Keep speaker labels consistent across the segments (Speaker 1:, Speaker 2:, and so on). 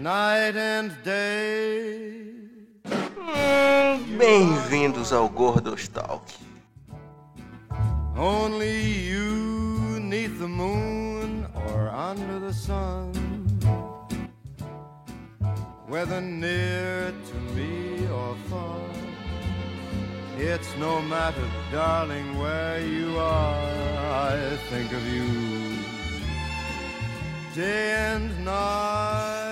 Speaker 1: night and day.
Speaker 2: Bem-vindos ao Gordos Talk.
Speaker 1: Only you neath the moon or under the sun, whether near to me or far, it's no matter, darling, where you are. I think of you day and night.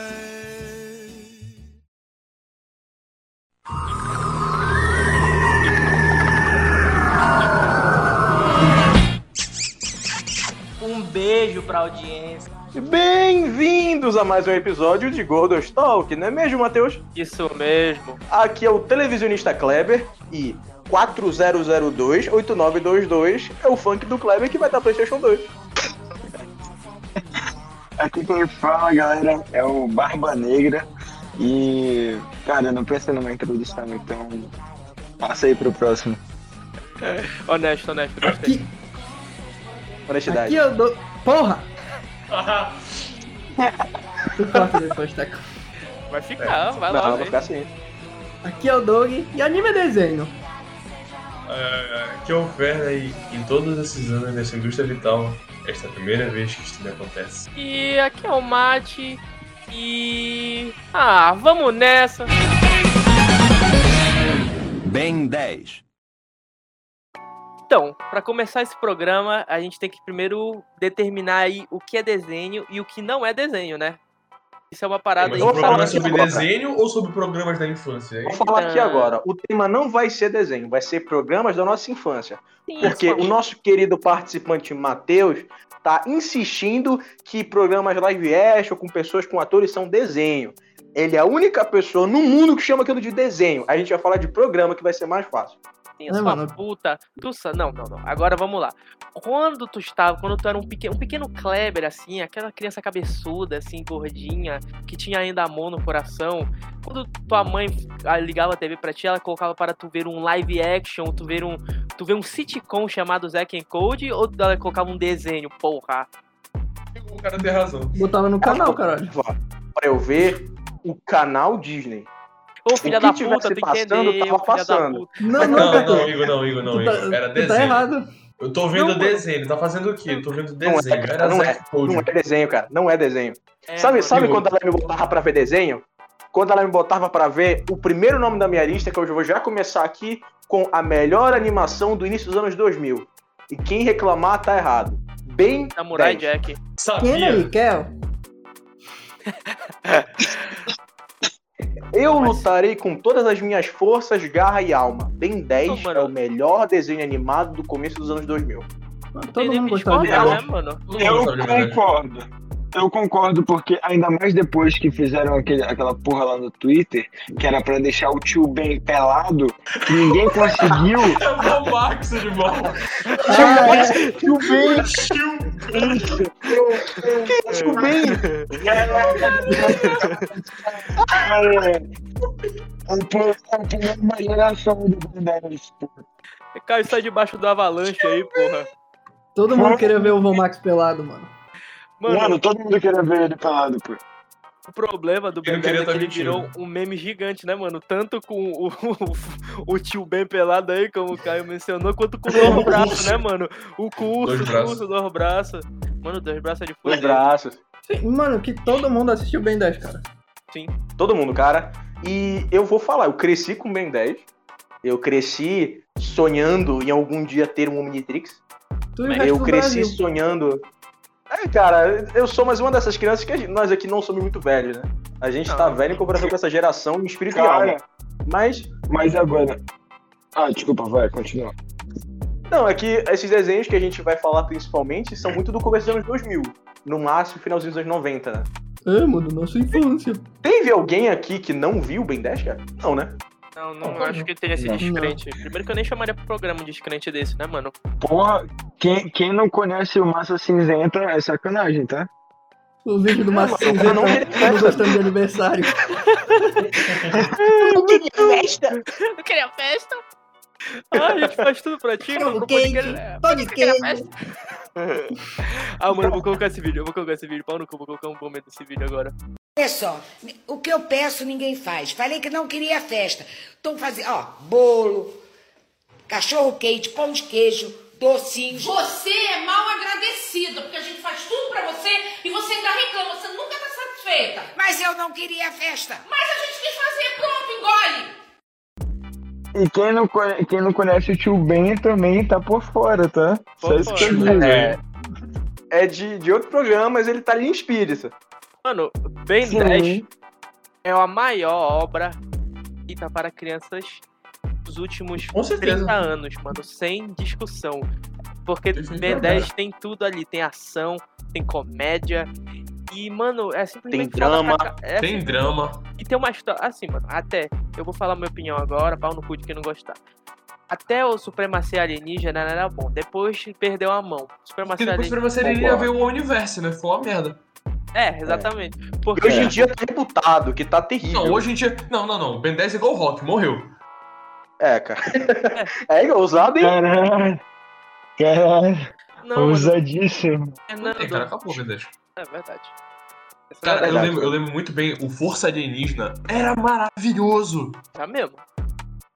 Speaker 3: Um beijo pra audiência.
Speaker 4: Bem-vindos a mais um episódio de Gordos Talk, não é mesmo, Matheus?
Speaker 3: Isso mesmo.
Speaker 4: Aqui é o televisionista Kleber e 4002-8922 é o funk do Kleber que vai estar PlayStation 2.
Speaker 5: Aqui quem fala, galera, é o Barba Negra. E, cara, eu não pensei numa introdução, então passa aí pro próximo.
Speaker 3: Honesto, honesto, gostei.
Speaker 4: Honestidade.
Speaker 6: Aqui é eu dou. Porra! tu corta depois, Teco.
Speaker 3: Vai ficar, vai lá.
Speaker 4: É.
Speaker 3: né?
Speaker 4: Não,
Speaker 3: vem.
Speaker 4: vou ficar assim.
Speaker 6: Aqui é o Doug e anime é desenho.
Speaker 7: que houver aí em todos esses anos nessa indústria vital, esta é a primeira vez que isso me acontece.
Speaker 3: E aqui é o Mate. E. Ah, vamos nessa.
Speaker 2: Bem 10.
Speaker 3: Então, pra começar esse programa, a gente tem que primeiro determinar aí o que é desenho e o que não é desenho, né? Isso é uma parada
Speaker 7: Mas
Speaker 4: um
Speaker 3: aí.
Speaker 7: o programa é
Speaker 3: fala-
Speaker 4: aqui
Speaker 7: sobre
Speaker 4: agora.
Speaker 7: desenho ou sobre programas da infância? hein?
Speaker 4: Vou falar aqui agora, o tema não vai ser desenho, vai ser programas da nossa infância. Porque o nosso querido participante Matheus tá insistindo que programas live action com pessoas com atores são desenho. Ele é a única pessoa no mundo que chama aquilo de desenho. A gente vai falar de programa que vai ser mais fácil.
Speaker 3: Tem
Speaker 6: Não,
Speaker 3: sua
Speaker 6: mano.
Speaker 3: puta. Tu sa- Não, não, não. Agora vamos lá. Quando tu estava, quando tu era um pequeno, um pequeno Kleber, assim, aquela criança cabeçuda, assim, gordinha, que tinha ainda amor no coração, quando tua mãe ah, ligava a TV pra ti, ela colocava para tu ver um live action, tu ver um, tu ver um sitcom chamado Zack and Code, ou ela colocava um desenho, porra.
Speaker 7: O cara tem razão.
Speaker 6: Botava no canal, Ah, caralho.
Speaker 4: Pra eu ver o canal Disney.
Speaker 3: Ô, filha
Speaker 4: que
Speaker 3: da
Speaker 4: tivesse
Speaker 3: puta, tu
Speaker 4: passando,
Speaker 3: entendeu, filha
Speaker 4: tava
Speaker 3: da
Speaker 4: passando.
Speaker 3: puta.
Speaker 6: Não, não,
Speaker 7: Não,
Speaker 6: Teco.
Speaker 7: não, Igor, não, Igor, não,
Speaker 6: tu tá,
Speaker 7: Igor. Era
Speaker 6: tu tá
Speaker 7: desenho.
Speaker 6: errado.
Speaker 7: Eu tô vendo
Speaker 6: Não,
Speaker 7: desenho, tá fazendo o quê? Eu tô vendo
Speaker 4: Não
Speaker 7: desenho.
Speaker 4: é,
Speaker 7: Era
Speaker 4: cara, não é,
Speaker 7: Zack
Speaker 4: não
Speaker 7: Code.
Speaker 4: é desenho, cara. Não é desenho.
Speaker 3: É,
Speaker 4: sabe
Speaker 3: mano.
Speaker 4: sabe
Speaker 7: Igor.
Speaker 4: quando ela me botava pra ver desenho? Quando ela me botava pra ver o primeiro nome da minha lista, que eu vou já começar aqui com a melhor animação do início dos anos 2000. E quem reclamar tá errado. Bem
Speaker 3: Samurai
Speaker 4: 10.
Speaker 3: Jack.
Speaker 6: Quem é aí,
Speaker 7: Sabia?
Speaker 6: Kel?
Speaker 4: Eu lutarei com todas as minhas forças, garra e alma. Bem 10
Speaker 3: Não, mano.
Speaker 4: é o melhor desenho animado do começo dos anos 2000.
Speaker 6: Todo
Speaker 3: Tem nem
Speaker 6: mundo
Speaker 3: que
Speaker 6: gostava de
Speaker 3: discordar,
Speaker 6: Kel.
Speaker 3: né, mano?
Speaker 7: Todo mundo
Speaker 5: Eu
Speaker 7: sabe de verdade.
Speaker 5: concordo. Eu concordo, porque ainda mais depois que fizeram aquele, aquela porra lá no Twitter, que era pra deixar o tio Ben pelado, que ninguém conseguiu.
Speaker 7: É o Max de bola.
Speaker 5: tio Ben! Tio Ben! Cara, é por- é por uma geração do Ben 10.
Speaker 3: Caio sai debaixo do avalanche aí, porra.
Speaker 6: Todo mundo queria ver o Vomax pelado, mano.
Speaker 3: Mano,
Speaker 5: Mano, todo mundo queria ver ele pelado, pô.
Speaker 3: O problema do
Speaker 7: Eu
Speaker 3: Ben
Speaker 7: não queria
Speaker 3: 10 é que
Speaker 7: tá
Speaker 3: ele virou
Speaker 7: mentindo.
Speaker 3: um meme gigante, né, mano? Tanto com o, o tio Ben pelado aí, como o Caio mencionou, quanto com o dois braços, né, mano? O curso,
Speaker 7: Dois
Speaker 3: o
Speaker 7: braços.
Speaker 3: curso, dois braços. Mano, dois braços é de
Speaker 4: Os
Speaker 3: foda.
Speaker 4: braços.
Speaker 6: Sim, Mano, que todo mundo assistiu Ben 10, cara.
Speaker 4: Todo mundo, cara. E eu vou falar, eu cresci com o Ben 10. Eu cresci sonhando em algum dia ter um Omnitrix.
Speaker 6: Tu e o resto
Speaker 4: Eu
Speaker 6: do
Speaker 4: cresci
Speaker 6: Brasil.
Speaker 4: sonhando. É, cara, eu sou mais uma dessas crianças que a gente- nós aqui não somos muito velhos, né? A gente tá velho em comparação com essa geração em espírito e
Speaker 5: Ah. Cara,
Speaker 4: alma. Mas,
Speaker 5: Mas agora. Ah, desculpa, vai, continua.
Speaker 4: não, é que esses desenhos que a gente vai falar principalmente são muito do começo dos anos 2000. No máximo, finalzinho dos anos 90, né?
Speaker 6: Amo da nossa infância.
Speaker 4: Teve alguém aqui que não viu o Ben 10, cara? Não, né?
Speaker 3: Não, não acho que teria sido
Speaker 5: Não.
Speaker 3: descrente. Primeiro que eu nem chamaria pro programa um descrente desse, né, mano?
Speaker 5: Porra, quem, quem não conhece o Massa Cinzenta é sacanagem, tá?
Speaker 6: O vídeo do Márcio
Speaker 4: eu
Speaker 6: Cinzenta
Speaker 4: não queria
Speaker 6: não gostando um de aniversário.
Speaker 3: Eu queria festa. Ah, a gente faz tudo pra ti, mano. pro podcast, né?
Speaker 6: pão de queijo.
Speaker 3: Ah, mano, eu vou colocar esse vídeo, eu vou colocar esse vídeo. Pau no cu, vou colocar um momento desse vídeo agora.
Speaker 8: Olha só, o que eu peço ninguém faz. Falei que não queria festa. Então fazendo, ó, bolo, cachorro quente, pão de queijo, docinhos.
Speaker 9: Você é mal agradecida, porque a gente faz tudo pra você e você ainda reclama, você nunca tá satisfeita.
Speaker 8: Mas eu não queria festa.
Speaker 9: Mas a gente quis fazer, pronto, engole!
Speaker 5: E quem não, conhe- quem não conhece o tio Ben também tá por fora, tá?
Speaker 3: Por
Speaker 5: Só isso que eu
Speaker 3: fora.
Speaker 5: digo.
Speaker 4: É, é de, de outro programa, mas ele tá ali em espírito.
Speaker 3: Mano, Ben
Speaker 5: Sim.
Speaker 3: 10 é a maior obra feita para crianças dos últimos
Speaker 4: Um
Speaker 7: Com certeza.
Speaker 3: 30 anos, mano, sem discussão. Porque
Speaker 4: é
Speaker 7: Perfeito,
Speaker 3: Ben 10 tem tudo ali, tem ação, tem comédia. E, mano, é simplesmente.
Speaker 4: Tem
Speaker 3: foda
Speaker 4: drama,
Speaker 3: pra ca- é
Speaker 7: Tem drama.
Speaker 3: e tem uma história. Assim, mano, até. Eu vou falar minha opinião agora, pau no cu de quem não gostar. Até o Supremacia Alienígena era bom. Depois perdeu a mão.
Speaker 7: Porque
Speaker 3: Supremacia
Speaker 7: depois pra você ele ia
Speaker 4: Concordo.
Speaker 7: ver o universo, né? Ficou uma merda.
Speaker 3: É, exatamente.
Speaker 4: E
Speaker 3: Porque.
Speaker 4: hoje em dia tá reputado, que tá terrível.
Speaker 7: Não, hoje a gente. Não, não, não. O Ben 10 é igual o Rock, morreu.
Speaker 4: É, cara. É ousado, hein?
Speaker 5: Caralho. Caralho,
Speaker 3: Não, mano,
Speaker 5: ousadíssimo.
Speaker 3: Fernando.
Speaker 7: É, cara, acabou o Ben 10.
Speaker 3: É verdade. Essa
Speaker 7: Cara,
Speaker 3: é
Speaker 7: eu
Speaker 4: verdade.
Speaker 7: lembro, eu lembro muito bem, o Força Alienígena era maravilhoso.
Speaker 3: tá mesmo.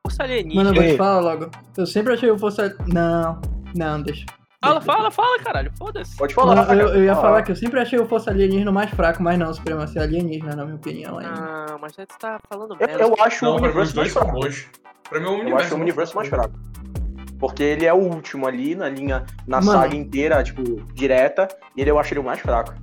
Speaker 3: Força
Speaker 6: Mano,
Speaker 3: alienígena.
Speaker 6: eu vou
Speaker 5: Ei.
Speaker 6: te falar logo. Eu sempre achei que eu fosse. Não, não, deixa.
Speaker 3: Fala, fala, fala, caralho. Foda-se.
Speaker 4: Pode falar.
Speaker 6: Não, eu,
Speaker 4: cara.
Speaker 6: eu ia
Speaker 4: Fala.
Speaker 6: falar que eu sempre achei o Força Alienígena o mais fraco, mas não, o Supremacia Alienígena, na minha opinião. Ainda.
Speaker 3: Ah, mas você tá falando
Speaker 4: Eu,
Speaker 3: merda.
Speaker 4: eu acho
Speaker 7: Não,
Speaker 4: o
Speaker 7: pra mim os
Speaker 4: universo
Speaker 7: dois
Speaker 4: mais
Speaker 7: são
Speaker 4: fraco.
Speaker 7: bons. Pra mim o
Speaker 4: Eu
Speaker 7: universo.
Speaker 4: acho o universo mais fraco. Porque ele é o último ali na linha, na
Speaker 6: Mano.
Speaker 4: saga inteira, tipo, direta. E ele eu acho ele o mais fraco.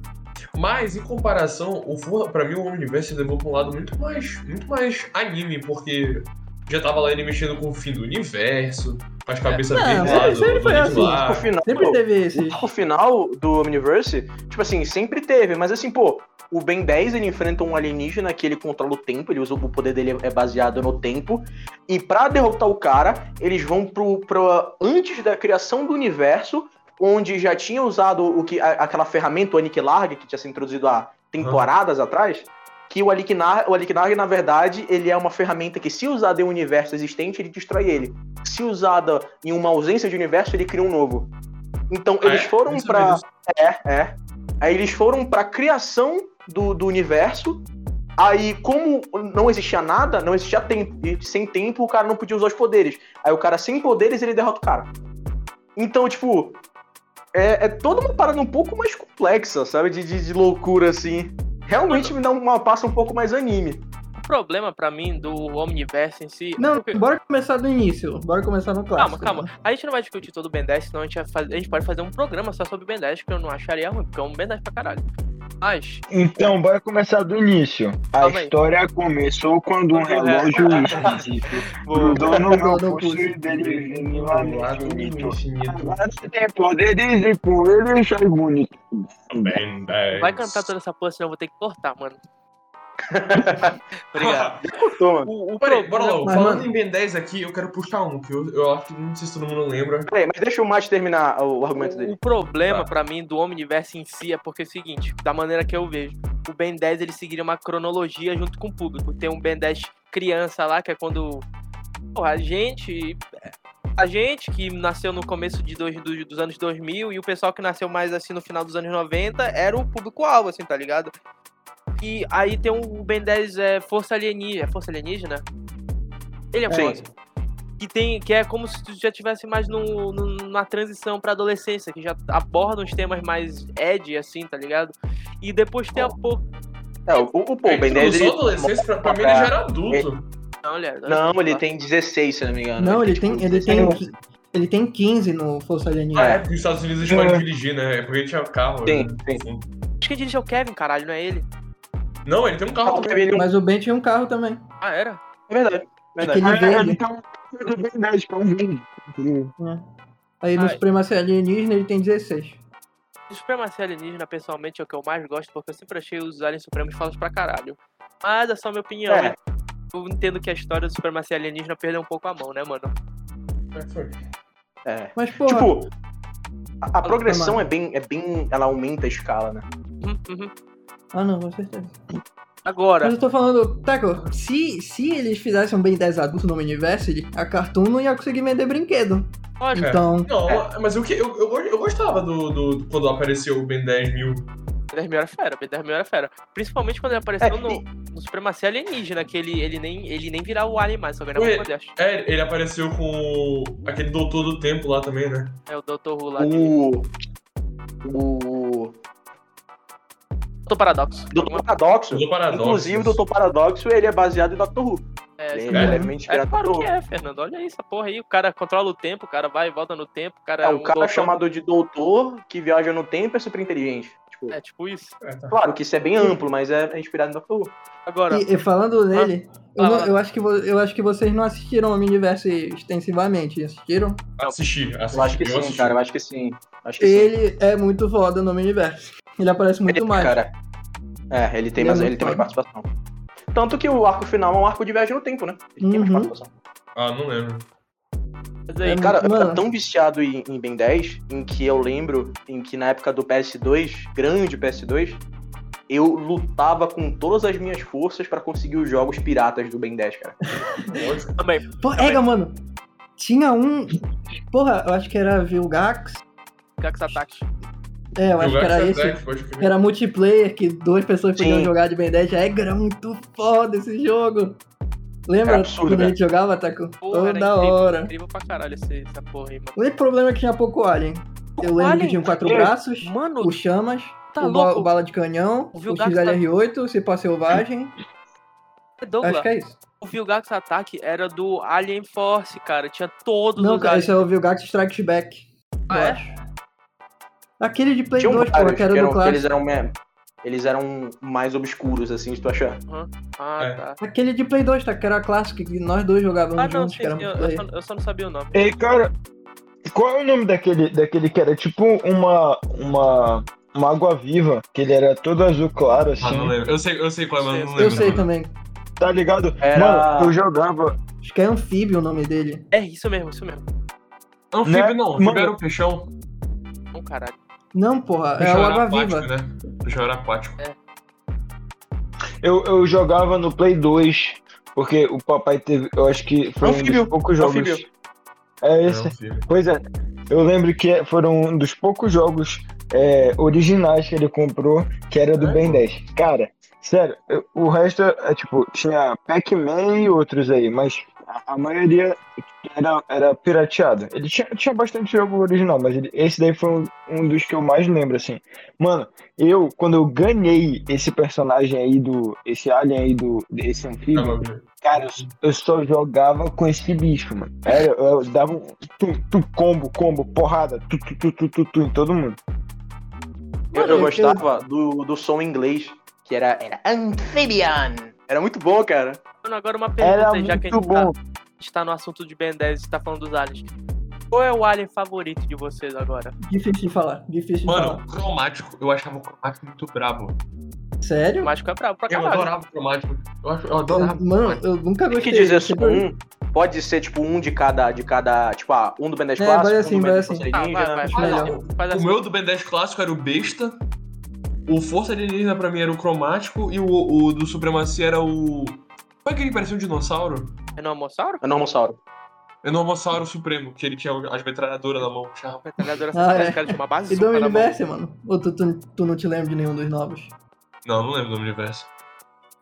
Speaker 7: Mas em comparação, o For... pra mim o universo levou pra um lado muito mais, muito mais anime, porque já tava lá ele mexendo com o fim do universo, com as cabeças
Speaker 6: É. Não,
Speaker 7: verdes
Speaker 6: mas
Speaker 7: lá do,
Speaker 6: sempre
Speaker 7: do
Speaker 6: foi
Speaker 7: Nick
Speaker 6: assim,
Speaker 7: lá.
Speaker 4: Tipo, o final,
Speaker 6: Sempre teve esse.
Speaker 4: o final do Omniverse, tipo assim, sempre teve, mas assim, pô, o Ben 10 ele enfrenta um alienígena que ele controla o tempo, ele usa o poder dele é baseado no tempo. E pra derrotar o cara, eles vão pro, pro antes da criação do universo, onde já tinha usado o que a- aquela ferramenta o Aniquilarg que tinha sido introduzido há temporadas atrás. Que o Alikinar, o Alikinar, na verdade, ele é uma ferramenta que, se usada em um universo existente, ele destrói ele. Se usada em uma ausência de universo, ele cria um novo. Então,
Speaker 7: Ah,
Speaker 4: eles
Speaker 7: é?
Speaker 4: foram
Speaker 7: Nem sabia
Speaker 4: pra.
Speaker 7: disso.
Speaker 4: É, é. Aí eles foram pra criação do, do universo. Aí, como não existia nada, não existia tempo. E sem tempo, o cara não podia usar os poderes. Aí o cara sem poderes, ele derrota o cara. Então, tipo. É, é toda uma parada um pouco mais complexa, sabe? De, de, de loucura, assim. Realmente me dá uma passa um pouco mais anime.
Speaker 3: O problema pra mim do Omniverse em si. é
Speaker 6: Não,
Speaker 3: porque-
Speaker 6: bora começar do início. Bora começar no
Speaker 3: Calma,
Speaker 6: clássico.
Speaker 3: calma. A gente não vai discutir todo o Ben 10, senão a gente, vai fazer- a gente pode fazer um programa só sobre o Ben 10, que eu não acharia ruim, porque é um Ben 10 pra caralho. Mas,
Speaker 5: Então, bora começar do início. A
Speaker 3: Calma aí.
Speaker 5: história começou
Speaker 7: é
Speaker 5: quando um relógio esquisito grudou no meu pulso e dele vindo lá
Speaker 7: assim, Do lado do
Speaker 5: infinito.
Speaker 7: infinito.
Speaker 5: Agora você tem poderes e com ele sai bonito.
Speaker 7: Ben 10.
Speaker 3: vai cantar toda essa porra, senão eu vou ter que cortar, mano. Obrigado.
Speaker 4: Toma.
Speaker 3: O, o
Speaker 7: Peraí,
Speaker 3: pro-
Speaker 7: bora lá.
Speaker 6: Mas,
Speaker 7: Falando
Speaker 6: mano-
Speaker 7: em Ben 10 aqui, eu quero puxar um, que eu, eu acho que não sei se todo mundo lembra.
Speaker 4: Peraí, mas deixa o Mate terminar o, o argumento
Speaker 3: O,
Speaker 4: dele.
Speaker 3: o problema
Speaker 7: Tá.
Speaker 3: pra mim do Omniverse em si é porque é o seguinte, da maneira que eu vejo, o Ben 10 ele seguiria uma cronologia junto com o público. Tem um Ben 10 criança lá, que é quando porra, a gente a gente que nasceu no começo de dois, do- dos anos 2000 e o pessoal que nasceu mais assim no final dos anos 90 era o público-alvo, assim, tá ligado? E aí tem o Ben 10 é, Força Alienígena. É Força Alienígena? Ele é
Speaker 4: Sim.
Speaker 3: Força. Que, tem, que é como se tu já tivesse mais no, no- na transição pra adolescência, que já aborda uns temas mais ed assim, tá ligado? E depois tem a porra.
Speaker 4: É, o, o, pô, o
Speaker 7: Ele
Speaker 4: Ben 10
Speaker 7: cruzou
Speaker 4: ele...
Speaker 7: a adolescência, pra, pra mim ele já era adulto.
Speaker 3: Olha,
Speaker 4: Não, ele tem 16, se não me engano.
Speaker 6: Não, ele tem,
Speaker 4: tipo,
Speaker 6: ele tem,
Speaker 4: 16.
Speaker 6: ele tem 15 no Força
Speaker 7: Ah,
Speaker 6: Alienígena.
Speaker 7: é, porque os Estados Unidos podem dirigir, né? É porque ele tinha carro.
Speaker 4: Sim,
Speaker 7: né?
Speaker 4: sim.
Speaker 3: Acho que ele dirige é o Kevin, caralho, não é ele?
Speaker 7: Não, ele tem um carro
Speaker 4: Ah,
Speaker 7: também.
Speaker 4: ele-
Speaker 6: Mas o Ben tinha um carro também.
Speaker 3: Ah, era?
Speaker 4: É verdade. verdade.
Speaker 6: Aquele
Speaker 5: Ele
Speaker 6: verde.
Speaker 5: tem um poder de verdade, que é um verde.
Speaker 6: É. Aí no
Speaker 3: Ai.
Speaker 6: Supremacia Alienígena ele tem 16.
Speaker 3: De Supremacia Alienígena, pessoalmente, é o que eu mais gosto, porque eu sempre achei os Aliens Supremos falas pra caralho. Mas é só minha opinião.
Speaker 4: É.
Speaker 3: Eu entendo que a história do Supremacia Alienígena perdeu um pouco a mão, né, mano?
Speaker 4: É.
Speaker 6: Mas, pô,
Speaker 4: Tipo, a, a
Speaker 6: Fala,
Speaker 4: progressão
Speaker 6: mano.
Speaker 4: é bem, é bem. Ela aumenta a escala, né?
Speaker 3: Uhum, uhum.
Speaker 6: ah não, com certeza.
Speaker 3: Agora,
Speaker 4: Hum.
Speaker 6: Mas eu tô falando, Teco, se, se eles fizessem um Ben 10 adulto no Universe, a Cartoon não ia conseguir vender brinquedo.
Speaker 3: lógico,
Speaker 6: Então,
Speaker 4: É.
Speaker 7: Não, mas o que, eu, eu, eu gostava do, do- do- quando apareceu o Ben 10 mil.
Speaker 3: Bendermere era fera, Bendermere era fera. Principalmente quando ele apareceu
Speaker 5: É,
Speaker 3: no, no Supremacia Alienígena, que ele, ele, nem, ele nem virava o alien mais, só ganhava o
Speaker 7: Ué.
Speaker 3: Kodesh.
Speaker 7: É, ele apareceu com o- aquele doutor do tempo lá também, né?
Speaker 3: É o Dr. Who lá. de-
Speaker 4: O. O.
Speaker 3: Dr. Paradoxo.
Speaker 4: Doutor Paradoxo.
Speaker 7: Doutor Paradoxo.
Speaker 4: Inclusive, o Doutor Paradoxo ele é baseado em Doctor Who.
Speaker 3: É,
Speaker 4: Ele
Speaker 3: esse
Speaker 4: é
Speaker 7: cara-
Speaker 4: levemente
Speaker 3: É
Speaker 4: inspirado em
Speaker 3: claro
Speaker 4: Doctor
Speaker 3: que
Speaker 4: Who.
Speaker 3: é, Fernando. Olha isso, essa porra aí. O cara controla o tempo, o cara vai e volta no tempo, o cara
Speaker 4: É um cara
Speaker 3: doutor.
Speaker 4: chamado de Doutor que viaja no tempo é super inteligente. Tipo,
Speaker 3: É tipo isso.
Speaker 7: É, tá.
Speaker 4: Claro que isso é bem amplo, mas é, é inspirado em Doctor Who.
Speaker 3: Agora,
Speaker 6: E, e falando nele, eu,
Speaker 3: Ah,
Speaker 6: não-
Speaker 3: ah.
Speaker 6: eu acho que vo- eu acho que vocês não assistiram o Omniverse extensivamente. Assistiram?
Speaker 7: Assisti, assisti.
Speaker 4: Eu acho que
Speaker 7: eu
Speaker 4: sim,
Speaker 7: assisti.
Speaker 4: cara. Eu acho que sim. Acho que sim.
Speaker 6: Ele é muito foda no Omniverse. Ele aparece muito mais.
Speaker 4: Cara, é, ele tem,
Speaker 6: Ele é
Speaker 4: mais,
Speaker 6: muito
Speaker 4: ele tem mais
Speaker 6: foda.
Speaker 4: participação. Tanto que o arco final é um arco de viagem no tempo, né? Ele tem mais
Speaker 6: Uhum.
Speaker 4: participação.
Speaker 7: Ah, não lembro.
Speaker 3: mas aí,
Speaker 6: É,
Speaker 4: Cara, eu
Speaker 6: Mano.
Speaker 4: era tão viciado em, em Ben 10, em que eu lembro, em que na época do PS2, grande PS2, eu lutava com todas as minhas forças pra conseguir os jogos piratas do Ben 10, cara.
Speaker 7: Lógico.
Speaker 3: também.
Speaker 6: Pô, ega, mano. Tinha um. Porra, eu acho que era Vilgax.
Speaker 3: Gax Attacks.
Speaker 6: É, eu
Speaker 7: E o
Speaker 6: acho que era
Speaker 7: Gax
Speaker 6: esse.
Speaker 7: Attack, pode crer.
Speaker 6: Era multiplayer, que duas pessoas podiam
Speaker 4: Sim.
Speaker 6: jogar de Ben 10. É, era muito foda esse jogo. Lembra
Speaker 4: Era É absurdo, né?
Speaker 6: quando a
Speaker 4: velho.
Speaker 6: gente jogava, Taco?
Speaker 3: Porra, era
Speaker 6: Toda hora.
Speaker 3: Incrível pra caralho esse- essa porra aí, mano.
Speaker 6: O único problema é que tinha pouco alien. Eu lembro um- que
Speaker 3: Alien?
Speaker 6: tinha quatro braços,
Speaker 3: Mano,
Speaker 6: o chamas,
Speaker 3: Tá
Speaker 6: o, ba-
Speaker 3: louco?
Speaker 6: o bala de canhão,
Speaker 3: O
Speaker 6: o,
Speaker 3: Vilgax tá-
Speaker 6: XLR8, o cipó selvagem.
Speaker 3: Douglas,
Speaker 6: Acho que é isso.
Speaker 3: o Vilgax Attack era do Alien Force, cara. Tinha todos
Speaker 6: Não,
Speaker 3: os
Speaker 6: cara,
Speaker 3: aliens.
Speaker 6: esse é o Vilgax Strikes Back.
Speaker 3: Ah,
Speaker 6: eu
Speaker 3: é?
Speaker 6: acho. Aquele de Play
Speaker 4: Tinha
Speaker 6: 2, porra,
Speaker 4: vários
Speaker 6: que era
Speaker 4: que
Speaker 6: do
Speaker 4: eram, que eles
Speaker 6: clássico.
Speaker 4: eram me- eles eram mais obscuros, assim, se tu achar.
Speaker 3: Ah,
Speaker 7: É.
Speaker 3: tá.
Speaker 6: Aquele de Play 2, tá? Que era clássico, que nós dois jogávamos
Speaker 3: Ah, não,
Speaker 6: juntos,
Speaker 3: sim,
Speaker 6: que era
Speaker 3: sim, eu, eu só,
Speaker 6: multiplayer.
Speaker 3: eu só não sabia o nome.
Speaker 5: Ei, cara, qual é o nome daquele, daquele que era tipo uma, uma, uma água-viva, que ele era todo azul claro, assim,
Speaker 7: Ah, não lembro. Eu sei, eu sei qual é, mas eu não
Speaker 6: Eu
Speaker 7: lembro.
Speaker 6: sei
Speaker 7: não.
Speaker 6: também.
Speaker 5: tá ligado?
Speaker 4: Era-
Speaker 5: Mano, eu jogava...
Speaker 6: Acho que é anfíbio o nome dele.
Speaker 3: É isso mesmo, isso mesmo.
Speaker 7: Anfíbio
Speaker 5: Né?
Speaker 7: não,
Speaker 5: Mano.
Speaker 7: anfíbio era o peixão.
Speaker 3: Não, caralho.
Speaker 6: Não, porra, é
Speaker 7: Peixão
Speaker 6: o
Speaker 7: era
Speaker 6: Água
Speaker 7: aquático,
Speaker 6: Viva.
Speaker 7: né? Peixão era aquático.
Speaker 5: Eu, eu jogava no Play 2, porque o papai teve, eu acho que foi um
Speaker 4: Anfíbio,
Speaker 5: dos poucos jogos...
Speaker 4: anfíbio.
Speaker 5: É
Speaker 7: Era
Speaker 5: esse,
Speaker 7: anfíbio.
Speaker 5: Pois é, eu lembro que foram um dos poucos jogos é, originais que ele comprou, que era do Ben 10. Cara, sério, eu- o resto é tipo, tinha Pac-Man e outros aí, mas a, a maioria era, era pirateado. Ele tinha, tinha bastante jogo original, mas ele- esse daí foi um, um dos que eu mais lembro, assim. Mano, eu, quando eu ganhei esse personagem aí do. Esse alien aí do. Esse anfíbio.
Speaker 7: Água viva.
Speaker 5: Cara, eu s- eu só jogava com esse bicho, mano. Era, eu dava um tu, tu, combo, combo, porrada, tu, tu, tu, tu, tu, tu, em todo mundo.
Speaker 4: Eu,
Speaker 6: Mano,
Speaker 4: eu
Speaker 6: eu-
Speaker 4: gostava do, do som em inglês, que era, era Amphibian. Era muito bom, cara.
Speaker 3: Mano, agora uma pergunta
Speaker 5: Era
Speaker 3: aí, já que a
Speaker 5: muito
Speaker 3: gente, tá,
Speaker 5: bom.
Speaker 3: a gente tá no assunto de Ben 10 e tá falando dos aliens. Qual é o alien favorito de vocês agora?
Speaker 6: Difícil de falar, difícil de falar.
Speaker 7: Mano, cromático. Eu achava o cromático muito brabo.
Speaker 3: O
Speaker 6: Sério?
Speaker 3: mágico é brabo pra
Speaker 7: Eu
Speaker 3: caralho.
Speaker 7: adorava o cromático. Eu, acho, eu
Speaker 6: Eu-
Speaker 7: adorava. o
Speaker 6: Mano,
Speaker 7: cromático.
Speaker 6: eu
Speaker 4: Tem
Speaker 6: nunca
Speaker 4: que
Speaker 6: gostei.
Speaker 4: dizer
Speaker 6: eu
Speaker 4: só
Speaker 6: sempre-
Speaker 4: um. Pode ser tipo um de cada. De cada tipo, ah, um do Ben 10
Speaker 6: É,
Speaker 4: Clássico,
Speaker 6: vai
Speaker 4: um
Speaker 6: assim,
Speaker 4: do Ben
Speaker 6: vai
Speaker 4: 10
Speaker 6: assim.
Speaker 4: Conselho
Speaker 3: Ah, vai,
Speaker 4: Ninja,
Speaker 3: vai,
Speaker 4: né?
Speaker 3: faz
Speaker 6: Melhor.
Speaker 3: assim, faz
Speaker 7: O
Speaker 3: assim.
Speaker 7: meu do Ben 10 clássico era o besta. O Força Alienígena pra mim era o cromático. E o, o do Supremacia era o. Como é que ele parecia um dinossauro?
Speaker 3: É no Almossauro?
Speaker 4: Anormossauro.
Speaker 7: Enormossauro Supremo, que ele tinha as metralhadoras na mão. Achava
Speaker 3: Metralhadora
Speaker 6: Ah, é.
Speaker 3: Tá essa cara tinha uma base
Speaker 6: E do
Speaker 3: na mão.
Speaker 6: Omniverse, mano? Ou tu, tu, tu não te lembra de nenhum dos novos?
Speaker 7: Não, não lembro do universo.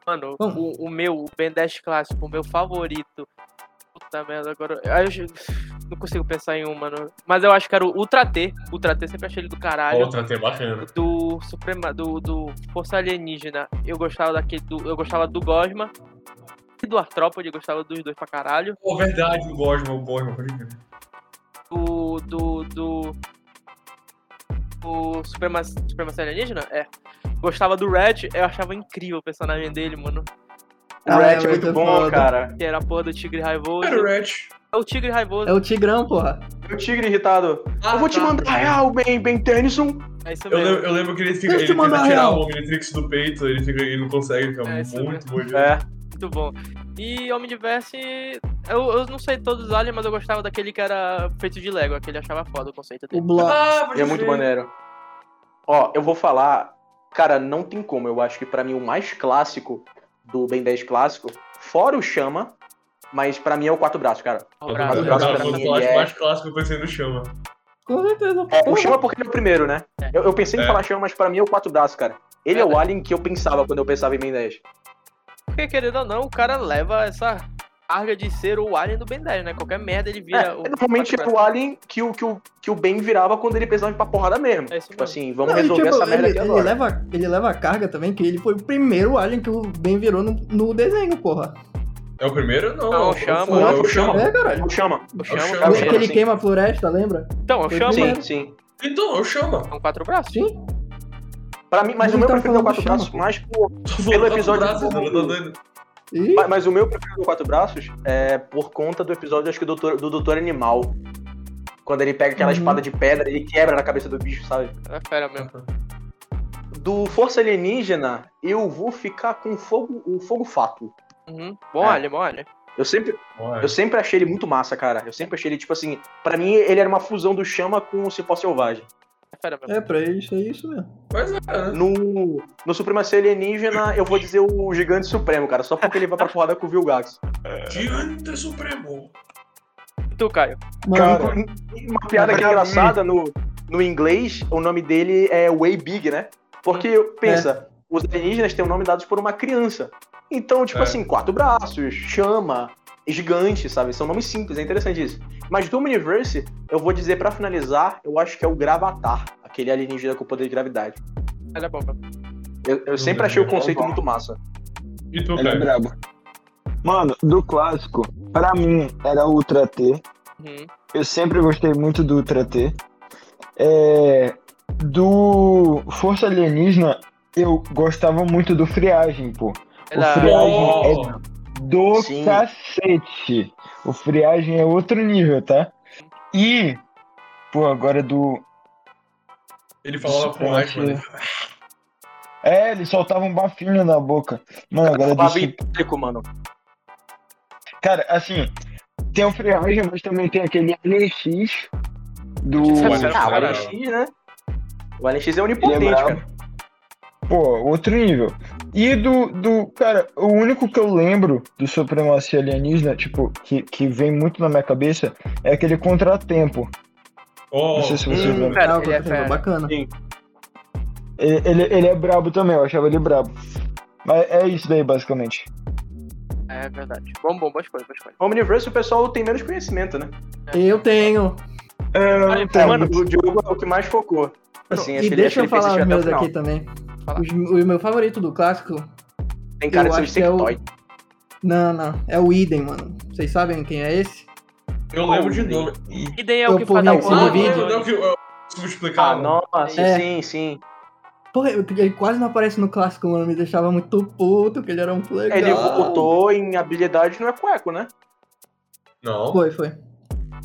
Speaker 3: Mano,
Speaker 6: Vamos.
Speaker 3: o, o meu, o Ben 10 clássico, o meu favorito. Puta merda, agora. Ai, Eu, não consigo pensar em um, mano. Mas eu acho que era o Ultra T. Ultra T sempre achei ele do caralho.
Speaker 7: Outra tem bacana.
Speaker 3: Do Suprema. Do, do Força Alienígena. Eu gostava daquele. Do, eu gostava do Gosma. E do Artrópode, eu gostava dos dois pra caralho.
Speaker 7: Pô, verdade, o Gosma, o Gosma, pode crer.
Speaker 3: Do. Do. Do. do Suprema, Supremacia Alienígena? É. Gostava do Red, eu achava incrível o personagem dele, mano.
Speaker 4: O
Speaker 6: Ah,
Speaker 4: Ratchet
Speaker 6: é
Speaker 4: é muito
Speaker 6: muito
Speaker 4: bom,
Speaker 6: foda.
Speaker 4: cara.
Speaker 3: Que era a porra do Tigre Raivoso.
Speaker 7: Era o Ratch.
Speaker 3: É o Tigre Raivoso.
Speaker 6: É o Tigrão, porra.
Speaker 4: O tigre irritado.
Speaker 7: Ah,
Speaker 4: eu vou te
Speaker 7: tá.
Speaker 4: mandar
Speaker 6: é.
Speaker 4: real, Ben, Ben Tennyson.
Speaker 3: É isso
Speaker 7: Eu
Speaker 3: mesmo.
Speaker 7: lembro, eu lembro que ele fica.
Speaker 6: Deixa eu
Speaker 7: Ele
Speaker 6: te mandar
Speaker 7: tenta tirar
Speaker 6: real.
Speaker 7: o Omnitrix do peito, ele, fica, ele não consegue, fica
Speaker 3: É, isso
Speaker 7: muito bom. de-
Speaker 4: É.
Speaker 3: Muito bom. E Homem de Verse, eu, eu não sei todos os aliens, mas eu gostava daquele que era feito de Lego, aquele eu achava foda o conceito
Speaker 6: O
Speaker 3: dele.
Speaker 6: Blob.
Speaker 7: Ah,
Speaker 4: E
Speaker 7: pode
Speaker 4: é muito
Speaker 7: crer.
Speaker 4: maneiro. Ó, eu vou falar. Cara, não tem como. Eu acho que pra mim o mais clássico do Ben 10 clássico, fora o Chama, mas pra mim é o Quatro Braços, cara.
Speaker 3: O
Speaker 7: Eu
Speaker 3: braço,
Speaker 4: Quatro
Speaker 7: também
Speaker 3: né?
Speaker 4: Braços
Speaker 7: adorava,
Speaker 4: pra
Speaker 7: mas
Speaker 4: mim,
Speaker 7: eu acho
Speaker 4: ele é-
Speaker 7: mais clássico eu pensei no Chama.
Speaker 6: Com certeza.
Speaker 4: É, o
Speaker 6: Porra.
Speaker 4: Chama porque ele é o primeiro, né? Eu, eu pensei em
Speaker 7: É.
Speaker 4: falar Chama, mas pra mim é o 4 das, cara. Ele é o alien que eu pensava quando eu pensava em Ben 10.
Speaker 3: Porque, querendo ou não, o cara leva essa carga de ser o alien do Ben 10, né? Qualquer merda ele vira.
Speaker 4: É,
Speaker 3: o...
Speaker 4: normalmente é o alien que o, que, o, que o Ben virava quando ele precisava ir pra porrada mesmo.
Speaker 3: É isso mesmo.
Speaker 4: tipo assim, vamos
Speaker 6: Não, e,
Speaker 4: resolver
Speaker 6: tipo,
Speaker 4: essa merda
Speaker 6: ele,
Speaker 4: aqui
Speaker 6: ele
Speaker 4: agora.
Speaker 6: leva, ele leva a carga também, que ele foi o primeiro alien que o Ben virou no, no desenho, porra.
Speaker 7: É o primeiro? Não,
Speaker 3: Não,
Speaker 7: é o-
Speaker 3: chama,
Speaker 7: é
Speaker 4: não,
Speaker 7: o chama.
Speaker 6: É, caralho.
Speaker 4: tipo O Chama.
Speaker 3: O
Speaker 7: É o
Speaker 3: chama.
Speaker 7: Chama.
Speaker 6: Aquele que ele assim.
Speaker 4: sim.
Speaker 6: queima a floresta, lembra?
Speaker 3: Então, o
Speaker 6: Foi
Speaker 3: chama.
Speaker 6: primeiro.
Speaker 4: Sim, sim.
Speaker 7: Então, é o chama.
Speaker 3: São quatro braços.
Speaker 6: Sim.
Speaker 4: Pra mim, mas
Speaker 6: Não
Speaker 4: o meu
Speaker 6: tá
Speaker 4: preferido é o 4
Speaker 6: falando Chama,
Speaker 4: braços,
Speaker 6: pô.
Speaker 4: mas por.
Speaker 7: Tô voltando pro
Speaker 4: episódio
Speaker 7: braço,
Speaker 4: do-
Speaker 7: mano, tá doido.
Speaker 6: E
Speaker 4: Mas, mas o meu preferido do Quatro Braços é por conta do episódio, acho que do Doutor, do Doutor Animal. Quando ele pega aquela
Speaker 6: Uhum.
Speaker 4: espada de pedra e quebra na cabeça do bicho, sabe?
Speaker 3: É fera mesmo.
Speaker 4: Do Força Alienígena, eu vou ficar com fogo, o fogo fato.
Speaker 3: Uhum. Bom
Speaker 4: É.
Speaker 3: alien, bom alien.
Speaker 4: Eu sempre,
Speaker 7: Ué.
Speaker 4: eu sempre achei ele muito massa, cara. Eu sempre achei ele, tipo assim, pra mim ele era uma fusão do Chama com o Cipó Selvagem.
Speaker 3: É fera mesmo.
Speaker 6: é pra isso, é isso mesmo.
Speaker 7: Mas é, né?
Speaker 4: No, no Supremacia Alienígena, eu vou dizer o Gigante Supremo, cara, só porque ele vai pra porrada com o Vilgax.
Speaker 7: Gigante Supremo.
Speaker 3: E tu, Caio?
Speaker 6: Mano, é
Speaker 4: Cara, uma piada que é engraçada no, no inglês, o nome dele é Way Big, né? Porque pensa, os alienígenas têm o nome dados por uma criança. Então, tipo
Speaker 7: É.
Speaker 4: assim, quatro braços, chama, gigante, sabe? São nomes simples, é interessante isso. Mas do Universe, eu vou dizer pra finalizar, eu acho que é o Gravatar, aquele alienígena com poder de gravidade.
Speaker 3: Ele é bom mesmo.
Speaker 4: Eu, eu sempre achei o conceito muito massa.
Speaker 7: E tu,
Speaker 5: Ele é
Speaker 7: cara?
Speaker 5: brabo. Mano, do clássico, pra mim era Ultra T.
Speaker 3: Uhum.
Speaker 5: Eu sempre gostei muito do Ultra T. É, do Força Alienígena, eu gostava muito do Friagem, pô.
Speaker 3: Ela-
Speaker 5: O Friagem
Speaker 7: Oh.
Speaker 5: é do
Speaker 4: Sim.
Speaker 5: cacete. O Friagem é outro nível, tá? E, pô, agora do.
Speaker 7: Ele falava com mais, mano.
Speaker 5: É, ele soltava um bafinho na boca. Mano, agora do
Speaker 4: Tava
Speaker 5: Sup-
Speaker 4: hipócrico, mano.
Speaker 5: Cara, assim, tem o Friagem, mas também tem aquele LX do.
Speaker 3: Isso é
Speaker 4: Ah, o
Speaker 7: Cara,
Speaker 4: Alien X, né? O Alien X é onipotente,
Speaker 5: Ele é brabo.
Speaker 4: cara.
Speaker 5: Pô, outro nível. E do, do. Cara, o único que eu lembro do Supremacia Alienígena, tipo, que, que vem muito na minha cabeça, é aquele contratempo.
Speaker 7: Oh,
Speaker 5: Não sei se vocês
Speaker 4: hum.
Speaker 5: lembram.
Speaker 3: Fera,
Speaker 6: ah,
Speaker 3: ele é
Speaker 6: aconteceu,
Speaker 3: fera.
Speaker 6: bacana.
Speaker 5: Ele, ele, ele é brabo também, eu achava ele brabo. Mas é isso daí, basicamente.
Speaker 3: É verdade. Bom, bom, boa escolha, boa escolha.
Speaker 4: O Omniverse, o pessoal tem menos conhecimento, né?
Speaker 6: Eu tenho.
Speaker 5: É, tá,
Speaker 4: Mano, Ah, o Diogo é o que mais focou. Assim, acho
Speaker 6: e
Speaker 4: que ele,
Speaker 6: deixa eu
Speaker 4: acho que ele
Speaker 6: falar
Speaker 4: persistiu até
Speaker 6: os
Speaker 4: o
Speaker 6: meus
Speaker 4: final.
Speaker 6: aqui também.
Speaker 3: Fala.
Speaker 6: Os- o meu favorito do clássico.
Speaker 4: Tem cara
Speaker 6: Eu
Speaker 4: de ser
Speaker 6: acho que é o-
Speaker 4: sectóide.
Speaker 6: Não, não. É o Idem, mano. Vocês sabem quem é esse?
Speaker 7: eu lembro de nome.
Speaker 3: E daí é o
Speaker 6: Eu
Speaker 3: que
Speaker 6: pô,
Speaker 3: faz
Speaker 6: não,
Speaker 3: a
Speaker 6: eu pô,
Speaker 7: Ah,
Speaker 6: no vídeo.
Speaker 7: não, não, que eu vou explicar.
Speaker 4: Ah, nossa,
Speaker 6: É.
Speaker 4: sim, sim.
Speaker 6: Porra, eu- ele quase não aparece no clássico, mano. Me deixava muito puto, que ele era um legal.
Speaker 4: Ele votou em habilidade não é cueco, né?
Speaker 7: Não.
Speaker 6: Foi, foi.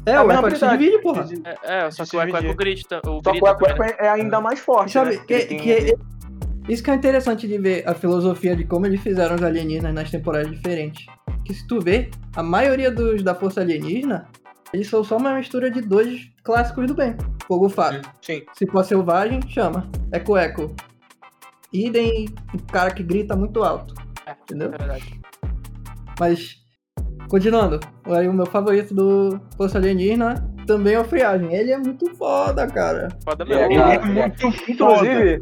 Speaker 6: É,
Speaker 4: a
Speaker 6: o
Speaker 4: mesma
Speaker 6: Eco se
Speaker 4: habilidade.
Speaker 6: divide, porra.
Speaker 3: É, é, só que o Eco é com o Grit. tá- O
Speaker 4: Só
Speaker 3: Grita
Speaker 4: que o Eco
Speaker 3: também, né?
Speaker 4: é ainda mais
Speaker 6: E
Speaker 4: forte,
Speaker 6: sabe,
Speaker 4: né?
Speaker 6: que,
Speaker 4: Ele tem-
Speaker 6: que- isso que é interessante de ver a filosofia de como eles fizeram os alienígenas nas temporadas diferentes. Que se tu vê, a maioria dos da Força Alienígena, eles são só uma mistura de dois clássicos do bem. Fogo Fato.
Speaker 4: Sim.
Speaker 6: Se for selvagem, chama. Eco Eco. Idem, o cara que grita muito alto.
Speaker 3: É
Speaker 6: Entendeu?
Speaker 3: verdade.
Speaker 6: Mas, continuando, aí o meu favorito do Força Alienígena também é o Friagem. Ele é muito foda, cara.
Speaker 3: Foda
Speaker 4: É,
Speaker 3: mesmo.
Speaker 4: cara.
Speaker 5: ele é muito foda.
Speaker 4: Inclusive,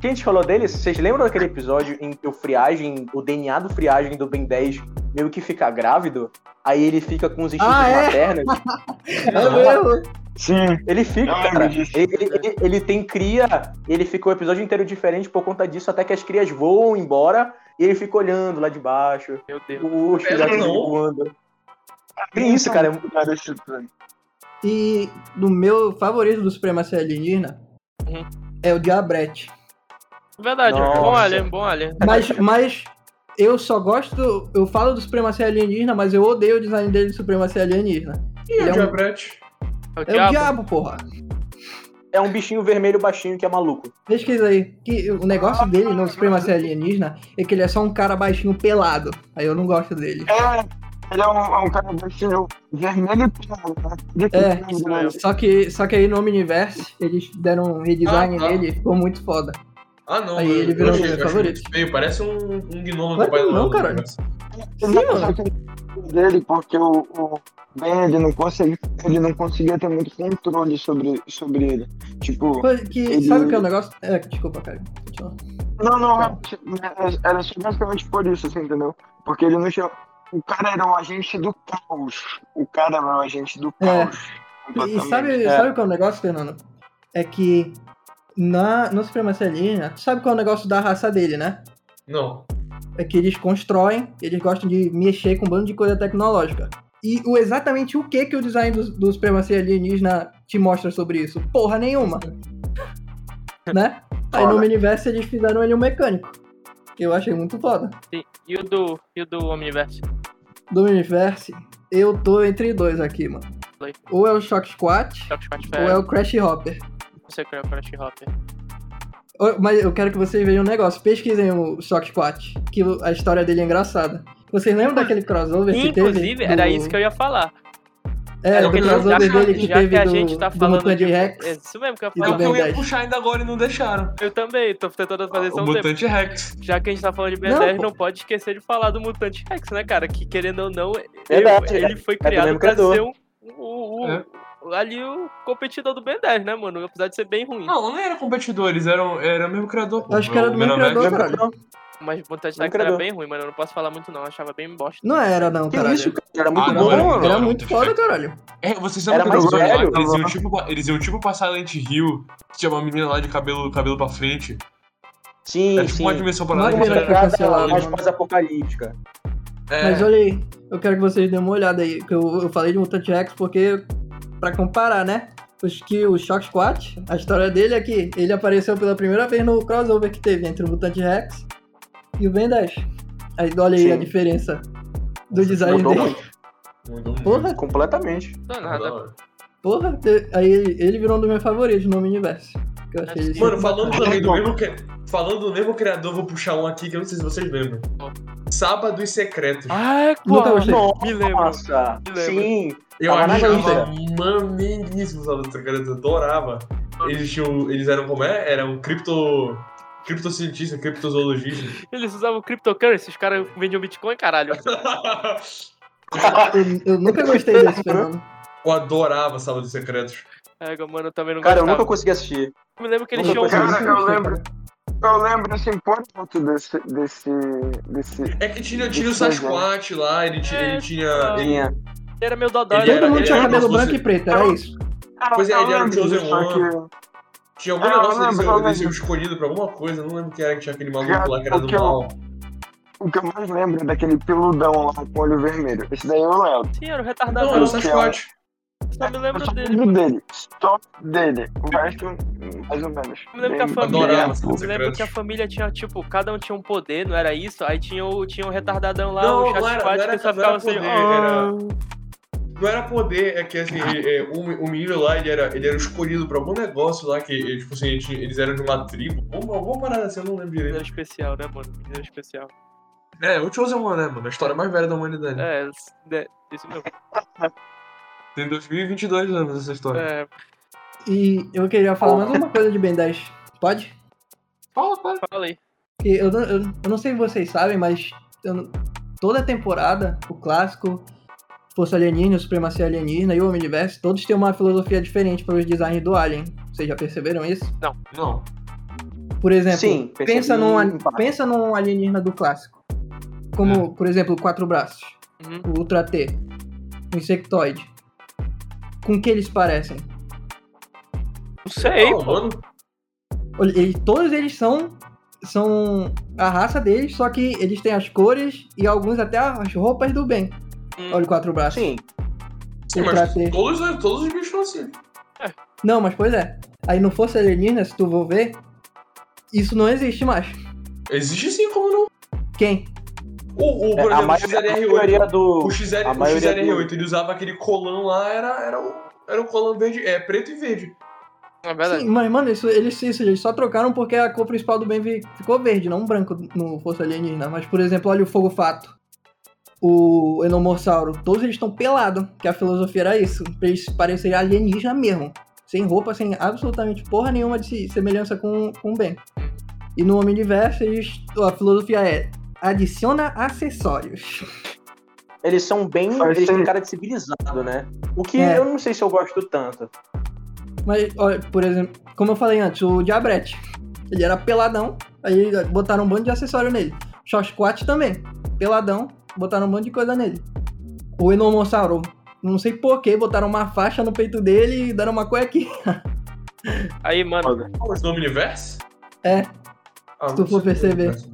Speaker 4: quem a gente falou dele, vocês lembram daquele episódio em que o friagem, o DNA do friagem do Ben 10 meio que fica grávido? Aí ele fica com os instintos
Speaker 6: Ah, é?
Speaker 4: maternos.
Speaker 6: É mesmo.
Speaker 5: Sim.
Speaker 4: Ele fica,
Speaker 7: é
Speaker 5: Eu lembro
Speaker 7: um
Speaker 4: cara. Ele,
Speaker 5: disso.
Speaker 4: ele-
Speaker 7: né?
Speaker 4: ele- ele tem cria, ele fica o episódio inteiro diferente por conta disso, até que as crias voam embora e ele fica olhando lá de baixo.
Speaker 3: Meu Deus.
Speaker 4: Os
Speaker 7: Pedro,
Speaker 4: filhotes dele
Speaker 7: não.
Speaker 4: voando. Tem isso, cara. é muito-
Speaker 5: Cara, esse plano.
Speaker 6: E do meu favorito do Supremacia Alienígena
Speaker 3: Uhum.
Speaker 6: é o Diabrete.
Speaker 3: Verdade,
Speaker 4: Nossa.
Speaker 3: bom alien, bom alien.
Speaker 6: Mas, mas eu só gosto. Eu falo do Supremacia Alienígena, mas eu odeio o design dele de Supremacia Alienígena.
Speaker 7: E
Speaker 6: Ele é
Speaker 7: o
Speaker 6: um-
Speaker 7: Diabrete?
Speaker 3: É o
Speaker 6: É o
Speaker 3: diabo.
Speaker 6: diabo, porra.
Speaker 4: É um bichinho vermelho baixinho que é maluco.
Speaker 6: Pesquisa aí. Que o negócio dele no Supremacia Alienígena é que ele é só um cara baixinho pelado. Aí eu não gosto dele.
Speaker 5: É, ele é um, é um cara baixinho, vermelho e preto, né? De
Speaker 6: É,
Speaker 5: que- mano.
Speaker 6: Só que, só que aí no Omniverse eles deram um redesign
Speaker 7: Ah, tá.
Speaker 6: dele e ficou muito foda.
Speaker 7: Ah, não.
Speaker 6: Aí
Speaker 7: eu-
Speaker 6: ele
Speaker 7: eu
Speaker 6: virou
Speaker 7: achei-
Speaker 6: meu
Speaker 7: eu achei
Speaker 6: favorito.
Speaker 7: muito feio, parece um, um gnomo
Speaker 6: Claro que
Speaker 7: do Pai
Speaker 6: não,
Speaker 7: Noel,
Speaker 6: cara.
Speaker 7: né?
Speaker 5: Ele não conseguiu ter o dele porque o, o Ben É, ele não conseguia, ele não conseguia ter muito controle sobre, sobre ele. Tipo,
Speaker 6: Coisa que,
Speaker 5: Ele-
Speaker 6: Sabe o que é o negócio? É, desculpa, cara. Continua.
Speaker 5: não, não, é- é- era basicamente por isso, assim, entendeu? Porque ele não tinha. O cara era um agente do caos. O cara era um agente do
Speaker 4: Ah,
Speaker 6: É.
Speaker 5: caos.
Speaker 6: E
Speaker 5: completamente.
Speaker 6: sabe, sabe qual é o negócio, Fernando? É que na, na Supremacia Alienígena, tu sabe qual é o negócio da raça dele, né?
Speaker 7: Não.
Speaker 6: É que eles constroem, eles gostam de mexer com um bando de coisa tecnológica. E o, exatamente o que que o design do, do Supremacia Alienígena te mostra sobre isso? Porra nenhuma. né? Aí no
Speaker 4: Foda.
Speaker 6: Miniverse eles fizeram ele um mecânico. Que eu achei muito foda.
Speaker 3: Sim. E o do, e o do Omniverse?
Speaker 6: Do Miniverse, eu tô entre dois aqui, mano.
Speaker 3: Play.
Speaker 6: Ou é o Shock Squat,
Speaker 3: Shock Squad
Speaker 6: ou é
Speaker 3: Fair,
Speaker 6: o Crash Hopper.
Speaker 3: não sei qual é o Crash Hopper.
Speaker 6: Ô, Mas eu quero que vocês vejam um negócio. Pesquisem o Shock Squat, que o- a história dele é engraçada. Vocês lembram daquele crossover que teve?
Speaker 3: Inclusive, era isso que eu ia falar.
Speaker 6: É,
Speaker 7: era
Speaker 6: do
Speaker 7: aquele-
Speaker 6: crossover
Speaker 7: já-
Speaker 6: dele que
Speaker 3: já
Speaker 6: teve
Speaker 3: que a
Speaker 6: do,
Speaker 3: gente tá
Speaker 6: do
Speaker 3: falando de.
Speaker 6: Mutante Rex.
Speaker 3: É isso mesmo que eu ia
Speaker 6: E
Speaker 7: É
Speaker 6: do
Speaker 7: o
Speaker 3: falar.
Speaker 7: que eu ia
Speaker 6: Ben 10.
Speaker 7: puxar ainda agora e não deixaram.
Speaker 3: Eu também, tô tentando fazer isso há
Speaker 7: o
Speaker 3: um tempo.
Speaker 7: Mutante Rex.
Speaker 3: Já que a gente tá falando de Ben
Speaker 6: Não,
Speaker 3: 10,
Speaker 6: pô.
Speaker 3: não pode esquecer de falar do Mutante Rex, né, cara? Que querendo ou não, ele-
Speaker 4: É Verdade,
Speaker 3: ele foi
Speaker 4: do
Speaker 3: criado
Speaker 4: mesmo
Speaker 3: pra
Speaker 4: criador.
Speaker 3: ser um. o- o-
Speaker 7: É.
Speaker 3: o- Ali o competidor do Ben 10, né, mano? Apesar de ser bem ruim.
Speaker 7: Não, não eram competidores, eram, era o mesmo criador. pô.
Speaker 6: Acho que era do
Speaker 7: Mega
Speaker 6: mesmo
Speaker 7: Man.
Speaker 6: criador,
Speaker 4: Lembra-
Speaker 6: caralho.
Speaker 4: não,
Speaker 3: Mas o Mutante
Speaker 4: Bem
Speaker 3: Rex era
Speaker 4: criador.
Speaker 3: bem ruim, mano. Eu não posso falar muito, não. Eu achava bem bosta.
Speaker 6: Não era, não,
Speaker 4: Que
Speaker 6: caralho.
Speaker 4: isso, cara? Era muito
Speaker 7: Ah,
Speaker 6: Era-
Speaker 7: não,
Speaker 4: bom,
Speaker 7: não,
Speaker 4: mano.
Speaker 7: não.
Speaker 6: Era muito foda, caralho.
Speaker 7: É, vocês sabem
Speaker 4: Era
Speaker 7: que
Speaker 4: mais
Speaker 7: episódio lá,
Speaker 4: velho?
Speaker 7: que eles iam tipo, eles iam tipo pra Silent Hill, que tinha uma menina lá de cabelo, cabelo pra frente.
Speaker 4: Sim,
Speaker 7: Era tipo
Speaker 4: sim.
Speaker 7: uma dimensão
Speaker 6: Não
Speaker 7: paralela.
Speaker 6: era
Speaker 7: que
Speaker 6: melhor
Speaker 7: era-
Speaker 6: que cancelado,
Speaker 4: mais
Speaker 6: mano.
Speaker 4: pós-apocalíptica.
Speaker 7: É,
Speaker 6: Mas olha aí, eu quero que vocês dêem uma olhada aí, que eu, eu falei de Mutante Rex porque, pra comparar, né? Os que o Shock Squat, a história dele é que ele apareceu pela primeira vez no crossover que teve entre o Mutante Rex e o Ben 10. Aí olha aí
Speaker 4: Sim.
Speaker 6: a diferença do design
Speaker 4: Mudou
Speaker 6: dele.
Speaker 4: muito.
Speaker 7: mudou muito.
Speaker 6: Porra,
Speaker 4: Completamente.
Speaker 3: Não é nada.
Speaker 6: porra. te- Aí ele, ele virou um dos meus favoritos no universo. Que eu achei ele
Speaker 7: Mano,
Speaker 6: sempre
Speaker 7: falando
Speaker 6: bacana.
Speaker 7: também do mesmo, cri- falando do mesmo criador, vou puxar um aqui que eu não sei se vocês lembram. Sábados Secretos.
Speaker 6: Ah,
Speaker 3: Ai,
Speaker 6: Nunca
Speaker 3: qual?
Speaker 6: gostei.
Speaker 3: Me lembro.
Speaker 4: Nossa,
Speaker 3: Me lembro.
Speaker 4: sim.
Speaker 7: Eu
Speaker 4: Tava na
Speaker 7: achava maneiríssimo o Sábados Secretos, eu adorava. Eles, tinham, eles eram como é? Era um cripto... Criptocientista, criptozoologista.
Speaker 3: Eles usavam cryptocurrency, os caras vendiam Bitcoin, caralho.
Speaker 6: Eu, eu nunca gostei desse fenômeno.
Speaker 7: eu adorava Sábados Secretos.
Speaker 3: É, mano, eu também não
Speaker 4: Cara, eu
Speaker 3: gostava.
Speaker 4: nunca consegui assistir.
Speaker 3: Eu me lembro que eles
Speaker 4: nunca
Speaker 3: tinham.
Speaker 4: consegui.
Speaker 3: um-
Speaker 5: Cara,
Speaker 6: Isso
Speaker 5: eu
Speaker 6: não foi,
Speaker 5: lembro. Eu lembro assim, por conta desse. desse. desse.
Speaker 7: É que tinha, tinha o Sasquatch lá, ele tinha.
Speaker 3: É.
Speaker 7: Ele
Speaker 3: Ah.
Speaker 7: tinha ele-
Speaker 5: é.
Speaker 4: Tinha.
Speaker 3: Ele era meio dodói,
Speaker 7: Ele
Speaker 3: né?
Speaker 6: Todo
Speaker 7: era-
Speaker 6: mundo
Speaker 7: ele
Speaker 6: tinha
Speaker 7: era
Speaker 6: cabelo
Speaker 7: como se
Speaker 6: branco e preto, era isso.
Speaker 7: Pois é,
Speaker 3: tá
Speaker 5: eu
Speaker 7: ele era o
Speaker 5: lembro,
Speaker 7: Chosen
Speaker 5: só que-
Speaker 7: tinha algum
Speaker 5: Ah, eu
Speaker 7: negócio
Speaker 5: lembro,
Speaker 7: desse,
Speaker 5: eu
Speaker 7: desse
Speaker 5: lembro.
Speaker 7: escolhido pra alguma coisa, eu não lembro que era que tinha aquele
Speaker 5: Cara,
Speaker 7: maluco lá que era do
Speaker 5: porque eu-
Speaker 7: mal.
Speaker 5: O que eu mais lembro é daquele peludão lá com olho vermelho. Esse daí eu lembro.
Speaker 3: Sim, era um
Speaker 7: Não,
Speaker 3: retardado.
Speaker 7: era o
Speaker 3: eu
Speaker 7: Sasquatch.
Speaker 3: só me
Speaker 5: Eu
Speaker 3: lembro
Speaker 5: só
Speaker 3: dele.
Speaker 5: lembro dele. Só dele. O resto, mais ou menos.
Speaker 3: Eu me lembro que a
Speaker 5: Bem-
Speaker 3: família.
Speaker 5: bem-
Speaker 7: Adorava.
Speaker 3: Eu me lembro que a família tinha, tipo, cada um tinha um poder, não era isso? Aí tinha o, tinha o retardadão lá,
Speaker 7: Não,
Speaker 3: o
Speaker 7: não era- não
Speaker 3: Sasquatch,
Speaker 7: era-
Speaker 3: que só
Speaker 7: não
Speaker 3: ficava
Speaker 7: era
Speaker 3: assim,
Speaker 7: poder,
Speaker 3: "Ah".
Speaker 7: Não era poder, é que assim, ele- é, o, me- o menino lá, ele era, ele era escolhido pra algum negócio lá, que ele, tipo assim, ele tinha- eles eram de uma tribo. Alguma, alguma parada assim, eu não lembro
Speaker 3: Era
Speaker 7: direito.
Speaker 3: especial, né, mano? Era especial.
Speaker 7: É, o Chosen One, né, mano? A história mais velha da humanidade.
Speaker 3: É, s- né, isso mesmo.
Speaker 7: Tem 2022 anos essa história.
Speaker 3: É,
Speaker 6: E eu queria falar mais uma coisa de Ben 10. Pode?
Speaker 7: Fala, fala.
Speaker 3: fala aí.
Speaker 6: Porque eu, não- eu, eu não sei se vocês sabem, mas eu não- toda temporada, o clássico, Força Alienígena, Supremacia Alienígena e o Omniverse, todos têm uma filosofia diferente para os designs do Alien. Vocês já perceberam isso?
Speaker 7: Não.
Speaker 6: Por exemplo,
Speaker 4: Sim, percebi
Speaker 6: É, pensa, num,
Speaker 4: um
Speaker 6: al-
Speaker 4: impacto.
Speaker 6: pensa num alienígena do clássico. Como,
Speaker 4: Hum.
Speaker 6: por exemplo, o Quatro Braços,
Speaker 3: Uhum.
Speaker 6: o Ultra T, o Insectoide. Com que eles parecem?
Speaker 3: Não sei,
Speaker 7: Não,
Speaker 3: pô.
Speaker 7: mano.
Speaker 6: Olha, eles- todos eles são são a raça deles, só que eles têm as cores e alguns até as roupas do bem.
Speaker 3: Hum.
Speaker 6: Olha o quatro braços.
Speaker 4: Sim.
Speaker 7: Sim,
Speaker 6: o
Speaker 7: mas
Speaker 6: T.
Speaker 7: todos, todos os bichos são assim.
Speaker 6: Não, mas pois é. Aí não fosse alienígena, se tu for ver, isso não existe mais.
Speaker 7: Existe sim, como não?
Speaker 6: Quem?
Speaker 7: O, o, por
Speaker 4: é, a
Speaker 7: exemplo, o
Speaker 4: maioria, a
Speaker 7: XLR8.
Speaker 4: maioria do.
Speaker 7: O, XL,
Speaker 4: a
Speaker 7: o
Speaker 4: maioria
Speaker 7: XLR8, ele usava aquele colão lá, era, era, o, era o colão verde, é preto e verde.
Speaker 3: É verdade.
Speaker 6: Sim, mas mano, isso, eles, isso, eles só trocaram porque a cor principal do bem vi- ficou verde, não branco no fosse alienígena. Mas, por exemplo, olha o fogo fato. O Enomorsauro, todos eles estão pelados, que a filosofia era isso, pra eles parecerem alienígena mesmo. Sem roupa, sem absolutamente porra nenhuma de se- semelhança com, com o Ben. E no Omniverse, eles, a filosofia é adiciona acessórios.
Speaker 4: Eles são bem.
Speaker 5: Faz
Speaker 4: eles têm
Speaker 5: sentido.
Speaker 4: cara de civilizado, né? O que
Speaker 6: É.
Speaker 4: eu não sei se eu gosto tanto.
Speaker 6: Mas, olha, por exemplo, como eu falei antes, o Diabrete. Ele era peladão, aí botaram um bando de acessório nele. O Shosquat também. Peladão, botaram um bando de coisa nele. O Enomossauro, não sei porquê, botaram uma faixa no peito dele e deram uma cuequinha.
Speaker 3: Aí, mano,
Speaker 7: Qual é o nome universo?
Speaker 6: É.
Speaker 7: Ah,
Speaker 6: Se tu
Speaker 7: não sei
Speaker 6: for
Speaker 7: o
Speaker 6: perceber.
Speaker 7: universo.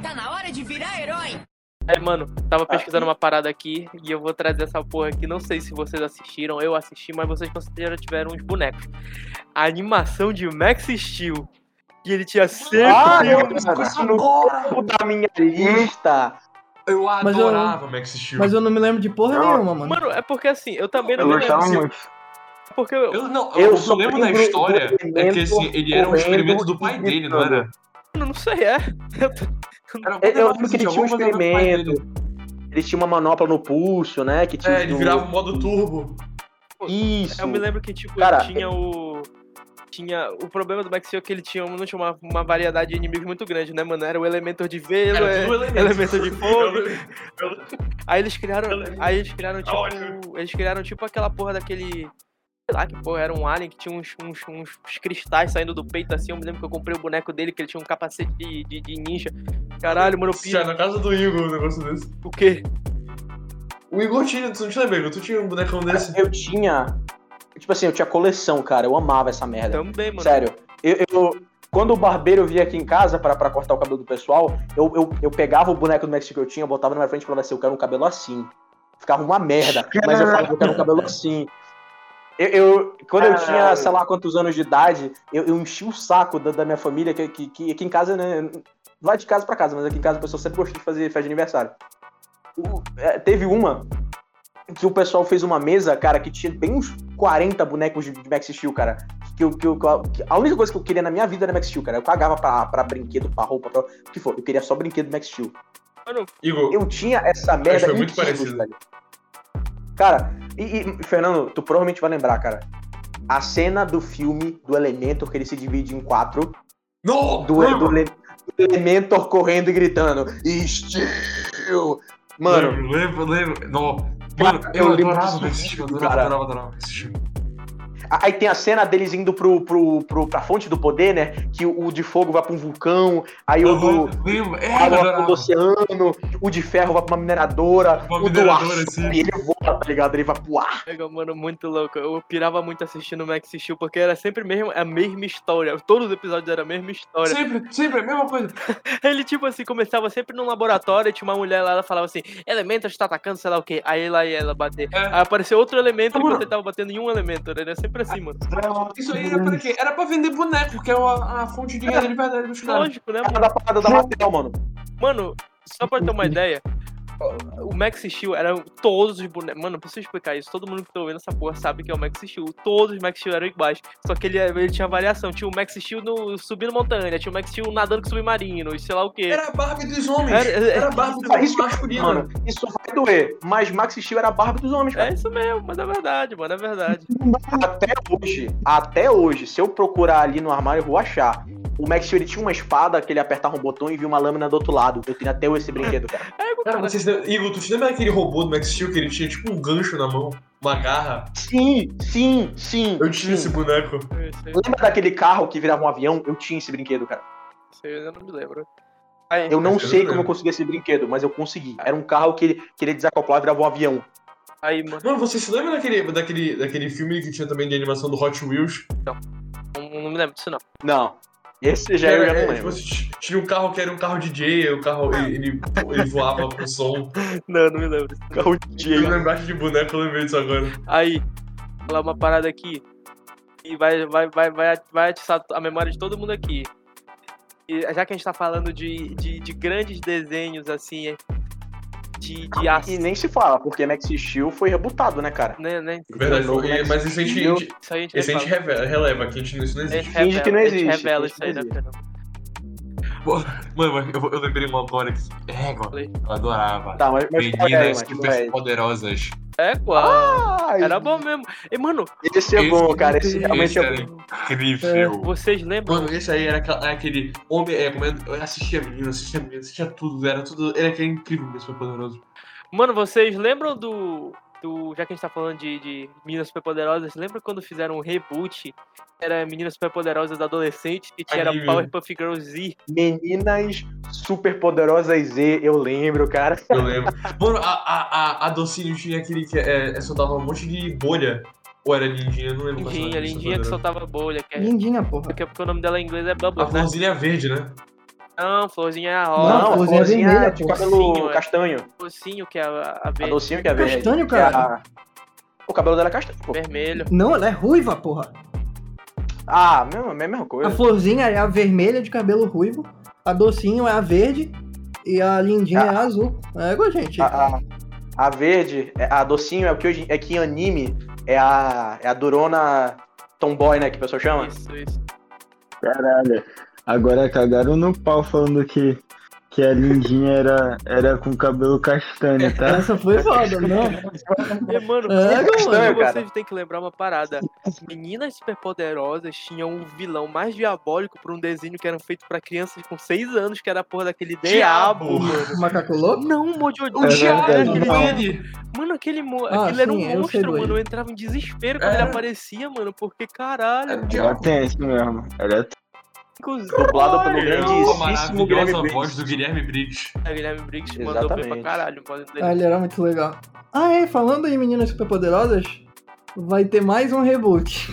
Speaker 9: Tá na hora de virar herói.
Speaker 3: aí, mano, tava
Speaker 5: Tá
Speaker 3: pesquisando uma parada aqui e eu vou trazer essa porra aqui. Não sei se vocês assistiram, eu assisti, mas vocês com certeza tiveram uns bonecos. A animação de Max Steel. E ele tinha sempre.
Speaker 4: Ah, eu
Speaker 7: Isso
Speaker 4: isso no
Speaker 7: agora!
Speaker 4: topo da minha lista.
Speaker 7: Eu
Speaker 6: Mas eu-
Speaker 7: adorava Max Steel.
Speaker 6: Mas eu não me lembro de porra
Speaker 5: Não.
Speaker 6: nenhuma, mano.
Speaker 3: Mano, é porque assim, eu também não
Speaker 5: Eu
Speaker 3: me
Speaker 5: gostava
Speaker 3: lembro.
Speaker 5: muito.
Speaker 3: Porque eu,
Speaker 7: Eu não,
Speaker 4: Então, Eu
Speaker 7: eu,
Speaker 4: só
Speaker 7: lembro da
Speaker 4: lembro do
Speaker 7: história é
Speaker 4: elemento
Speaker 7: que assim, ele era um
Speaker 4: correndo
Speaker 7: experimento do
Speaker 4: e
Speaker 7: pai dele, não era?
Speaker 3: eu não sei, é.
Speaker 7: Era
Speaker 4: Eu- eu
Speaker 7: alguma
Speaker 4: lembro que ele
Speaker 7: coisa, assim,
Speaker 4: tinha um
Speaker 7: alguma coisa do pai dele.
Speaker 4: experimento. Ele tinha uma manopla no pulso, né? Que tinha
Speaker 7: É, ele
Speaker 4: um-
Speaker 7: virava o modo turbo.
Speaker 4: Isso.
Speaker 3: Eu me lembro que, tipo,
Speaker 4: Cara,
Speaker 3: tinha o. Tinha. O problema do Max Steel é que ele tinha, não tinha uma, uma variedade de inimigos muito grande, né, mano? Era o Elementor de Velo,
Speaker 7: Era
Speaker 3: é-
Speaker 7: tudo um elemento. um
Speaker 3: Elemento de Fogo.
Speaker 7: Eu lembro-
Speaker 3: Aí eles criaram.
Speaker 7: Elemento.
Speaker 3: Aí eles criaram,
Speaker 7: Olha.
Speaker 3: tipo. Eles criaram tipo aquela porra daquele. Sei lá que porra, era um alien que tinha uns, uns, uns cristais saindo do peito assim. Eu me lembro que eu comprei o boneco dele, que ele tinha um capacete de, de, de ninja. Caralho, mano, eu
Speaker 7: Isso era
Speaker 3: pirei.
Speaker 7: na casa do Igor um negócio desse.
Speaker 3: O quê?
Speaker 7: O Igor tinha, tu não te lembra, Igor? Tu tinha um bonecão desse?
Speaker 4: Eu tinha. Tipo assim, eu tinha coleção, cara. Eu amava essa merda.
Speaker 3: Também, Então, mano.
Speaker 4: Sério. Eu, eu- quando o barbeiro vinha aqui em casa pra, pra cortar o cabelo do pessoal, eu, eu, eu pegava o boneco do México que eu tinha, botava na minha frente e falava assim, eu quero um cabelo assim. Ficava uma merda, mas eu falava, eu quero um cabelo assim. Eu, eu- quando eu tinha,
Speaker 5: Caralho.
Speaker 4: sei lá quantos anos de idade, eu, eu enchi o saco da, da minha família, que, que, que aqui em casa, né? Lá de casa pra casa, mas aqui em casa o pessoal sempre gostou de fazer festa de aniversário. O- é, teve uma que o pessoal fez uma mesa, cara, que tinha bem uns 40 bonecos de, de Max Steel, cara. Que, eu- que, eu- que eu- que a única coisa que eu queria na minha vida era Max Steel, cara. Eu cagava pra, pra brinquedo, pra roupa, pra o que for. Eu queria só brinquedo Max Steel.
Speaker 7: Igor,
Speaker 4: Eu tinha essa merda
Speaker 7: foi
Speaker 4: em
Speaker 7: muito
Speaker 4: quilos,
Speaker 7: parecido.
Speaker 4: velho. Cara, e, e, Fernando, tu provavelmente vai lembrar, cara. A cena do filme do Elementor que ele se divide em quatro.
Speaker 7: Não!
Speaker 4: Do,
Speaker 7: lembro,
Speaker 4: do, Le- do Elementor correndo e gritando. Steel! Mano,
Speaker 7: lembro, lembro, lembro. Não.
Speaker 4: Cara,
Speaker 7: Mano,
Speaker 4: eu
Speaker 7: eu,
Speaker 4: lembro
Speaker 7: adorava
Speaker 4: disso,
Speaker 7: Max Steel,
Speaker 4: cara.
Speaker 7: adorava, adorava, adorava Max Steel.
Speaker 4: A- Aí tem a cena deles indo pro, pro, pro, pra fonte do poder, né? Que o o de fogo vai pra um vulcão, aí o
Speaker 7: Aham,
Speaker 4: do
Speaker 7: lembro, é,
Speaker 4: água vai
Speaker 7: adorava.
Speaker 4: pro oceano, o de ferro vai pra uma mineradora,
Speaker 7: Uma
Speaker 4: o do ar.
Speaker 7: mineradora, sim.
Speaker 4: sobe, Ele voa, tá ligado? Ele vai pro ar.
Speaker 3: Pega, mano, muito louco. Eu pirava muito assistindo o Max Steel, porque era sempre mesmo, a mesma história. Todos os episódios eram a mesma história.
Speaker 7: Sempre, sempre, a mesma coisa.
Speaker 3: Ele, tipo assim, começava sempre num laboratório e tinha uma mulher lá, ela falava assim, Elementor está atacando, sei lá o quê. Aí lá ia ela bater.
Speaker 7: É.
Speaker 3: Aí apareceu outro elemento
Speaker 7: Mano.
Speaker 3: enquanto ele tava batendo em um elemento, né? Era sempre assim, mano.
Speaker 7: Isso aí era pra quê? Era pra vender boneco, que é a, a fonte de dinheiro de verdade dos caras.
Speaker 3: Lógico, né,
Speaker 4: Cara
Speaker 3: mano?
Speaker 4: da parada da Mattel, mano.
Speaker 3: Mano, só pra ter uma ideia, o Max Steel era todos os bonecos. Mano, preciso explicar isso. Todo mundo que tá ouvindo essa porra sabe que é o Max Steel. Todos os Max Steel eram iguais. Só que ele, ele tinha variação. Tinha o Max Steel no, subindo montanha, né? tinha o Max Steel nadando com submarino, e sei lá o quê.
Speaker 7: Era a Barbie dos homens.
Speaker 3: Era-
Speaker 4: é,
Speaker 3: era-
Speaker 7: Era a Barbie dos
Speaker 4: Mas
Speaker 7: homens
Speaker 4: isso-
Speaker 7: masculina.
Speaker 4: Mano, isso vai doer. Mas Max Steel era a barba dos homens,
Speaker 3: É
Speaker 4: cara.
Speaker 3: isso mesmo, mas é verdade, mano, é verdade.
Speaker 4: Até hoje, até hoje, se eu procurar ali no armário, eu vou achar. O Max Steel ele tinha uma espada que ele apertava um botão e via uma lâmina do outro lado. Eu tenho até hoje esse brinquedo, cara.
Speaker 3: É,
Speaker 7: Cara,
Speaker 3: cara,
Speaker 7: vocês lembram- Igor, tu te lembra daquele robô do Max Steel que ele tinha tipo um gancho na mão? Uma garra?
Speaker 4: Sim, sim, sim.
Speaker 7: Eu tinha
Speaker 4: sim.
Speaker 7: esse boneco.
Speaker 3: eu
Speaker 4: Lembra daquele carro que virava um avião? Eu tinha esse brinquedo, cara.
Speaker 3: sei, eu não me lembro. Aí,
Speaker 4: Eu não
Speaker 7: Eu
Speaker 4: sei como
Speaker 7: lembro.
Speaker 4: eu consegui esse brinquedo, mas eu consegui. Era um carro que ele, que ele desacoplava e virava um avião.
Speaker 3: aí, mano,
Speaker 7: Mano, vocês se lembram daquele, daquele, daquele filme que tinha também de animação do Hot Wheels?
Speaker 3: não, não me lembro disso não.
Speaker 4: Não. Esse já
Speaker 7: É,
Speaker 4: eu já não lembro.
Speaker 7: Você t- tinha um carro que era um carro DJ, o carro ele, ele, ele voava com som.
Speaker 3: Não, não me lembro.
Speaker 4: Carro
Speaker 7: Eu
Speaker 4: de
Speaker 7: lembrasse de boneco, eu lembrei disso agora.
Speaker 3: Aí, vou falar uma parada aqui. E vai, vai, vai, vai, vai atiçar a memória de todo mundo aqui. E já que a gente tá falando de, de, de grandes desenhos, assim, é, de, de
Speaker 4: E assim
Speaker 3: ação,
Speaker 4: nem se fala, porque Max Steel foi rebutado, né, cara?
Speaker 3: né, né?
Speaker 7: Verdade,
Speaker 4: novo,
Speaker 7: foi-
Speaker 4: Max
Speaker 7: mas isso a gente,
Speaker 4: Steel.
Speaker 3: Isso aí a gente,
Speaker 7: esse a
Speaker 3: nem
Speaker 7: gente
Speaker 3: fala.
Speaker 7: revela, releva, que a gente,
Speaker 4: É,
Speaker 7: isso não
Speaker 3: A
Speaker 7: existe.
Speaker 3: gente
Speaker 4: finge
Speaker 3: revela,
Speaker 4: que não
Speaker 3: a gente
Speaker 4: existe,
Speaker 3: revela
Speaker 4: finge
Speaker 3: isso
Speaker 4: que
Speaker 3: aí,
Speaker 4: não
Speaker 3: né,
Speaker 4: existe.
Speaker 3: Fernando?
Speaker 7: Mano, mas eu, eu lembrei uma agora que. É, mano,
Speaker 3: Falei.
Speaker 7: eu adorava.
Speaker 4: Tá, mas, mas fala aí,
Speaker 7: Meninas
Speaker 4: mas fala aí.
Speaker 7: super poderosas.
Speaker 3: É, qual? é, Era bom mesmo. E, mano,
Speaker 4: Esse é bom, cara. Esse realmente é bom.
Speaker 7: Incrível.
Speaker 3: vocês lembram?
Speaker 7: Mano, esse aí era aquela- era aquele homem. É, como é, eu assistia menino, assistia menino, assistia tudo, era tudo. Era aquele incrível mesmo, foi poderoso.
Speaker 3: Mano, vocês lembram do. do já que a gente tá falando de, de Meninas Superpoderosas, lembra quando fizeram um reboot? Era Meninas Superpoderosas Adolescentes, que tinha era
Speaker 7: Anime.
Speaker 3: Powerpuff Girls Z.
Speaker 4: Meninas superpoderosas Z, eu lembro, cara.
Speaker 7: Eu lembro. Mano, a, a, a, a Docinho tinha aquele que é, é, soltava um monte de bolha. Ou era lindinha, eu não lembro qual era
Speaker 3: Lindinha,
Speaker 7: a
Speaker 3: lindinha é que
Speaker 7: poderosa.
Speaker 3: soltava bolha. Que é,
Speaker 6: Lindinha, porra.
Speaker 3: porque, porque o nome dela em inglês é
Speaker 7: A
Speaker 3: Bubbles, né?
Speaker 7: florzinha verde, né?
Speaker 3: Não, florzinha é a
Speaker 6: Não,
Speaker 3: rosa.
Speaker 6: a florzinha
Speaker 4: florzinha
Speaker 6: é vermelha,
Speaker 4: de
Speaker 6: pô.
Speaker 4: cabelo
Speaker 3: Docinho, é.
Speaker 4: castanho.
Speaker 3: Docinho, que é a, a
Speaker 4: A
Speaker 3: verde,
Speaker 4: docinho que é verde.
Speaker 6: Castanho,
Speaker 4: que é a-
Speaker 6: cara.
Speaker 4: O cabelo dela é castanho, pô.
Speaker 3: vermelho.
Speaker 6: Não, ela é ruiva, porra.
Speaker 4: Ah, mesma, mesma
Speaker 6: A
Speaker 4: coisa.
Speaker 6: florzinha é a vermelha de cabelo ruivo. A docinho é a verde. E a lindinha
Speaker 4: Ah.
Speaker 6: é a azul. É igual, gente.
Speaker 4: A, a, a verde, é- a docinho é o que hoje é que em anime é a, é a durona tomboy, né? Que o pessoal chama.
Speaker 3: Isso, isso.
Speaker 5: Caralho. Agora cagaram no pau falando que, que a lindinha era, era com cabelo castanho, tá?
Speaker 6: Essa foi foda, não?
Speaker 3: E, mano,
Speaker 6: É,
Speaker 3: mano,
Speaker 4: estranho, cara.
Speaker 3: vocês têm que lembrar uma parada. Meninas superpoderosas tinham um vilão mais diabólico pra um desenho que era feito pra crianças com 6 anos, que era a porra daquele diabo,
Speaker 7: Diabo.
Speaker 3: mano.
Speaker 6: Macaco louco?
Speaker 3: Não, Mojo
Speaker 7: O
Speaker 5: É
Speaker 7: diabo,
Speaker 5: verdade,
Speaker 7: aquele
Speaker 5: não.
Speaker 7: dele.
Speaker 3: Mano, aquele, mo...
Speaker 6: Ah,
Speaker 3: aquele era
Speaker 6: sim, eu
Speaker 3: um
Speaker 6: sei
Speaker 3: monstro,
Speaker 6: do
Speaker 3: mano.
Speaker 6: ele.
Speaker 3: Eu entrava em desespero quando ele
Speaker 7: É.
Speaker 3: aparecia, mano, porque caralho.
Speaker 7: Era o
Speaker 5: Era
Speaker 7: diabo.
Speaker 5: tenso mesmo.
Speaker 6: é
Speaker 5: Era
Speaker 3: Inclusive,
Speaker 4: Dublado pelo
Speaker 7: Olha, a
Speaker 4: grandíssimo Guilherme
Speaker 7: maravilhosa voz
Speaker 4: Briggs.
Speaker 7: do Guilherme Briggs.
Speaker 3: o Guilherme Briggs mandou bem pra
Speaker 4: Exatamente.
Speaker 3: caralho. mano, dele.
Speaker 6: Ah, ele era muito legal. Ah, é, falando em meninas superpoderosas, vai ter mais um reboot.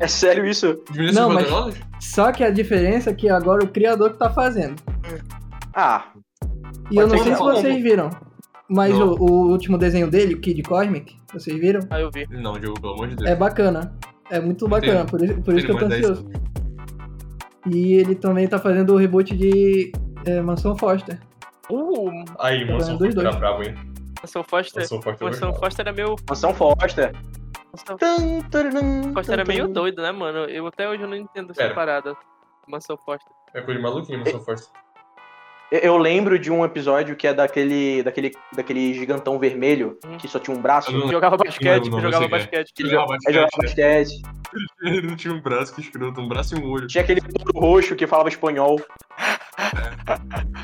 Speaker 4: É sério isso?
Speaker 7: Os meninos
Speaker 6: Não, mas-
Speaker 7: poderosos?
Speaker 6: Só que a diferença é que agora o criador que tá fazendo.
Speaker 4: Ah,
Speaker 6: E eu
Speaker 4: Pode
Speaker 6: não
Speaker 4: ser
Speaker 6: sei
Speaker 4: que
Speaker 6: se
Speaker 4: não.
Speaker 6: vocês viram, mas
Speaker 7: Não.
Speaker 6: o, o último desenho dele, o Kid Cosmic, vocês viram?
Speaker 3: Ah, eu vi.
Speaker 7: Não, Diogo, pelo amor de Deus.
Speaker 6: É bacana. É muito bacana, por isso, por isso que eu tô
Speaker 5: é
Speaker 7: Ele manda
Speaker 6: ansioso. E ele também tá fazendo o reboot de é, Mansão Foster.
Speaker 3: Uh,
Speaker 7: Aí,
Speaker 6: Tá
Speaker 7: moção,
Speaker 6: vendo os
Speaker 7: era
Speaker 6: dois.
Speaker 7: brabo, hein?
Speaker 3: Mansão Foster.
Speaker 7: Moção forte
Speaker 3: Mansão Foster era meio.
Speaker 4: mansão Foster.
Speaker 3: Mansão
Speaker 4: Tum, tararum,
Speaker 3: Foster era
Speaker 4: tum,
Speaker 3: meio
Speaker 4: tum.
Speaker 3: doido, né, mano? Eu até hoje eu não entendo essa
Speaker 7: Pera.
Speaker 3: parada. Mansão Foster.
Speaker 7: É coisa de maluquinho, moção forte.
Speaker 4: Eu- Eu lembro de um episódio que é daquele, daquele, daquele gigantão vermelho
Speaker 3: Hum.
Speaker 4: que só tinha um braço.
Speaker 7: Eu não-
Speaker 3: Jogava basquete,
Speaker 7: não, não
Speaker 3: jogava
Speaker 7: sei quem é.
Speaker 3: basquete.
Speaker 7: Ele jogava
Speaker 4: Aí jogava
Speaker 7: basquete.
Speaker 4: basquete.
Speaker 7: Ele não tinha um braço que escroto, um braço e um olho.
Speaker 4: Tinha aquele touro roxo que falava espanhol.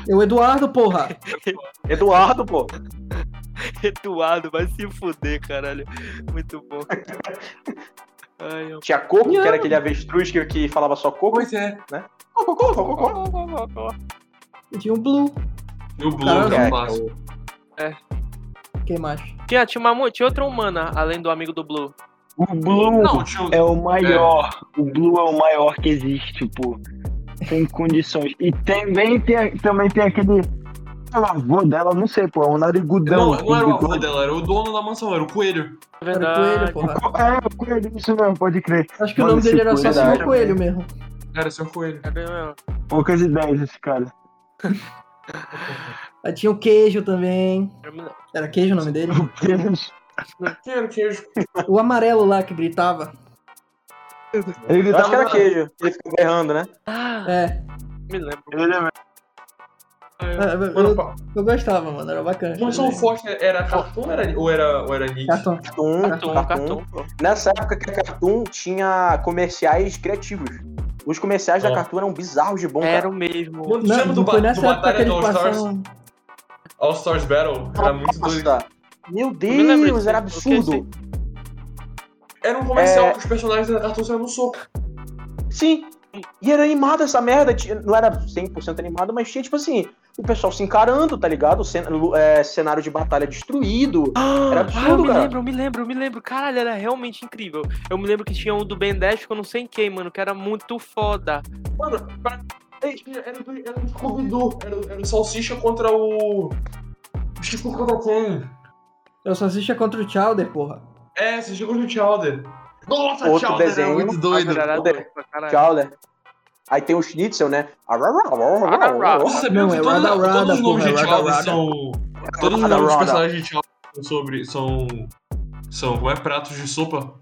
Speaker 6: E É o Eduardo, porra!
Speaker 4: Eduardo, pô.
Speaker 3: Eduardo, vai se fuder, caralho. Muito bom. Ai, eu...
Speaker 4: Tinha Coco, que era aquele avestruz que, que falava só Coco.
Speaker 7: Pois é.
Speaker 4: Coco, Coco, Coco, Coco.
Speaker 6: E tinha o Blue.
Speaker 7: E o Blue,
Speaker 6: Caralho.
Speaker 7: que é o máximo.
Speaker 6: Quem mais?
Speaker 3: Tinha, tinha, uma, mu- tinha outra humana, além do amigo do Blue. É
Speaker 5: O Blue
Speaker 7: Não, tinha um...
Speaker 5: é o maior. O Blue é o maior que existe, pô. Sem condições. E também tem, também tem aquele. sei lá, avô dela, não sei, pô. É um narigudão.
Speaker 7: Não, não era o
Speaker 5: bigode.
Speaker 7: avô dela, era o dono da mansão, era o coelho.
Speaker 3: É
Speaker 6: Era o Coelho,
Speaker 3: verdade.
Speaker 6: porra.
Speaker 5: É, o coelho, isso mesmo, pode crer.
Speaker 6: Acho que
Speaker 5: Mano,
Speaker 6: o nome
Speaker 5: esse
Speaker 6: dele era só
Speaker 5: coelho
Speaker 6: Senhor
Speaker 5: era-
Speaker 6: Coelho mesmo.
Speaker 7: Era seu coelho.
Speaker 3: Cadê meu?
Speaker 5: Poucas ideias esse cara.
Speaker 6: Aí tinha o Queijo também.
Speaker 3: Eu me lembro.
Speaker 6: Era Queijo o nome dele?
Speaker 5: O queijo.
Speaker 7: Quem era o queijo?
Speaker 6: O amarelo lá que gritava.
Speaker 5: Ele
Speaker 4: Eu acho que
Speaker 5: tava
Speaker 4: era queijo. Ele ficou berrando, né?
Speaker 3: Ah,
Speaker 6: É.
Speaker 3: me lembro.
Speaker 5: Ele é
Speaker 3: Ai,
Speaker 6: Eu,
Speaker 7: Ah, Mano,
Speaker 6: eu- eu gostava, mano. Era bacana.
Speaker 7: Mansão Foster um era cartoon ou era, ou era, ou era Nick?
Speaker 6: Cartão.
Speaker 4: Cartoon,
Speaker 3: Cartoon,
Speaker 4: cartoon.
Speaker 3: cartoon, pô.
Speaker 4: Nessa época que a Cartoon tinha comerciais criativos. Os comerciais
Speaker 7: Ó.
Speaker 4: da Cartoon eram bizarros de bom, cara.
Speaker 3: É. Era o mesmo.
Speaker 7: Mano,
Speaker 6: Não,
Speaker 7: lembra do,
Speaker 6: não
Speaker 7: ba-
Speaker 6: foi
Speaker 7: do
Speaker 6: nessa época
Speaker 7: Batalha
Speaker 6: que
Speaker 7: do
Speaker 6: eles
Speaker 7: All-Stars?
Speaker 6: passaram. Ah, tá.
Speaker 7: All-Stars Battle? Era muito doido.
Speaker 4: Nossa. Meu
Speaker 3: me lembro
Speaker 4: Deus,
Speaker 3: disso,
Speaker 4: era
Speaker 3: eu esqueci.
Speaker 4: absurdo.
Speaker 7: Era um comercial
Speaker 4: É.
Speaker 7: que os personagens da cartoon saíam no soco.
Speaker 4: Sim. E era animada essa merda. tinha- Não era 100% animada, mas tinha, tipo assim, o pessoal se encarando, tá ligado? O cen- é, cenário de batalha destruído. Era
Speaker 3: Ah, eu
Speaker 4: absurdo,
Speaker 3: me
Speaker 4: cara.
Speaker 3: lembro, eu me lembro, eu me lembro. Caralho, era realmente incrível. Eu me lembro que tinha um do Ben 10 que eu não sei em quem, mano, que era muito foda.
Speaker 7: Mano, pra... era, do- era um Scooby-Doo. Era, o- era o Salsicha contra o... o Chico contra quem?
Speaker 6: Eu só assistia contra o Chowder, porra.
Speaker 7: É, Salsicha contra o Chowder. Nossa,
Speaker 4: Outro
Speaker 7: Chowder
Speaker 4: desenho.
Speaker 7: era muito doido.
Speaker 3: Era
Speaker 4: Doido.
Speaker 3: doido pra caralho.
Speaker 4: Tchau, né? Aí tem o Schnitzel, né?
Speaker 7: Você sabia que toda- todos os nomes
Speaker 6: Não, é Rada Rada, porra,
Speaker 7: de
Speaker 6: é Rada
Speaker 7: Chowder
Speaker 6: Rada.
Speaker 7: são... Todos os
Speaker 4: Rada
Speaker 7: nomes de
Speaker 4: Rada.
Speaker 7: personagens de Chowder são sobre... São... São, como é, pratos de sopa.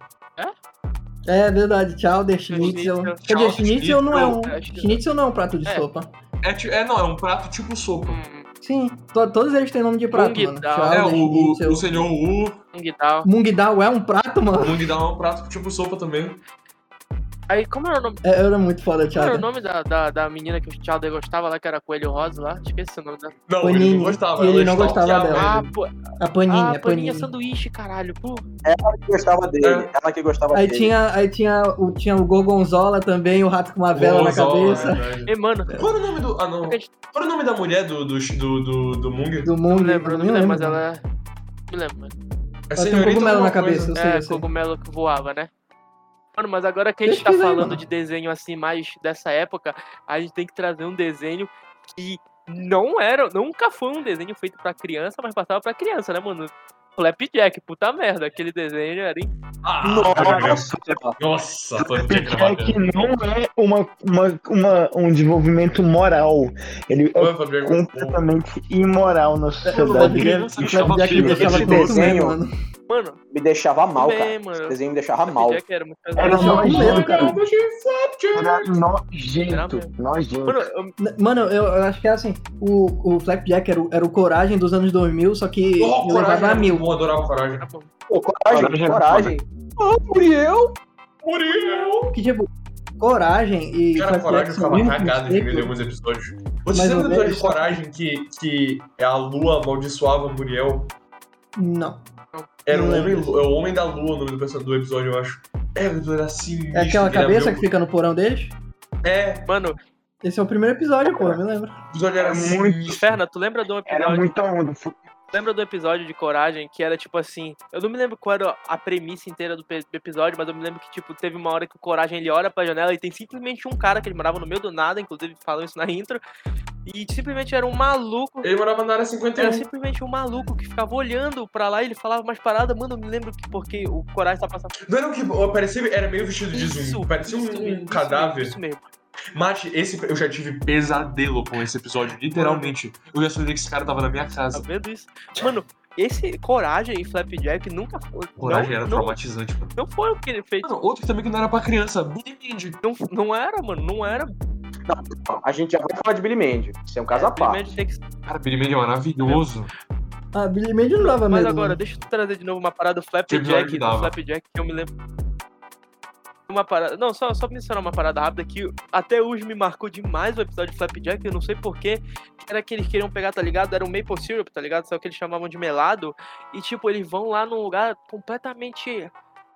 Speaker 6: É verdade, Chowder, Schnitzel.
Speaker 3: Schnitzel.
Speaker 6: Quer dizer, Schnitzel não é um.
Speaker 3: Schnitzel.
Speaker 6: Schnitzel não é um prato de
Speaker 3: É.
Speaker 6: sopa.
Speaker 7: É, ti- é, não, é um prato tipo sopa.
Speaker 3: Hum,
Speaker 6: Sim, to- todos eles têm nome de prato, mano.
Speaker 3: Mungdal.
Speaker 7: É,
Speaker 6: Shaolin,
Speaker 7: o, o,
Speaker 6: Itzel.
Speaker 7: o senhor Wu,
Speaker 3: Kung Dao.
Speaker 6: Mungdal é um prato,
Speaker 7: o
Speaker 6: mano.
Speaker 7: Mung dá um prato tipo sopa também.
Speaker 3: Aí, como era o nome,
Speaker 6: É, era muito foda,
Speaker 3: como era o
Speaker 6: Thiago.
Speaker 3: nome da, da, da menina que o Tchalder gostava lá, que era Coelho Rosa lá? Esqueci o nome da.
Speaker 7: Não,
Speaker 6: Panini.
Speaker 7: ele não gostava.
Speaker 6: E ele
Speaker 7: ela
Speaker 6: não gostava
Speaker 7: stalkeava
Speaker 6: dela.
Speaker 7: ele.
Speaker 3: Ah, pô,
Speaker 6: A Panini,
Speaker 3: ah,
Speaker 6: a
Speaker 3: paninha
Speaker 6: Panini.
Speaker 3: sanduíche, caralho. Pô,
Speaker 4: Ela que gostava dele.
Speaker 7: É.
Speaker 4: Ela que gostava
Speaker 6: Aí
Speaker 4: dele.
Speaker 6: tinha, aí tinha o, tinha o Gorgonzola também, o rato com uma vela na
Speaker 7: Gorgonzola,
Speaker 6: cabeça.
Speaker 7: é verdade.
Speaker 3: e, mano,
Speaker 7: Qual era o nome do. Ah, não.
Speaker 3: Porque a gente-
Speaker 7: Qual era o nome da mulher do, do, do, do, do Mung?
Speaker 3: não
Speaker 6: Do mundo.
Speaker 3: lembro,
Speaker 6: eu
Speaker 3: não
Speaker 6: nem
Speaker 3: me lembro,
Speaker 6: lembro,
Speaker 3: mas
Speaker 6: mano.
Speaker 3: ela. Me lembro, mano.
Speaker 7: É
Speaker 6: Ela tem um
Speaker 7: senhorita
Speaker 6: cogumelo
Speaker 7: alguma
Speaker 6: na cabeça.
Speaker 7: coisa.
Speaker 6: Eu sei,
Speaker 3: é,
Speaker 6: eu sei.
Speaker 3: cogumelo que voava, né? Mano, mas agora que a gente tá
Speaker 6: Pesquisa aí,
Speaker 3: falando
Speaker 6: né, mano.
Speaker 3: de desenho assim, mais dessa época, a gente tem que trazer um desenho que não era, nunca foi um desenho feito pra criança, mas passava pra criança, né, mano? Flapjack, puta merda, aquele desenho era incrível.
Speaker 7: Ah,
Speaker 4: Nossa,
Speaker 7: Nossa, foi
Speaker 5: É que não é uma, uma, uma- um desenvolvimento moral. Ele é completamente imoral na
Speaker 3: é- um
Speaker 5: sociedade.
Speaker 6: Ele-
Speaker 7: Criança
Speaker 6: o
Speaker 7: que chama
Speaker 6: Flapjack me
Speaker 7: filho,
Speaker 6: deixava
Speaker 4: esse
Speaker 6: com medo,
Speaker 4: desenho.
Speaker 6: mano.
Speaker 3: Mano,
Speaker 4: me deixava mal,
Speaker 3: tudo
Speaker 4: cara.
Speaker 3: bem, mano. é
Speaker 4: Esse desenho me deixava Tá mal.
Speaker 3: Flapjack era muito
Speaker 5: Era
Speaker 6: Não,
Speaker 7: é
Speaker 5: nojento,
Speaker 6: não,
Speaker 5: é um cara. Era
Speaker 3: Era
Speaker 5: nojento.
Speaker 3: mesmo. Mano,
Speaker 5: Nojento.
Speaker 3: eu-
Speaker 6: N- Mano, eu, eu acho que é assim, o, o Flapjack era o, era o coragem dos anos 2000, só que
Speaker 7: Oh,
Speaker 6: me levava
Speaker 7: coragem.
Speaker 6: a
Speaker 7: era muito
Speaker 6: mil.
Speaker 7: Bom, adorava coragem.
Speaker 4: Pô, coragem,
Speaker 5: Coragem.
Speaker 4: coragem. Ah, Muriel!
Speaker 7: Muriel!
Speaker 6: Que tipo, coragem e
Speaker 7: Cara, coragem
Speaker 6: Flapjack são
Speaker 7: ficava
Speaker 6: muito
Speaker 7: cagado de medo em
Speaker 6: seco.
Speaker 7: alguns episódios. assim, Vocês
Speaker 6: Mas é
Speaker 7: lembram
Speaker 6: o
Speaker 7: do episódio de
Speaker 6: Deus-
Speaker 7: coragem que, que é a lua amaldiçoava Muriel?
Speaker 6: Não.
Speaker 7: Era o
Speaker 6: Não
Speaker 7: homem,
Speaker 6: lembro.
Speaker 7: Lu- é o homem da lua o nome do, perso- do episódio, eu acho. É, o episódio era sinistro.
Speaker 6: É aquela
Speaker 7: que ele
Speaker 6: cabeça que
Speaker 7: abriu-
Speaker 6: fica no porão deles?
Speaker 7: É,
Speaker 3: mano,
Speaker 6: Esse é o primeiro episódio, pô, eu me lembro.
Speaker 7: o episódio era assim,
Speaker 5: Era
Speaker 7: muito.
Speaker 5: muito-
Speaker 3: Ferna, tu lembra de um episódio?
Speaker 5: Era muita onda.
Speaker 3: Lembra do episódio de Coragem que era tipo assim, eu não me lembro qual era a premissa inteira do pe- do episódio, mas eu me lembro que tipo teve uma hora que o Coragem ele olha pra janela e tem simplesmente um cara que ele morava no meio do nada, inclusive falam isso na intro, e simplesmente era um maluco.
Speaker 7: Ele morava na área
Speaker 3: Era
Speaker 7: 51.
Speaker 3: simplesmente um maluco que ficava olhando pra lá e ele falava umas paradas, mano, eu me lembro que porque o Coragem tá passando
Speaker 7: Não era o que parecia, era meio vestido de zumbi, parecia um,
Speaker 3: isso
Speaker 7: um
Speaker 3: mesmo, isso
Speaker 7: cadáver.
Speaker 3: mesmo, isso mesmo.
Speaker 7: Mate, esse eu já tive pesadelo com esse episódio, literalmente. Eu já sonhei que esse cara tava na minha
Speaker 3: Tá
Speaker 7: casa.
Speaker 3: vendo isso? Mano, esse Coragem e Flapjack nunca foi.
Speaker 7: Coragem
Speaker 3: não,
Speaker 7: era
Speaker 3: não,
Speaker 7: traumatizante, mano.
Speaker 3: não foi o que ele fez.
Speaker 7: Mano, outro também que não era pra criança, Billy Mandy.
Speaker 3: Não, não era, mano, não era.
Speaker 4: A gente já vai falar de Billy Mandy. Isso é um caso à parte.
Speaker 3: Simplesmente tem que
Speaker 7: Cara, Billy Mandy é maravilhoso.
Speaker 6: Ah, Billy Mandy não dava né?
Speaker 3: Mas
Speaker 6: medo.
Speaker 3: agora,
Speaker 6: mano.
Speaker 3: deixa eu trazer de novo uma parada do
Speaker 7: Teve hora
Speaker 3: Flapjack,
Speaker 7: que
Speaker 3: do
Speaker 7: dava.
Speaker 3: Flapjack, que eu me lembro. Uma parada. Não, só, só mencionar uma parada rápida que até hoje me marcou demais o episódio de Flapjack, eu não sei porquê. Que era que eles queriam pegar, tá ligado? Era o Maple Syrup, tá ligado? Só que eles chamavam de melado. E tipo, eles vão lá num lugar completamente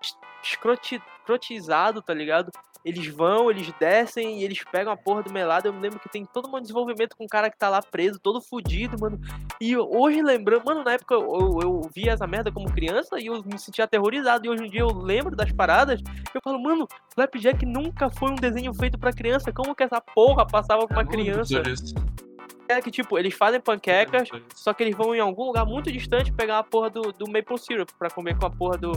Speaker 3: es- escroti- escrotizado, tá ligado? Eles vão, eles descem e eles pegam a porra do melado. Eu me lembro que tem todo um desenvolvimento com um cara que tá lá preso, todo fudido, mano. E hoje lembrando, mano, na época eu, eu, eu via essa merda como criança e eu me sentia aterrorizado. E hoje em dia eu lembro das paradas. Eu falo, mano, Flapjack nunca foi um desenho feito pra criança. Como que essa porra passava pra uma criança? É que, tipo, eles fazem panquecas, só que eles vão em algum lugar muito distante pegar a porra do, do maple syrup pra comer com a porra do.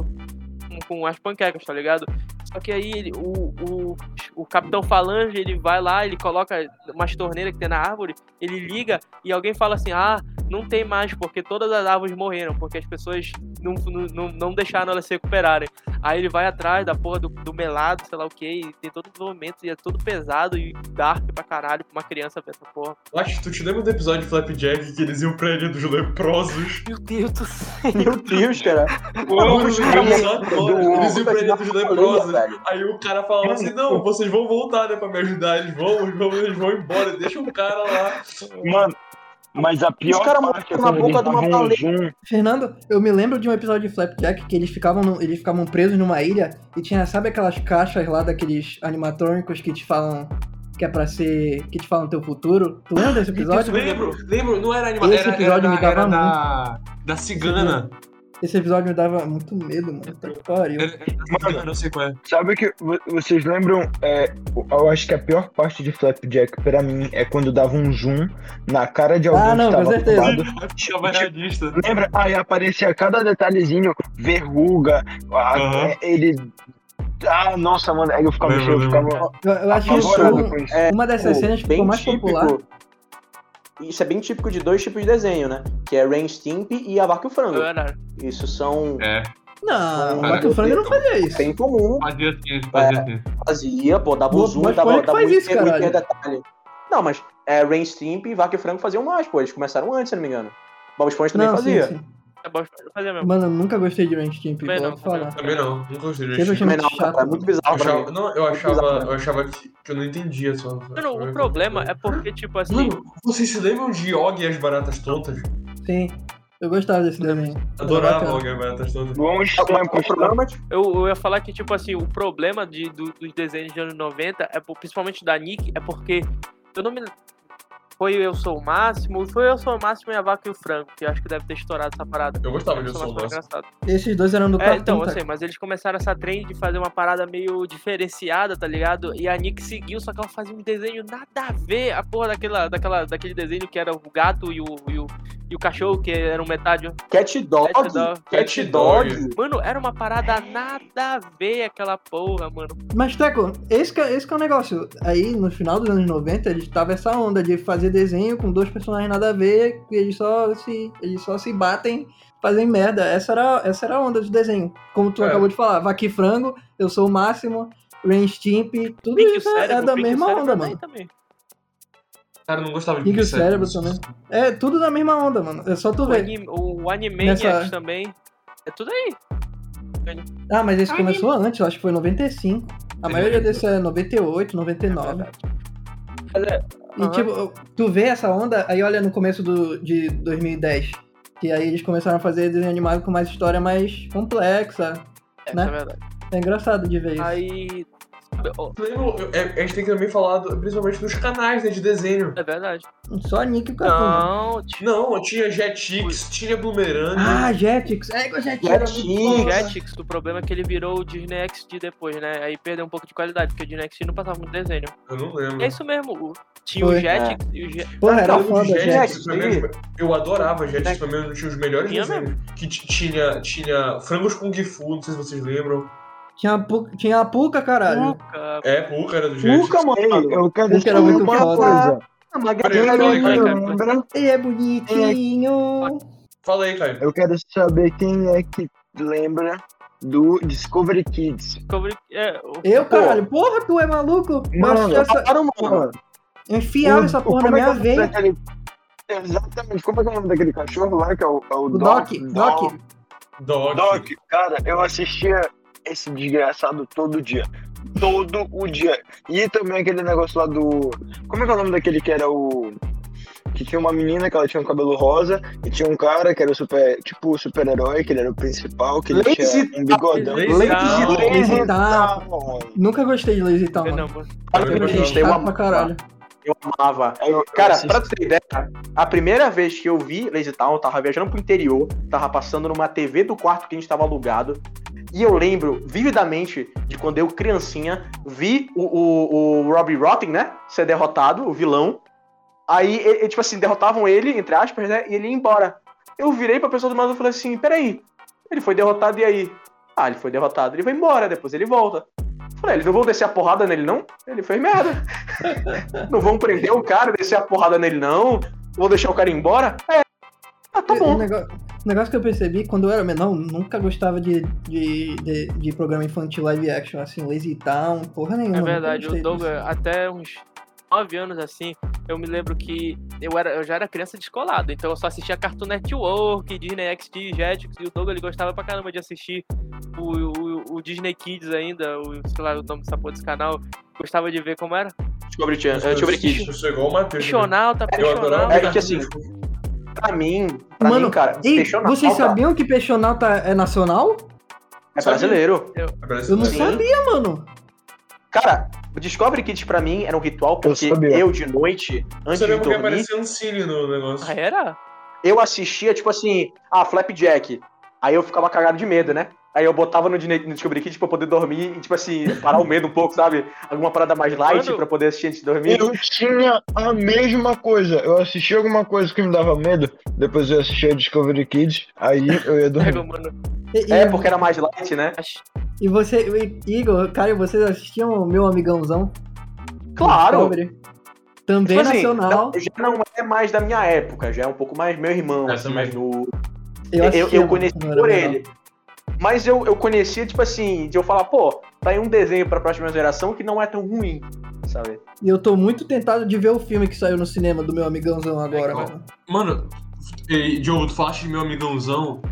Speaker 3: com, com as panquecas, tá ligado? Só que aí ele- o, o, o Capitão Falange, ele vai lá, ele coloca umas torneiras que tem na árvore, ele liga e alguém fala assim, ah, não tem mais, porque todas as árvores morreram, porque as pessoas não, não, não, não deixaram elas se recuperarem. Aí ele vai atrás da porra do, do melado, sei lá o que, e tem todo o desenvolvimento, e é todo pesado e dark pra caralho pra uma criança ver essa porra.
Speaker 7: Acho que tu te lembra do episódio de Flapjack que eles iam pra ilha dos leprosos?
Speaker 3: Meu Deus do céu.
Speaker 4: Meu Deus,
Speaker 3: né?
Speaker 4: cara.
Speaker 7: Mano, eles iam pra
Speaker 4: Deus,
Speaker 7: ilha dos leprosos.
Speaker 4: velho.
Speaker 7: Aí o cara falava
Speaker 6: Hum.
Speaker 7: assim, não, vocês vão voltar, né, pra me ajudar. Eles vão, eles vão, eles vão embora, deixa o cara lá.
Speaker 5: Mano, mas a pior
Speaker 4: caras
Speaker 5: parte é
Speaker 4: morreram na
Speaker 5: quando eles
Speaker 4: boca de uma
Speaker 5: estavam
Speaker 4: baleia.
Speaker 5: juntos.
Speaker 6: Fernando, eu me lembro de um episódio de Flapjack que eles ficavam, no- eles ficavam presos numa ilha e tinha, sabe aquelas caixas lá daqueles animatrônicos que te falam que é pra ser. que te falam teu futuro? Tu lembra desse episódio?
Speaker 7: Lembro, lembro, não era animado,
Speaker 6: Esse
Speaker 7: era, era,
Speaker 6: episódio
Speaker 7: da-
Speaker 6: me dava
Speaker 7: era da, da cigana.
Speaker 6: Esse episódio me dava muito medo, mano. Tá que pariu.
Speaker 7: Era- era da cigana, eu sei qual é.
Speaker 5: Sabe que vo- vocês lembram? é, eu acho que a pior parte de Flapjack pra mim é quando dava um zoom na cara de alguém
Speaker 6: Ah, não,
Speaker 5: que
Speaker 6: com
Speaker 5: tava
Speaker 6: certeza.
Speaker 5: ocupado.
Speaker 7: Chama realista.
Speaker 5: Lembra? Aí aparecia cada detalhezinho, verruga, a- é,
Speaker 7: Aham.
Speaker 5: ele. Ah, nossa, mano. Aí eu ficava,
Speaker 7: Lembro,
Speaker 5: eu
Speaker 7: lembro.
Speaker 5: ficava
Speaker 6: Eu, eu acho que isso foi
Speaker 5: apavorado
Speaker 6: um-
Speaker 5: com isso.
Speaker 6: uma dessas cenas que ficou mais popular.
Speaker 4: Tipo, Isso é bem típico de dois tipos de desenho, né? Que é Rain Stimp e A Vaca e o Frango.
Speaker 5: É.
Speaker 3: Eu era-
Speaker 4: Isso são
Speaker 7: É,
Speaker 6: Não, o
Speaker 4: Cara,
Speaker 6: Marco Frango não fazia
Speaker 5: É.
Speaker 6: É, isso.
Speaker 4: bem comum.
Speaker 7: Então, fazia assim, fazia assim.
Speaker 4: Fazia, pô, dava
Speaker 6: Bo-
Speaker 4: o zoom,
Speaker 6: Bob
Speaker 4: dava,
Speaker 6: Funk
Speaker 4: dava
Speaker 6: faz
Speaker 4: muito
Speaker 6: isso,
Speaker 4: muito
Speaker 6: caralho.
Speaker 4: detalhe. Não, mas é, Rain Stimp e Vaca e Frango faziam mais, pô. Eles começaram antes, se não me engano. Bob Esponja também
Speaker 6: Não, sim,
Speaker 4: fazia.
Speaker 6: sim.
Speaker 3: É bom fazer mesmo.
Speaker 6: Mano, eu nunca gostei de Range Team,
Speaker 3: Também não,
Speaker 6: pode falar.
Speaker 7: Também não, nunca gostei de Rain
Speaker 6: Sempre achei
Speaker 7: Stimp.
Speaker 4: Também não,
Speaker 6: muito chato. né?
Speaker 4: cara, é muito
Speaker 7: Eu
Speaker 4: bizarro. pra
Speaker 7: achava,
Speaker 4: mim.
Speaker 7: não, eu achava,
Speaker 4: bizarro, né?
Speaker 7: eu achava que, que eu não entendia só.
Speaker 3: Mano, o problema é porque, tipo assim.
Speaker 7: Mano, vocês se lembram de Og e as Baratas Tontas?
Speaker 6: Sim. Eu gostava desse desenho.
Speaker 7: Adorava
Speaker 6: Bacana.
Speaker 7: Og e as Baratas Tontas.
Speaker 5: Bons
Speaker 4: O
Speaker 5: tempos.
Speaker 4: problema é que
Speaker 3: Eu, eu ia falar que, tipo assim, o problema de, do- dos desenhos de anos 90, é, por- principalmente da Nick, é porque eu não me. Foi Eu Sou o Máximo, foi Eu Sou o Máximo e a Vaca e o Frango, que eu acho que deve ter estourado essa parada.
Speaker 7: Eu gostava de Eu Sou o
Speaker 3: era
Speaker 7: Máximo.
Speaker 3: engraçado.
Speaker 6: Esses dois eram do
Speaker 3: É,
Speaker 6: Cartoon,
Speaker 3: então, eu
Speaker 6: cara.
Speaker 3: sei, mas eles começaram essa trend de fazer uma parada meio diferenciada, tá ligado? E a Nick seguiu, só que ela fazia um desenho nada a ver. A porra daquela, daquela, daquele desenho que era o gato e o, e o, e o cachorro, que eram metade. um,
Speaker 4: Cat Dog.
Speaker 3: Cat Dog.
Speaker 4: Cat Dog.
Speaker 3: Mano, era uma parada nada a ver aquela porra, mano.
Speaker 6: Mas, Teco, esse que, é- esse que é o negócio. Aí, no final dos anos 90, eles tava essa onda de fazer desenho com dois personagens nada a ver, que eles só se, eles só se batem, fazem merda. Essa era, essa era a onda de desenho. Como tu
Speaker 7: É.
Speaker 6: acabou de fafalar, Vaqui Frango, Eu Sou o Máximo, Range Timp, tudo
Speaker 3: Pink
Speaker 6: isso
Speaker 3: o
Speaker 6: é-
Speaker 3: cérebro,
Speaker 6: é da
Speaker 3: Pink o
Speaker 6: mesma
Speaker 3: cérebro
Speaker 6: onda,
Speaker 3: também,
Speaker 6: mano.
Speaker 3: Também.
Speaker 7: Cara, eu não gostava de
Speaker 6: Pink o
Speaker 7: Cérebro.
Speaker 6: Cérebro É tudo da mesma onda, mano. É só tu
Speaker 3: O,
Speaker 6: ver.
Speaker 3: anime, o anime
Speaker 6: Nessa-
Speaker 3: também. É tudo aí.
Speaker 6: Ah, mas esse
Speaker 9: Anime.
Speaker 6: começou antes, eu acho que foi em 95. A maioria desse é 98, 99. E
Speaker 3: Aham.
Speaker 6: tipo, tu vê essa onda, aí olha no começo do, de 2010. Que aí eles começaram a fazer desenho animado com mais história mais complexa.
Speaker 3: É,
Speaker 6: Né?
Speaker 3: isso é verdade.
Speaker 6: É engraçado de ver isso.
Speaker 3: Aí. sabe, ó,
Speaker 7: Lembro, é, a gente tem que também falar do- principalmente dos canais né, de desenho.
Speaker 3: É verdade.
Speaker 6: Só Nick e o Cartoon.
Speaker 3: Não, tipo,
Speaker 7: Não, tinha Jetix, tinha Bloomerang.
Speaker 6: Ah, Jetix. É que o Jetix era muito
Speaker 4: Jetix.
Speaker 6: bom,
Speaker 3: o
Speaker 6: cara.
Speaker 3: Jetix, o problema é que ele virou o Disney XD depois, né? Aí perdeu um pouco de qualidade, porque o Disney XD não passava muito desenho.
Speaker 7: Eu não
Speaker 3: É
Speaker 7: lembro.
Speaker 3: isso mesmo. o- Tinha o
Speaker 6: Foi.
Speaker 3: Jetix e o Jetix.
Speaker 6: Porra,
Speaker 7: Eu
Speaker 6: era
Speaker 7: lembro
Speaker 6: foda,
Speaker 7: de
Speaker 6: Jetix.
Speaker 7: Jetix, pra mim, eu adorava Jetix, pra mim eu tinha os melhores
Speaker 3: Tinha
Speaker 7: desenhos. Que t- tinha, tinha Frangos Kung Fu, não sei se vocês lembram.
Speaker 6: Tinha a, Puca, tinha a Puca, caralho.
Speaker 3: Puka,
Speaker 7: É, Puka era do Jetix.
Speaker 4: Nunca, mano.
Speaker 5: Ei, eu quero
Speaker 6: Puka era muito
Speaker 5: uma
Speaker 6: foda.
Speaker 5: coisa.
Speaker 6: Ah,
Speaker 4: Uma
Speaker 7: Olha,
Speaker 4: galera
Speaker 7: olha,
Speaker 4: de-
Speaker 7: olha.
Speaker 5: Lembra?
Speaker 6: E é bonitinho.
Speaker 7: Fala aí, Caio.
Speaker 5: Eu quero saber quem é que lembra do Discovery Kids.
Speaker 3: descobri que- é, o-
Speaker 6: Eu, caralho. Porra, tu é maluco?
Speaker 5: Mano,
Speaker 6: Mas essa-
Speaker 5: Para uma
Speaker 6: eu enfiava
Speaker 5: O-
Speaker 6: essa
Speaker 5: o-
Speaker 6: porra na
Speaker 5: como é que é
Speaker 6: minha
Speaker 5: o nome
Speaker 6: veia.
Speaker 5: daquele- Exatamente. Como é que é o nome daquele cachorro lá que é o, é o
Speaker 6: O Doc, Doc.
Speaker 7: Dog.
Speaker 5: Doc, cara, eu assistia esse desgraçado todo dia. Todo o dia. E também aquele negócio lá do. Como é que é o nome daquele que era o. Que tinha uma menina que ela tinha um cabelo rosa e tinha um cara que era o super. Tipo o super-herói, que ele era o principal, que ele
Speaker 4: Lazy
Speaker 5: tinha um bigodão.
Speaker 7: Lazy
Speaker 3: Town.
Speaker 5: Lazy
Speaker 6: Lazy Town.
Speaker 5: Town.
Speaker 6: Nunca gostei de Lazy Town,
Speaker 3: eu não,
Speaker 6: mano.
Speaker 3: mano.
Speaker 7: Eu
Speaker 6: Eu achei
Speaker 7: gostava.
Speaker 4: Eu
Speaker 6: chato
Speaker 4: amava.
Speaker 6: pra caralho.
Speaker 4: Eu amava.
Speaker 5: Eu- eu
Speaker 4: Cara,
Speaker 5: assisti-
Speaker 4: pra tu ter ideia, a primeira vez que eu vi Lazy Town, eu tava viajando pro interior, tava passando numa TV do quarto que a gente tava alugado. E eu lembro vividamente de quando eu, criancinha, vi o, o, o Robbie Rotten, né? Ser derrotado, o vilão. Aí, e- e, tipo assim, derrotavam ele, entre aspas, né? E ele ia embora. Eu virei pra pessoa do mando e falei assim: peraí, ele foi derrotado e aí? Ah, ele foi derrotado, ele vai embora, depois ele volta. Eu Falei, eles não vão descer a porrada nele, não? Ele fez merda. Não vão prender o cara, descer a porrada nele, não. Vou deixar o cara ir embora? É. Ah, tá
Speaker 6: O
Speaker 4: bom.
Speaker 6: negócio, negócio que eu percebi quando eu era menor, eu nunca gostava de, de, de, de programa infantil live action, assim, Lazy Town, porra nenhuma.
Speaker 3: É
Speaker 6: nunca
Speaker 3: verdade,
Speaker 6: gostei
Speaker 3: o Doug,
Speaker 6: disso.
Speaker 3: até uns 9 anos assim, eu me lembro que eu, era, eu já era criança descolado, então eu só assistia Cartoon Network, Disney XD, Jetix, e o Doug ele gostava pra caramba de assistir o, o, o Disney Kids ainda, o, sei lá o nome dessa porra desse canal, gostava de ver como era.
Speaker 4: Descobri, Tchan. É, Descobri Kids.
Speaker 7: Eu sou igual o Matheus. né?
Speaker 3: Peixonauta,
Speaker 7: Eu adorava.
Speaker 4: É
Speaker 3: Peixonauta.
Speaker 4: que assim, pra mim, pra
Speaker 6: Mano,
Speaker 4: mim, cara,
Speaker 6: Ei,
Speaker 4: Peixonauta
Speaker 6: vocês sabiam que Peixonauta é nacional?
Speaker 4: é brasileiro.
Speaker 6: Eu não
Speaker 4: Sim.
Speaker 6: sabia, mano.
Speaker 4: Cara, o Discovery Kids pra mim era um ritual porque eu,
Speaker 5: sabia.
Speaker 4: de noite, antes
Speaker 7: Você
Speaker 4: de
Speaker 7: lembra que
Speaker 4: dormir,
Speaker 7: aparecia um cine no negócio.
Speaker 3: Ah, era?
Speaker 4: eu assistia, tipo assim, ah, Flapjack. Aí eu ficava cagado de medo, né? Aí eu botava no, Disney- no Discovery Kids pra poder dormir e, tipo assim, parar o medo um pouco, sabe? Alguma parada mais light
Speaker 3: Mano,
Speaker 4: pra poder assistir antes de dormir.
Speaker 5: Eu tinha a mesma coisa. Eu assistia alguma coisa que me dava medo, depois eu assistia Discovery Kids, aí eu ia dormir.
Speaker 3: Pega, mano.
Speaker 6: E,
Speaker 4: É,
Speaker 6: e-
Speaker 4: porque era mais light, né?
Speaker 6: e você, e- Igor, cara, vocês assistiam o meu amigãozão?
Speaker 4: Claro!
Speaker 6: Pobre. Também
Speaker 4: Tipo assim,
Speaker 6: nacional.
Speaker 4: não- já não é mais da minha época, já é um pouco mais meu irmão,
Speaker 7: É,
Speaker 4: assim,
Speaker 7: também.
Speaker 4: mas no, eu,
Speaker 6: eu,
Speaker 4: é eu,
Speaker 6: assistia
Speaker 4: conheci
Speaker 6: quando eu era
Speaker 4: por
Speaker 6: menor.
Speaker 4: ele. Mas eu, eu conhecia, tipo assim, de eu falar, pô, tá aí um desenho pra próxima geração que não é tão ruim, saber.
Speaker 6: E eu tô muito tentado de ver o filme que saiu no cinema do meu amigãozão
Speaker 3: É,
Speaker 6: agora,
Speaker 7: qual? Mano,
Speaker 6: mano.
Speaker 7: e, Diogo, tu falaste de meu amigãozão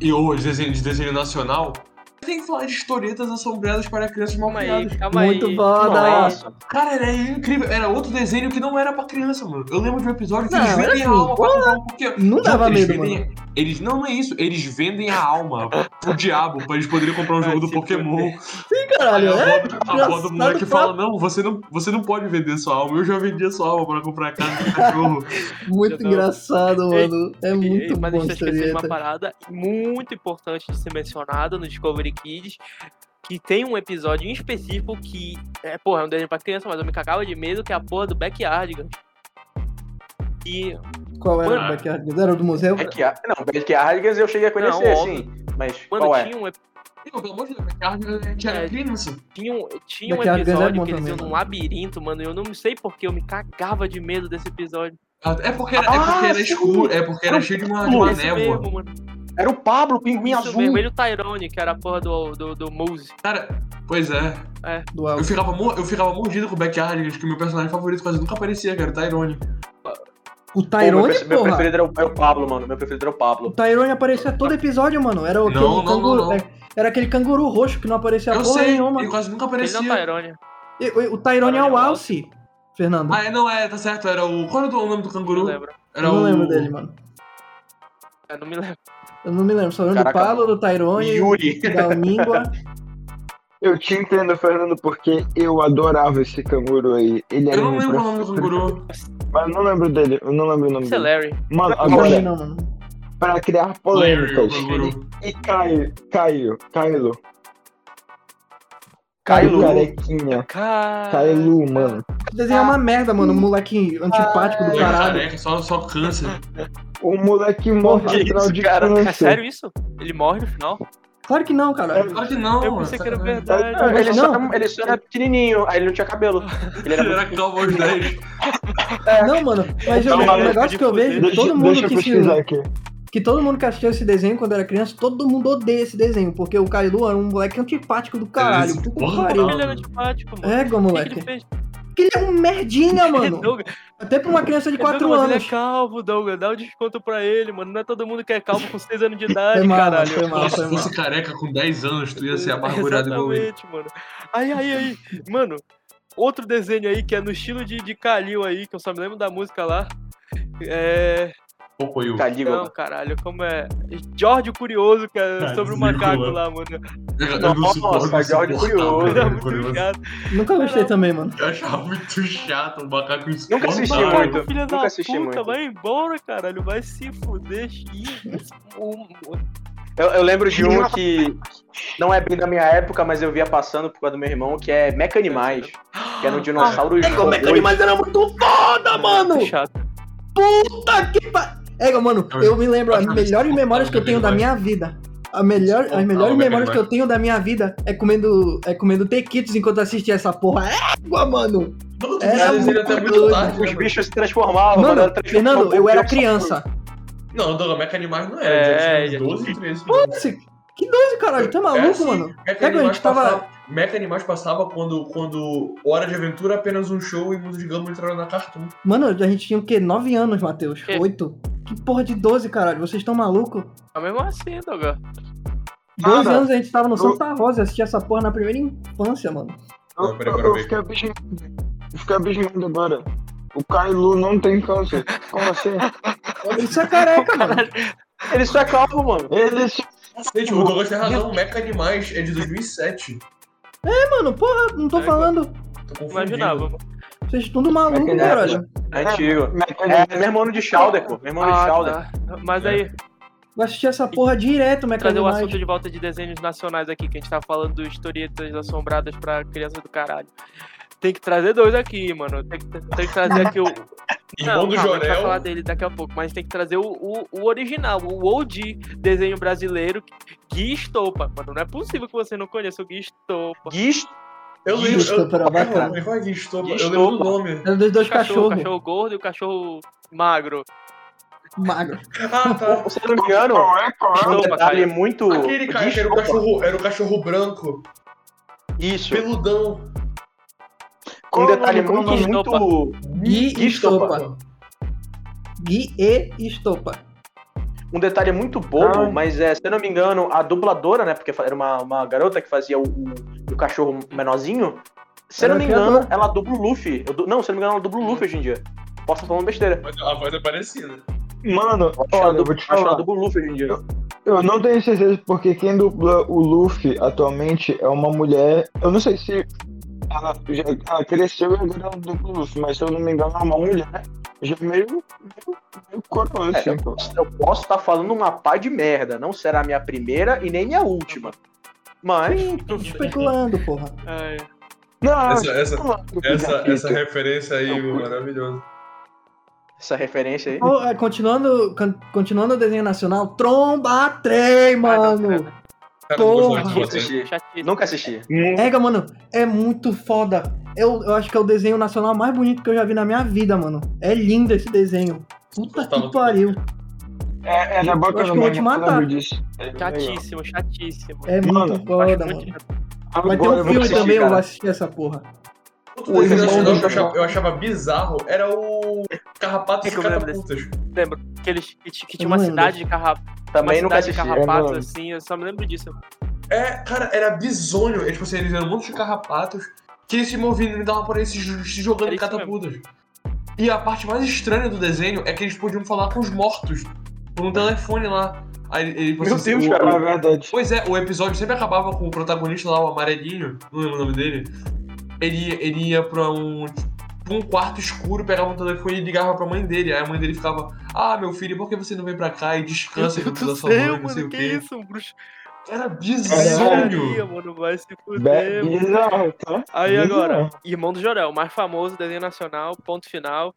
Speaker 7: e ou de desenho, de desenho nacional. Tem que falar de historietas assombradas para crianças mal
Speaker 3: Calma aí,
Speaker 7: criadas.
Speaker 3: calma
Speaker 6: muito
Speaker 3: aí.
Speaker 6: foda.
Speaker 4: Nossa.
Speaker 7: Cara, era incrível. Era outro desenho que não era pra criança, mano. Eu lembro de um episódio que
Speaker 6: Não,
Speaker 7: eles
Speaker 6: era
Speaker 7: vendem a
Speaker 6: assim,
Speaker 7: alma pra comprar um Pokémon.
Speaker 6: Não dava
Speaker 7: eles
Speaker 6: medo,
Speaker 7: vendem- Eles, não, não é isso. Eles vendem a alma pro diabo pra eles poderem comprar um jogo do Pokémon. Aí
Speaker 6: Caralho,
Speaker 7: a
Speaker 6: é?
Speaker 7: avó, a avó do
Speaker 6: engraçado
Speaker 7: moleque
Speaker 6: pra-
Speaker 7: fala: Não você, não, você não pode vender sua alma. Eu já vendi a sua alma pra comprar a casa do cachorro.
Speaker 6: Muito
Speaker 3: Não.
Speaker 6: engraçado,
Speaker 3: Ei,
Speaker 6: mano. É
Speaker 3: E-
Speaker 6: muito
Speaker 3: mas
Speaker 6: bom
Speaker 3: a gente tá esquecendo uma
Speaker 6: historieta.
Speaker 3: parada muito importante de ser mencionada no Discovery Kids, que tem um episódio em específico que é, porra, é um desenho pra criança, mas eu me cagava de medo, que é a porra do Backyardigans. E,
Speaker 6: Qual era
Speaker 7: Mano.
Speaker 6: o Backyard? Era o do museu?
Speaker 4: É que, a- não, Beck Hargans eu cheguei a conhecer,
Speaker 3: Não,
Speaker 4: sim. Mas
Speaker 3: mano,
Speaker 4: qual é?
Speaker 3: tinha um ep-
Speaker 7: Meu, pelo amor de Deus, Ricardo, a gente era
Speaker 3: É.
Speaker 7: criança.
Speaker 3: Tinha um, tinha um
Speaker 6: Backyardigans é
Speaker 3: episódio
Speaker 6: bom
Speaker 3: que eles
Speaker 6: também,
Speaker 3: iam num
Speaker 6: mano.
Speaker 3: labirinto, mano. e Eu não sei porque eu me cagava de medo desse episódio.
Speaker 7: É porque era, é
Speaker 4: Ah,
Speaker 7: porque era
Speaker 4: sim.
Speaker 7: escuro, é porque era cheio de uma, de uma
Speaker 3: Isso
Speaker 7: névoa.
Speaker 3: mesmo, mano.
Speaker 4: Era o Pablo, o pinguim
Speaker 3: Isso
Speaker 4: azul.
Speaker 3: mesmo. Ele e o Tyrone, que era a porra do, do, do Moose.
Speaker 7: Cara, pois é.
Speaker 6: Do
Speaker 7: Eu
Speaker 6: álbum.
Speaker 7: ficava, mo- eu ficava mordido com o Backyard, acho que meu personagem favorito quase nunca aparecia, cara, Tá o Tyrone.
Speaker 4: Pô,
Speaker 6: O
Speaker 4: meu,
Speaker 6: Tyrone,
Speaker 4: prefe- meu
Speaker 6: porra.
Speaker 4: preferido era o, era o Pablo, mano. Meu preferido era o
Speaker 6: O
Speaker 4: Pablo.
Speaker 6: Tyrone aparecia todo episódio, mano. Era aquele
Speaker 7: Não, não,
Speaker 6: canguru.
Speaker 7: não, não.
Speaker 6: é- Era aquele canguru roxo que não aparecia
Speaker 7: Eu
Speaker 6: porra
Speaker 7: sei,
Speaker 6: nenhuma.
Speaker 7: ele quase nunca
Speaker 3: Ele
Speaker 7: aparecia.
Speaker 3: não é o Tyrone.
Speaker 6: E- O, o Tyrone é o
Speaker 3: Tyrone é o
Speaker 6: Alce, Fernando.
Speaker 7: Ah, é, não, é, tá certo, era o... Qual era o nome do
Speaker 3: Não
Speaker 7: canguru?
Speaker 3: lembro.
Speaker 6: Eu
Speaker 7: Era
Speaker 6: não
Speaker 7: o...
Speaker 6: lembro dele, mano.
Speaker 3: Eu não me lembro.
Speaker 6: Eu não me lembro. Só lembro do
Speaker 4: Caraca,
Speaker 6: Pablo, do Tyrone,
Speaker 4: Yuri.
Speaker 6: da Língua.
Speaker 5: Eu te entendo, Fernando, porque eu adorava esse canguru aí. Ele era
Speaker 7: Eu não
Speaker 5: um
Speaker 7: lembro o
Speaker 5: prof-
Speaker 7: nome do canguru.
Speaker 5: Mas eu não lembro dele, eu não lembro o nome
Speaker 3: Isso é
Speaker 5: dele.
Speaker 3: Larry.
Speaker 5: Mano,
Speaker 6: Não,
Speaker 5: agora,
Speaker 6: não, mano.
Speaker 5: pra criar
Speaker 7: Larry, o
Speaker 5: polêmicas.
Speaker 7: canguru.
Speaker 5: E Caio, Caio, Caio.
Speaker 4: Kylo.
Speaker 5: Carequinha.
Speaker 3: Cara...
Speaker 5: Caio, mano.
Speaker 6: O desenho é uma merda, mano. O moleque antipático do
Speaker 7: Ele era
Speaker 6: caralho.
Speaker 7: careca, só, só câncer.
Speaker 5: O moleque morre
Speaker 4: Que
Speaker 5: no final
Speaker 4: isso,
Speaker 5: de
Speaker 4: cara?
Speaker 5: câncer.
Speaker 3: É sério isso? Ele morre no final?
Speaker 6: Claro que não, caralho.
Speaker 7: Claro que não,
Speaker 3: eu
Speaker 7: mano,
Speaker 3: pensei que era
Speaker 7: sacanagem.
Speaker 3: verdade.
Speaker 6: Não,
Speaker 4: Ele só,
Speaker 6: não.
Speaker 4: era, ele só era pequenininho, aí ele não tinha cabelo. Ele
Speaker 7: Ele
Speaker 4: era
Speaker 7: era calvo aos 10.
Speaker 6: Não, mano. Mas eu-
Speaker 4: Não,
Speaker 6: o
Speaker 4: maluco,
Speaker 6: negócio que eu vejo,
Speaker 5: Deixa,
Speaker 6: todo
Speaker 5: deixa
Speaker 6: mundo
Speaker 5: eu
Speaker 6: que se-
Speaker 5: pesquisar aqui.
Speaker 6: que todo mundo que assistiu esse desenho quando era criança, todo mundo odeia esse desenho, porque o Kailu era um moleque antipático do caralho.
Speaker 7: Esse
Speaker 6: Puta que
Speaker 7: porra,
Speaker 6: pariu.
Speaker 7: mano.
Speaker 3: Ele é um era antipático, mano.
Speaker 6: Égua,
Speaker 3: O que que ele
Speaker 6: É, moleque.
Speaker 3: fez?
Speaker 6: Porque ele é um merdinha, mano.
Speaker 3: Doug,
Speaker 6: Até pra uma criança de 4
Speaker 3: Doug, é mas Ele
Speaker 6: anos.
Speaker 3: é calvo, Douglas. Dá um desconto pra ele, mano. Não é todo mundo que é calvo com 6 anos de idade,
Speaker 6: Foi mal, mano,
Speaker 3: caralho.
Speaker 6: foi mal,
Speaker 7: Nossa,
Speaker 6: foi
Speaker 7: se
Speaker 6: mal.
Speaker 7: fosse careca com 10 anos, tu ia ser amargurado igual um ele.
Speaker 3: Exatamente, mano. Aí, aí, aí. Mano, outro desenho aí que é no estilo de, de Kalil aí, que eu só me lembro da música lá. É.
Speaker 7: Pouco eu.
Speaker 3: Não,
Speaker 4: Calígula.
Speaker 3: caralho, como é? Jorge o Curioso, cara,
Speaker 7: Cara,
Speaker 3: sobre o
Speaker 7: Nicola.
Speaker 3: macaco lá, mano.
Speaker 7: Eu não
Speaker 4: Nossa,
Speaker 7: suporto
Speaker 4: cara,
Speaker 7: esse
Speaker 4: olha,
Speaker 7: portal,
Speaker 4: curioso.
Speaker 7: cara,
Speaker 3: Era muito
Speaker 7: curioso.
Speaker 3: ligado.
Speaker 6: Nunca gostei também, mano.
Speaker 7: Eu achava muito chato o macaco
Speaker 4: Nunca
Speaker 7: insuportável.
Speaker 4: assisti
Speaker 3: Mano,
Speaker 4: muito.
Speaker 3: filha
Speaker 4: nunca
Speaker 3: da
Speaker 4: assisti
Speaker 3: puta,
Speaker 4: muito.
Speaker 3: vai embora, caralho. Vai se fuder. um, Ih, o- o-
Speaker 4: Eu, eu lembro de um que não é bem da minha época, mas eu via passando por causa do meu irmão, que é Mecanimais. Que era um dinossauro
Speaker 6: Égua, Mecanimais era muito foda, mano!
Speaker 3: é Muito chato.
Speaker 6: Puta que pa... Égua, É, mano, eu me lembro, as melhores memórias que eu tenho da minha vida. A melhor, as melhores memórias que eu tenho da minha vida é comendo, é comendo tequitos enquanto assistia essa porra. Égua, mano!
Speaker 7: Mano,
Speaker 6: Era
Speaker 7: era
Speaker 6: muito
Speaker 7: muito até muito
Speaker 6: doido.
Speaker 7: tarde.
Speaker 4: Os
Speaker 7: né,
Speaker 4: bichos se transformavam. quando
Speaker 6: Mano,
Speaker 4: era transformado,
Speaker 6: Fernando, eu
Speaker 4: o
Speaker 6: era
Speaker 4: bicho-
Speaker 6: criança.
Speaker 7: mano? Não, Dogameca Animais não
Speaker 3: É,
Speaker 7: era.
Speaker 3: já-
Speaker 7: tinha uns 12, 13.
Speaker 6: Nossa, que doido, caralho, tá
Speaker 7: É
Speaker 6: maluco,
Speaker 7: assim,
Speaker 6: mano?
Speaker 7: Mecha
Speaker 6: Pega, a
Speaker 7: Animais
Speaker 6: gente tava...
Speaker 7: passava- Mecha Animais passava quando, quando Hora de Aventura apenas um show e Mundo de Gumball entraram na Cartoon.
Speaker 6: Mano, a gente tinha o quê? 9 anos, Matheus?
Speaker 3: É.
Speaker 6: 8? Que porra de 12, caralho? Vocês estão malucos?
Speaker 3: Mas mesmo assim, Douglas.
Speaker 6: 12
Speaker 5: Cara,
Speaker 6: anos a gente tava no
Speaker 5: eu-
Speaker 6: Santa Rosa e assistia essa porra na primeira infância, mano.
Speaker 5: Eu,
Speaker 7: Não, pera, pera,
Speaker 5: eu
Speaker 7: pera.
Speaker 5: fiquei abismado. Eu fiquei abismado agora. O Kylo não tem câncer. Como assim?
Speaker 6: Isso é careca, mano.
Speaker 4: Ele só é calvo, mano.
Speaker 5: Ele se É
Speaker 7: Gente, o Douglas tem razão, Mecha Animais é de 2007.
Speaker 6: É, mano, porra, não tô
Speaker 3: É,
Speaker 6: falando.
Speaker 7: Tô confundindo.
Speaker 3: Imaginava.
Speaker 6: Vocês estão tudo maluco,
Speaker 5: Mas que
Speaker 6: caralho.
Speaker 4: É antigo. É,
Speaker 5: mecanismo.
Speaker 4: meu irmão de Shalder, pô. Meu irmão de Shalder.
Speaker 3: Ah, tá. Mas
Speaker 7: É.
Speaker 3: aí,
Speaker 6: Eu assistia essa porra direto,
Speaker 3: trazer o
Speaker 6: mecanismo.
Speaker 3: assunto de volta de desenhos nacionais aqui, que a gente tá falando de historietas assombradas pra criança do caralho. Tem que trazer dois aqui, mano. Tem que, tem que trazer aqui o.
Speaker 7: Irmão do
Speaker 3: calma, a gente vai
Speaker 7: Jorel.
Speaker 3: falar dele daqui a pouco, mas tem que trazer o, o, o original, o OG desenho brasileiro, Gui Estopa. Mano, não é possível que você não conheça o Gui Estopa.
Speaker 4: Gui
Speaker 7: Eu
Speaker 6: Gui
Speaker 7: lembro.
Speaker 6: Estopa era
Speaker 7: eu- Ai,
Speaker 6: bacana.
Speaker 7: mano, qual é Gui Estopa?
Speaker 4: Gui
Speaker 7: Eu lembro do
Speaker 4: Estopa.
Speaker 7: nome.
Speaker 6: Era dos dois cachorros.
Speaker 3: cachorro gordo e o cachorro magro.
Speaker 6: Magro.
Speaker 7: Ah, tá.
Speaker 4: Se eu não me engano, um
Speaker 3: Estopa,
Speaker 4: detalhe
Speaker 3: cara.
Speaker 4: muito.
Speaker 7: Aquele cara que era o
Speaker 4: Desculpa.
Speaker 7: cachorro, era o cachorro branco,
Speaker 4: Isso.
Speaker 7: peludão.
Speaker 4: Um detalhe
Speaker 5: Como
Speaker 4: muito,
Speaker 5: nome?
Speaker 4: muito.
Speaker 6: Gui e
Speaker 4: Estopa.
Speaker 6: Estopa. Gui e Estopa.
Speaker 4: Um detalhe muito bobo,
Speaker 5: Ah.
Speaker 4: mas é, se eu não me engano, a dubladora, né? Porque era uma, uma garota que fazia o, o, o cachorro menorzinho. Se eu
Speaker 6: Era
Speaker 4: não me
Speaker 6: criadora.
Speaker 4: engano, ela dubla o Luffy. Eu du- Não, se eu não me engano, ela dubla o Luffy hoje em dia. Posso falar uma besteira.
Speaker 7: Mas A voz é parecida.
Speaker 5: Mano,
Speaker 4: Acho que ela
Speaker 5: olha, eu
Speaker 4: dubla-
Speaker 5: vou te
Speaker 4: acho que ela
Speaker 5: falar.
Speaker 4: dubla o Luffy hoje em dia.
Speaker 5: Eu não tenho certeza porque quem dubla o Luffy atualmente é uma mulher. Eu não sei se ela, já, ela cresceu e agora ela dubla o Luffy, mas se eu não me engano, é uma mulher já meio, meio, meio coroa,
Speaker 4: É,
Speaker 5: assim,
Speaker 4: eu
Speaker 5: pô.
Speaker 4: posso- eu posso estar falando uma pá de merda. Não será a minha primeira e nem minha última. Mas.
Speaker 6: Sim, tô especulando, porra.
Speaker 3: Ai,
Speaker 5: Não,
Speaker 7: Essa- essa-
Speaker 5: não, não,
Speaker 7: Essa,
Speaker 5: não,
Speaker 7: essa
Speaker 5: não.
Speaker 7: referência aí, maravilhosa.
Speaker 4: Essa referência aí.
Speaker 6: Ó, é, continuando, con- continuando o desenho nacional, Tromba Trem, mano.
Speaker 7: Cara, não gostou
Speaker 6: Porra.
Speaker 7: de
Speaker 4: Nunca
Speaker 7: você.
Speaker 4: assisti.
Speaker 3: chatíssimo.
Speaker 4: Nunca assisti.
Speaker 6: Pega, mano, é muito foda. Eu, eu acho que é o desenho nacional mais bonito que eu já vi na minha vida, mano. É lindo esse desenho. Puta
Speaker 7: Tá
Speaker 6: que
Speaker 7: muito
Speaker 6: pariu.
Speaker 5: É, é na boca
Speaker 6: Eu acho
Speaker 5: do
Speaker 6: que eu vou
Speaker 5: meme,
Speaker 6: te matar.
Speaker 5: lembro disso. É legal.
Speaker 3: Chatíssimo, chatíssimo.
Speaker 6: É muito
Speaker 5: Mano,
Speaker 3: Eu acho
Speaker 6: foda, mano.
Speaker 3: muito chato.
Speaker 6: Vai
Speaker 5: Agora
Speaker 6: ter
Speaker 5: É, eu
Speaker 6: um
Speaker 5: vou
Speaker 6: filme
Speaker 5: assistir,
Speaker 6: também, eu
Speaker 5: cara.
Speaker 6: vou assistir essa porra.
Speaker 7: Outro
Speaker 5: O
Speaker 7: desenho
Speaker 5: irmão
Speaker 7: nacional
Speaker 5: do
Speaker 7: que eu
Speaker 5: João.
Speaker 7: achava, eu achava bizarro era o Carrapatos
Speaker 3: É
Speaker 7: e
Speaker 3: que eu lembro desse.
Speaker 7: Catapultas.
Speaker 3: Lembro que, eles, que, t- que
Speaker 6: Eu
Speaker 3: tinha uma
Speaker 6: não
Speaker 3: cidade de carra... uma
Speaker 4: Também nunca
Speaker 3: cidade de
Speaker 4: assisti.
Speaker 3: carrapatos,
Speaker 5: mano.
Speaker 3: assim, eu só me lembro disso.
Speaker 7: É, cara, era bizonho. Eles, tipo assim, eles eram um monte de carrapatos que eles se moviam e davam por aí se, jo- se jogando
Speaker 3: Era
Speaker 7: em
Speaker 3: isso
Speaker 7: catapultas. E a parte mais estranha do desenho é que eles podiam falar com os mortos por
Speaker 3: Hum.
Speaker 7: um telefone lá. Aí, ele,
Speaker 4: Meu
Speaker 7: assim,
Speaker 4: Deus,
Speaker 7: o-
Speaker 4: cara.
Speaker 5: Ah, É verdade.
Speaker 7: Pois é, o episódio sempre acabava com o protagonista lá, o amarelinho, não lembro o nome dele. Ele, ele ia pra um, pra um quarto escuro, pegava um telefone e ligava pra mãe dele. Aí a mãe dele ficava, ah, meu filho, por que você não vem pra cá e descansa junto da sua mãe, não sei o
Speaker 3: que
Speaker 7: quê. É,
Speaker 3: isso, um bruxo.
Speaker 7: Era
Speaker 3: Caralho,
Speaker 7: bizonho.
Speaker 3: mano, vai se fuder, mano.
Speaker 5: Bizarro, tá?
Speaker 3: Aí
Speaker 5: Bizarro.
Speaker 3: agora, Irmão do Jorel, mais famoso, desenho nacional, ponto final.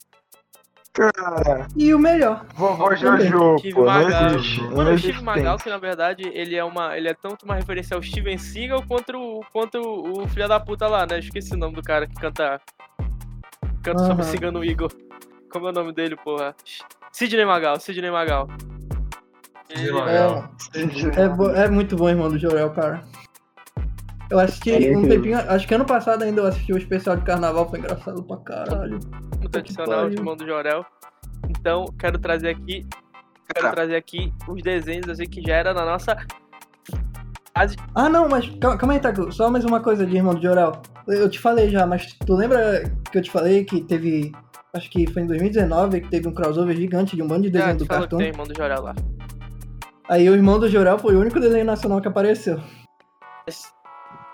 Speaker 5: Cara,
Speaker 6: E o melhor.
Speaker 5: vovó Jojo,
Speaker 3: Steve
Speaker 5: pô, não
Speaker 3: Magal.
Speaker 5: existe.
Speaker 3: Mano,
Speaker 5: Não
Speaker 3: o Steve
Speaker 5: existe.
Speaker 3: Magal, que na verdade ele é uma. Ele é tanto uma referência ao Steven Seagal quanto, o- quanto o, o filho da puta lá, né? Esqueci o nome do cara que canta. Canta sobre o
Speaker 6: Aham.
Speaker 3: Cigano Igor. Como é o nome dele, porra? Sidney Magal, Sidney Magal.
Speaker 7: Sidney
Speaker 3: Ele-
Speaker 7: Magal.
Speaker 6: É, mano. É, bo- é muito bom, irmão do Jorel, cara. Eu assisti
Speaker 5: É
Speaker 6: um
Speaker 5: incrível.
Speaker 6: tempinho, acho que ano passado ainda eu assisti o especial de carnaval, foi engraçado pra caralho.
Speaker 3: muito um tradicional de
Speaker 6: pariu.
Speaker 3: Irmão do Jorel. Então, quero trazer aqui. Quero trazer aqui os desenhos assim que já era na nossa.
Speaker 6: Ah, não, mas calma, calma aí, Taco, só mais uma coisa de irmão do Jorel. Eu eu te falei já, mas tu lembra que eu te falei que teve, acho que foi em 2019, que teve um crossover gigante de um bando de
Speaker 3: Ah,
Speaker 6: desenho
Speaker 3: tu
Speaker 6: do
Speaker 3: falou que
Speaker 6: Cartoon?
Speaker 3: tem Irmão do Jorel lá.
Speaker 6: Aí o irmão do Jorel foi o único desenho nacional que apareceu.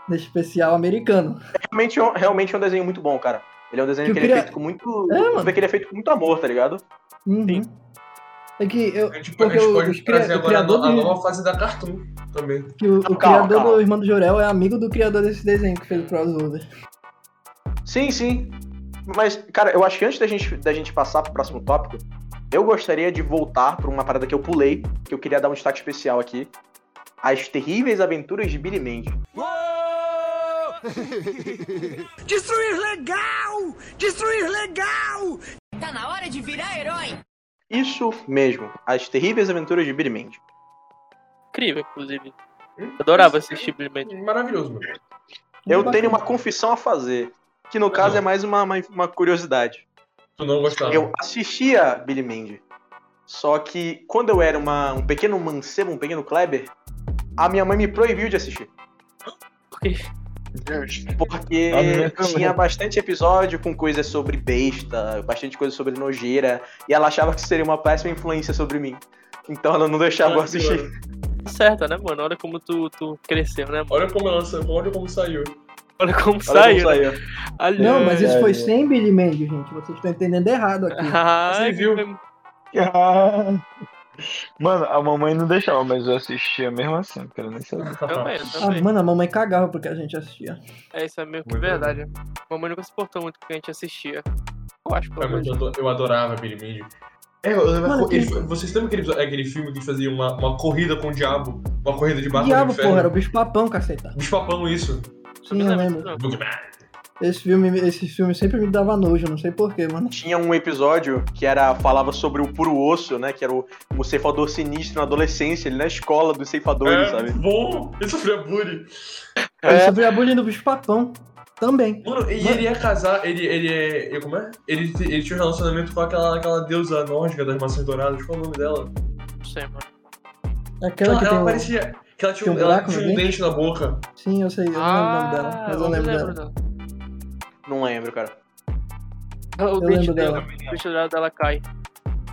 Speaker 6: Nesse especial americano.
Speaker 4: Realmente, é um- realmente é um desenho muito bom, cara. Ele é um desenho
Speaker 6: Eu
Speaker 4: que ele
Speaker 6: queria-
Speaker 4: é feito com muito.
Speaker 6: É, mano.
Speaker 4: Você vê que ele é feito com muito amor, tá ligado?
Speaker 6: Uhum.
Speaker 3: Sim.
Speaker 6: É que eu,
Speaker 7: A gente, tipo, a
Speaker 6: Porque
Speaker 7: gente
Speaker 6: o-
Speaker 7: pode
Speaker 6: os cria-
Speaker 7: trazer
Speaker 6: o
Speaker 7: agora a no- a
Speaker 6: criador de-
Speaker 7: nova fase da Cartoon também.
Speaker 6: que o, o
Speaker 4: Calma,
Speaker 6: criador
Speaker 4: calma.
Speaker 6: do irmão do Jorel é amigo do criador desse desenho que fez o crossover.
Speaker 4: Sim, sim. Mas, cara, eu acho que antes da gente, da gente passar pro próximo tópico, eu gostaria de voltar pra uma parada que eu pulei, que eu queria dar um destaque especial aqui. As terríveis aventuras de Billy Mandy.
Speaker 9: Tá na hora de virar herói.
Speaker 4: Isso mesmo, as terríveis aventuras de Billy Mandy.
Speaker 3: Incrível, inclusive.
Speaker 7: Hum?
Speaker 3: Adorava tipo assistir Billy Mandy.
Speaker 7: Maravilhoso, mano.
Speaker 4: Eu
Speaker 6: Bacana.
Speaker 4: tenho uma confissão a fazer, que no caso é mais uma, uma, uma curiosidade.
Speaker 7: Tu não gostava.
Speaker 4: Eu assistia Billy Mandy, só que quando eu era uma, um pequeno mancebo, um pequeno Kleber, a minha mãe me proibiu de assistir. Porque
Speaker 5: A minha também.
Speaker 4: tinha bastante episódio com coisas sobre besta, bastante coisa sobre nojeira, e ela achava que seria uma péssima influência sobre mim. Então ela não deixava eu assistir.
Speaker 3: Tá certa, né, mano? Olha como tu, tu cresceu, né, mano?
Speaker 7: Olha como ela sa- olha como saiu.
Speaker 3: Olha como
Speaker 4: Olha como
Speaker 3: saiu. né?
Speaker 4: saiu.
Speaker 3: Olha.
Speaker 6: Não, mas isso
Speaker 5: É,
Speaker 6: foi
Speaker 5: é.
Speaker 6: sem Billy Mandy, gente. Vocês estão entendendo errado aqui.
Speaker 3: Ai,
Speaker 7: Você viu?
Speaker 3: que-
Speaker 5: Ah. Mano, a mamãe não deixava, mas eu assistia mesmo assim, cara, nem sabia.
Speaker 3: Também, também.
Speaker 6: Ah, mano, a mamãe cagava porque a gente assistia.
Speaker 3: É isso é meio que
Speaker 1: Muito
Speaker 3: verdade. né? Mamãe nunca se portou muito com o que a gente assistia. Eu acho, pelo
Speaker 7: Cara, mas
Speaker 3: menos.
Speaker 7: eu ado- eu adorava Billy Mandy. É, eu lembro.
Speaker 6: Mano,
Speaker 7: ele-
Speaker 6: tem-
Speaker 7: Vocês lembram aquele, episódio- aquele filme que fazia uma, uma corrida com o diabo? Uma corrida de barco no
Speaker 6: Diabo,
Speaker 7: inferno?
Speaker 6: porra, era o bicho papão, caceta.
Speaker 7: Bicho papão, isso.
Speaker 3: Não
Speaker 6: Sim,
Speaker 3: me
Speaker 6: eu
Speaker 3: lembro disso,
Speaker 6: lembro.
Speaker 3: não.
Speaker 6: Esse filme, esse filme sempre me dava nojo, não sei porquê, mano.
Speaker 4: Tinha um episódio que era falava sobre o puro osso, né? Que era o, o ceifador sinistro na adolescência, ele na escola dos ceifadores,
Speaker 7: É,
Speaker 4: sabe?
Speaker 7: bom. Ele sofria bullying.
Speaker 6: É. Sobre a bullying do bicho papão. Também.
Speaker 7: Mano, e
Speaker 6: Mano.
Speaker 7: ele ia casar, ele, ele é. ele- Como é? Ele, te- ele tinha um relacionamento com aquela, aquela deusa nórdica das maçãs douradas, qual é o nome dela?
Speaker 3: Não sei, mano.
Speaker 6: Aquela que
Speaker 7: ela
Speaker 6: tem.
Speaker 7: ela
Speaker 6: um-
Speaker 7: parecia. Que ela tinha,
Speaker 6: tem
Speaker 7: um,
Speaker 6: um
Speaker 7: ela
Speaker 6: buraco no
Speaker 7: tinha um
Speaker 6: dente?
Speaker 7: dente na boca.
Speaker 6: Sim, eu sei, eu não
Speaker 3: Ah,
Speaker 7: Ah,
Speaker 6: lembro dela. Mas eu, lembro dela.
Speaker 4: Não lembro, cara.
Speaker 3: O
Speaker 6: Eu
Speaker 3: dente
Speaker 6: lembro
Speaker 3: dela.
Speaker 6: dela.
Speaker 3: O dente dela, dela cai.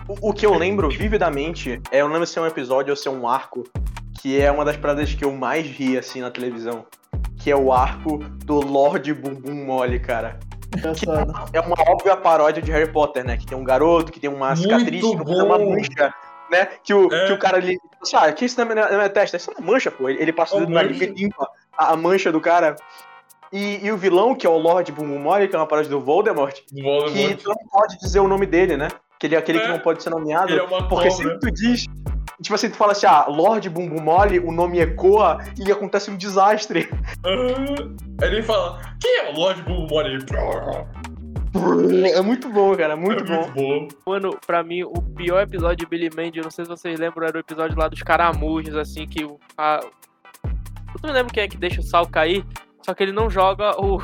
Speaker 4: O, o que eu lembro vividamente é, eu não lembro se é um episódio ou se é um arco, que é uma das paradas que eu mais ri, assim, na televisão. Que é o arco do Lorde Bumbum Mole, cara.
Speaker 6: Engraçado.
Speaker 4: É uma óbvia paródia de Harry Potter, né? Que tem um garoto que tem uma
Speaker 7: Muito
Speaker 4: cicatriz, que
Speaker 7: bom.
Speaker 4: é uma mancha, né? Que o,
Speaker 7: É.
Speaker 4: que o cara ali. Assim, ah, que isso na minha, na minha testa? Isso é uma mancha, pô. Ele, ele passa o
Speaker 7: É
Speaker 4: dedo
Speaker 7: uma
Speaker 4: na língua e limpa a, a mancha do cara. E, e o vilão, que é o Lorde Bumbum Mole, que é uma paródia do Voldemort,
Speaker 7: Do
Speaker 4: que
Speaker 7: Voldemort.
Speaker 4: tu não pode dizer o nome dele, né? Que ele é aquele
Speaker 7: É.
Speaker 4: que não pode ser nomeado.
Speaker 7: Ele é uma
Speaker 4: Porque
Speaker 7: cobra.
Speaker 4: se tu diz. Tipo assim, tu fala assim, ah, Lorde Bumbum Mole, o nome ecoa e acontece um desastre.
Speaker 7: Ah, Aí ele fala, quem é o Lorde Bulbore? É
Speaker 4: É muito bom, cara, muito bom.
Speaker 7: muito bom.
Speaker 3: Mano, pra mim, o pior episódio de Billy Mandy, eu não sei se vocês lembram, era o episódio lá dos caramujos, assim, que o. a- Eu não lembro quem é que deixa o sal cair, só que ele não joga o,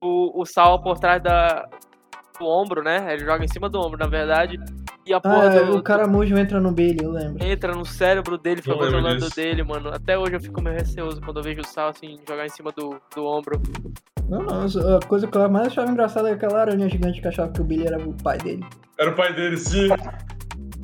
Speaker 3: o, o sal por trás da, do ombro, né? Ele joga em cima do ombro, na verdade. E a porra
Speaker 6: Ah, é,
Speaker 3: do,
Speaker 6: o caramujo entra no Billy, eu lembro.
Speaker 3: entra no cérebro dele, fica
Speaker 7: Eu lembro
Speaker 3: controlando o
Speaker 7: disso.
Speaker 3: dele, mano. Até hoje eu fico meio receoso quando eu vejo o sal, assim, jogar em cima do, do ombro.
Speaker 6: Não, não, eu- a coisa que eu mais achava engraçada é aquela aranha gigante que achava que o Billy era o pai dele.
Speaker 7: Era o pai dele, sim.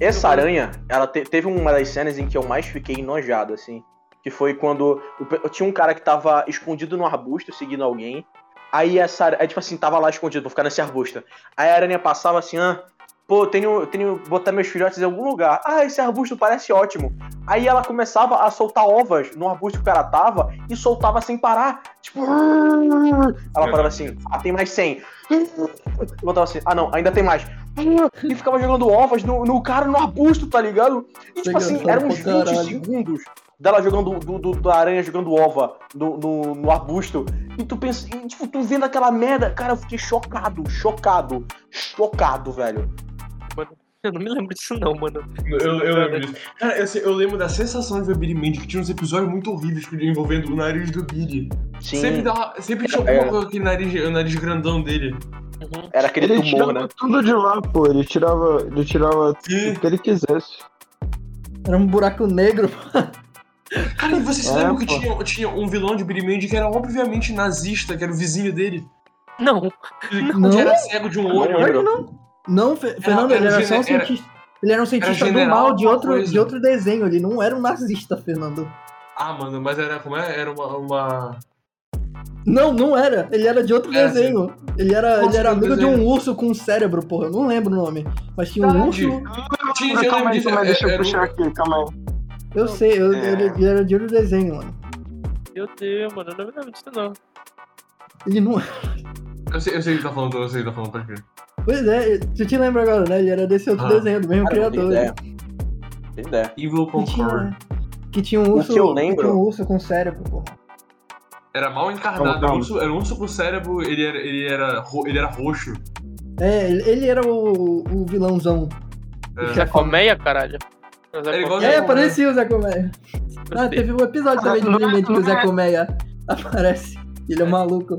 Speaker 4: Essa aranha, ela te- teve uma das cenas em que eu mais fiquei enojado, assim. Que foi quando o pe- tinha um cara que tava escondido no arbusto, seguindo alguém. Aí essa aranha, tipo assim, tava lá escondido, vou ficar nesse arbusto. Aí a aranha passava assim, ah, pô, eu tenho, eu tenho que botar meus filhotes em algum lugar. Ah, esse arbusto parece ótimo. Aí ela começava a soltar ovas no arbusto que o cara tava e soltava sem parar. Tipo, ela parava assim, ah, tem mais 100. Botava assim, ah não, ainda tem mais. E ficava jogando ovas no, no cara no arbusto, tá ligado? E tipo
Speaker 6: Legal,
Speaker 4: assim,
Speaker 6: cara,
Speaker 4: eram uns
Speaker 6: pra
Speaker 4: 20
Speaker 6: caralho.
Speaker 4: segundos dela jogando, do, do- da aranha jogando ova no, no, no arbusto. E tu pensa, e, tipo, tu vendo aquela merda, cara, eu fiquei chocado, chocado, chocado, velho.
Speaker 3: Eu não me lembro disso, não, mano.
Speaker 7: Eu, eu lembro disso. Cara, eu, sei- eu lembro da sensação de ver Billy Mandy, que tinha uns episódios muito horríveis que- envolvendo o nariz do Billy.
Speaker 4: Sim,
Speaker 7: Sempre, dava, sempre tinha
Speaker 4: É.
Speaker 7: alguma coisa com aquele nariz, o nariz grandão dele.
Speaker 3: Uhum.
Speaker 4: era aquele
Speaker 5: Ele
Speaker 4: tumor,
Speaker 5: tirava
Speaker 4: né?
Speaker 5: tudo de lá, pô. Ele tirava, ele tirava
Speaker 7: Sim.
Speaker 5: o que ele quisesse.
Speaker 6: Era um buraco negro.
Speaker 7: Cara, e vocês se
Speaker 5: É,
Speaker 7: lembram que
Speaker 5: pô.
Speaker 7: tinha, tinha um vilão de Billy Mandy que era obviamente nazista, que era o vizinho dele?
Speaker 3: Não,
Speaker 7: Que,
Speaker 6: Não.
Speaker 7: que era cego de um olho.
Speaker 4: lembro.
Speaker 6: Não, Fe- Fernando,
Speaker 7: era
Speaker 6: ele era só um
Speaker 7: gene- era-
Speaker 6: cientista. Ele era um cientista do
Speaker 7: general,
Speaker 6: mal de
Speaker 7: alguma
Speaker 6: outro,
Speaker 7: coisa.
Speaker 6: de outro desenho. Ele não era um nazista, Fernando.
Speaker 7: Ah, mano, mas era como é? Era uma. uma...
Speaker 6: Não, não era. Ele era de outro
Speaker 7: Era,
Speaker 6: desenho. Ele era,
Speaker 7: Nossa,
Speaker 6: ele era
Speaker 7: que
Speaker 6: amigo de um
Speaker 7: desenho.
Speaker 6: urso com um cérebro, porra. Eu não lembro o nome. Mas tinha um urso.
Speaker 7: Tinha, eu
Speaker 5: Ah, calma
Speaker 7: lembro
Speaker 5: aí,
Speaker 7: disso.
Speaker 5: calma aí,
Speaker 6: é,
Speaker 5: deixa eu
Speaker 7: era um-
Speaker 5: puxar aqui, calma aí.
Speaker 6: Eu sei, eu-
Speaker 5: É.
Speaker 6: ele, ele era de outro desenho, mano.
Speaker 3: meu Deus, mano, eu não me lembro disso, não.
Speaker 6: Ele não. é.
Speaker 7: Eu sei, eu sei o que tá falando, eu sei o que tá falando, pode crer.
Speaker 6: Pois é, tu te lembra agora, né? Ele era desse outro
Speaker 7: Ah.
Speaker 6: desenho, do mesmo
Speaker 4: Cara, é, não tem
Speaker 6: criador.
Speaker 4: ideia. Não tem ideia.
Speaker 7: Evil
Speaker 6: Que
Speaker 7: Conqueror.
Speaker 6: tinha, né? que tinha um urso.
Speaker 4: que eu lembro-
Speaker 6: tinha um urso com cérebro, porra.
Speaker 7: Era mal
Speaker 5: Calma,
Speaker 7: encarnado, era um
Speaker 5: calma.
Speaker 7: urso, era um urso com cérebro, ele era, ele era, ro- ele era roxo.
Speaker 6: É, ele, ele era o, o vilãozão.
Speaker 7: É.
Speaker 3: Zé Colmeia, caralho.
Speaker 7: Era igual né?
Speaker 6: É,
Speaker 7: Zé Colmeia.
Speaker 6: parecia o Zé Colmeia. Ah,
Speaker 3: Gostei.
Speaker 6: teve um episódio também de Billy Mandy que o Zé Colmeia aparece. Ele é um maluco.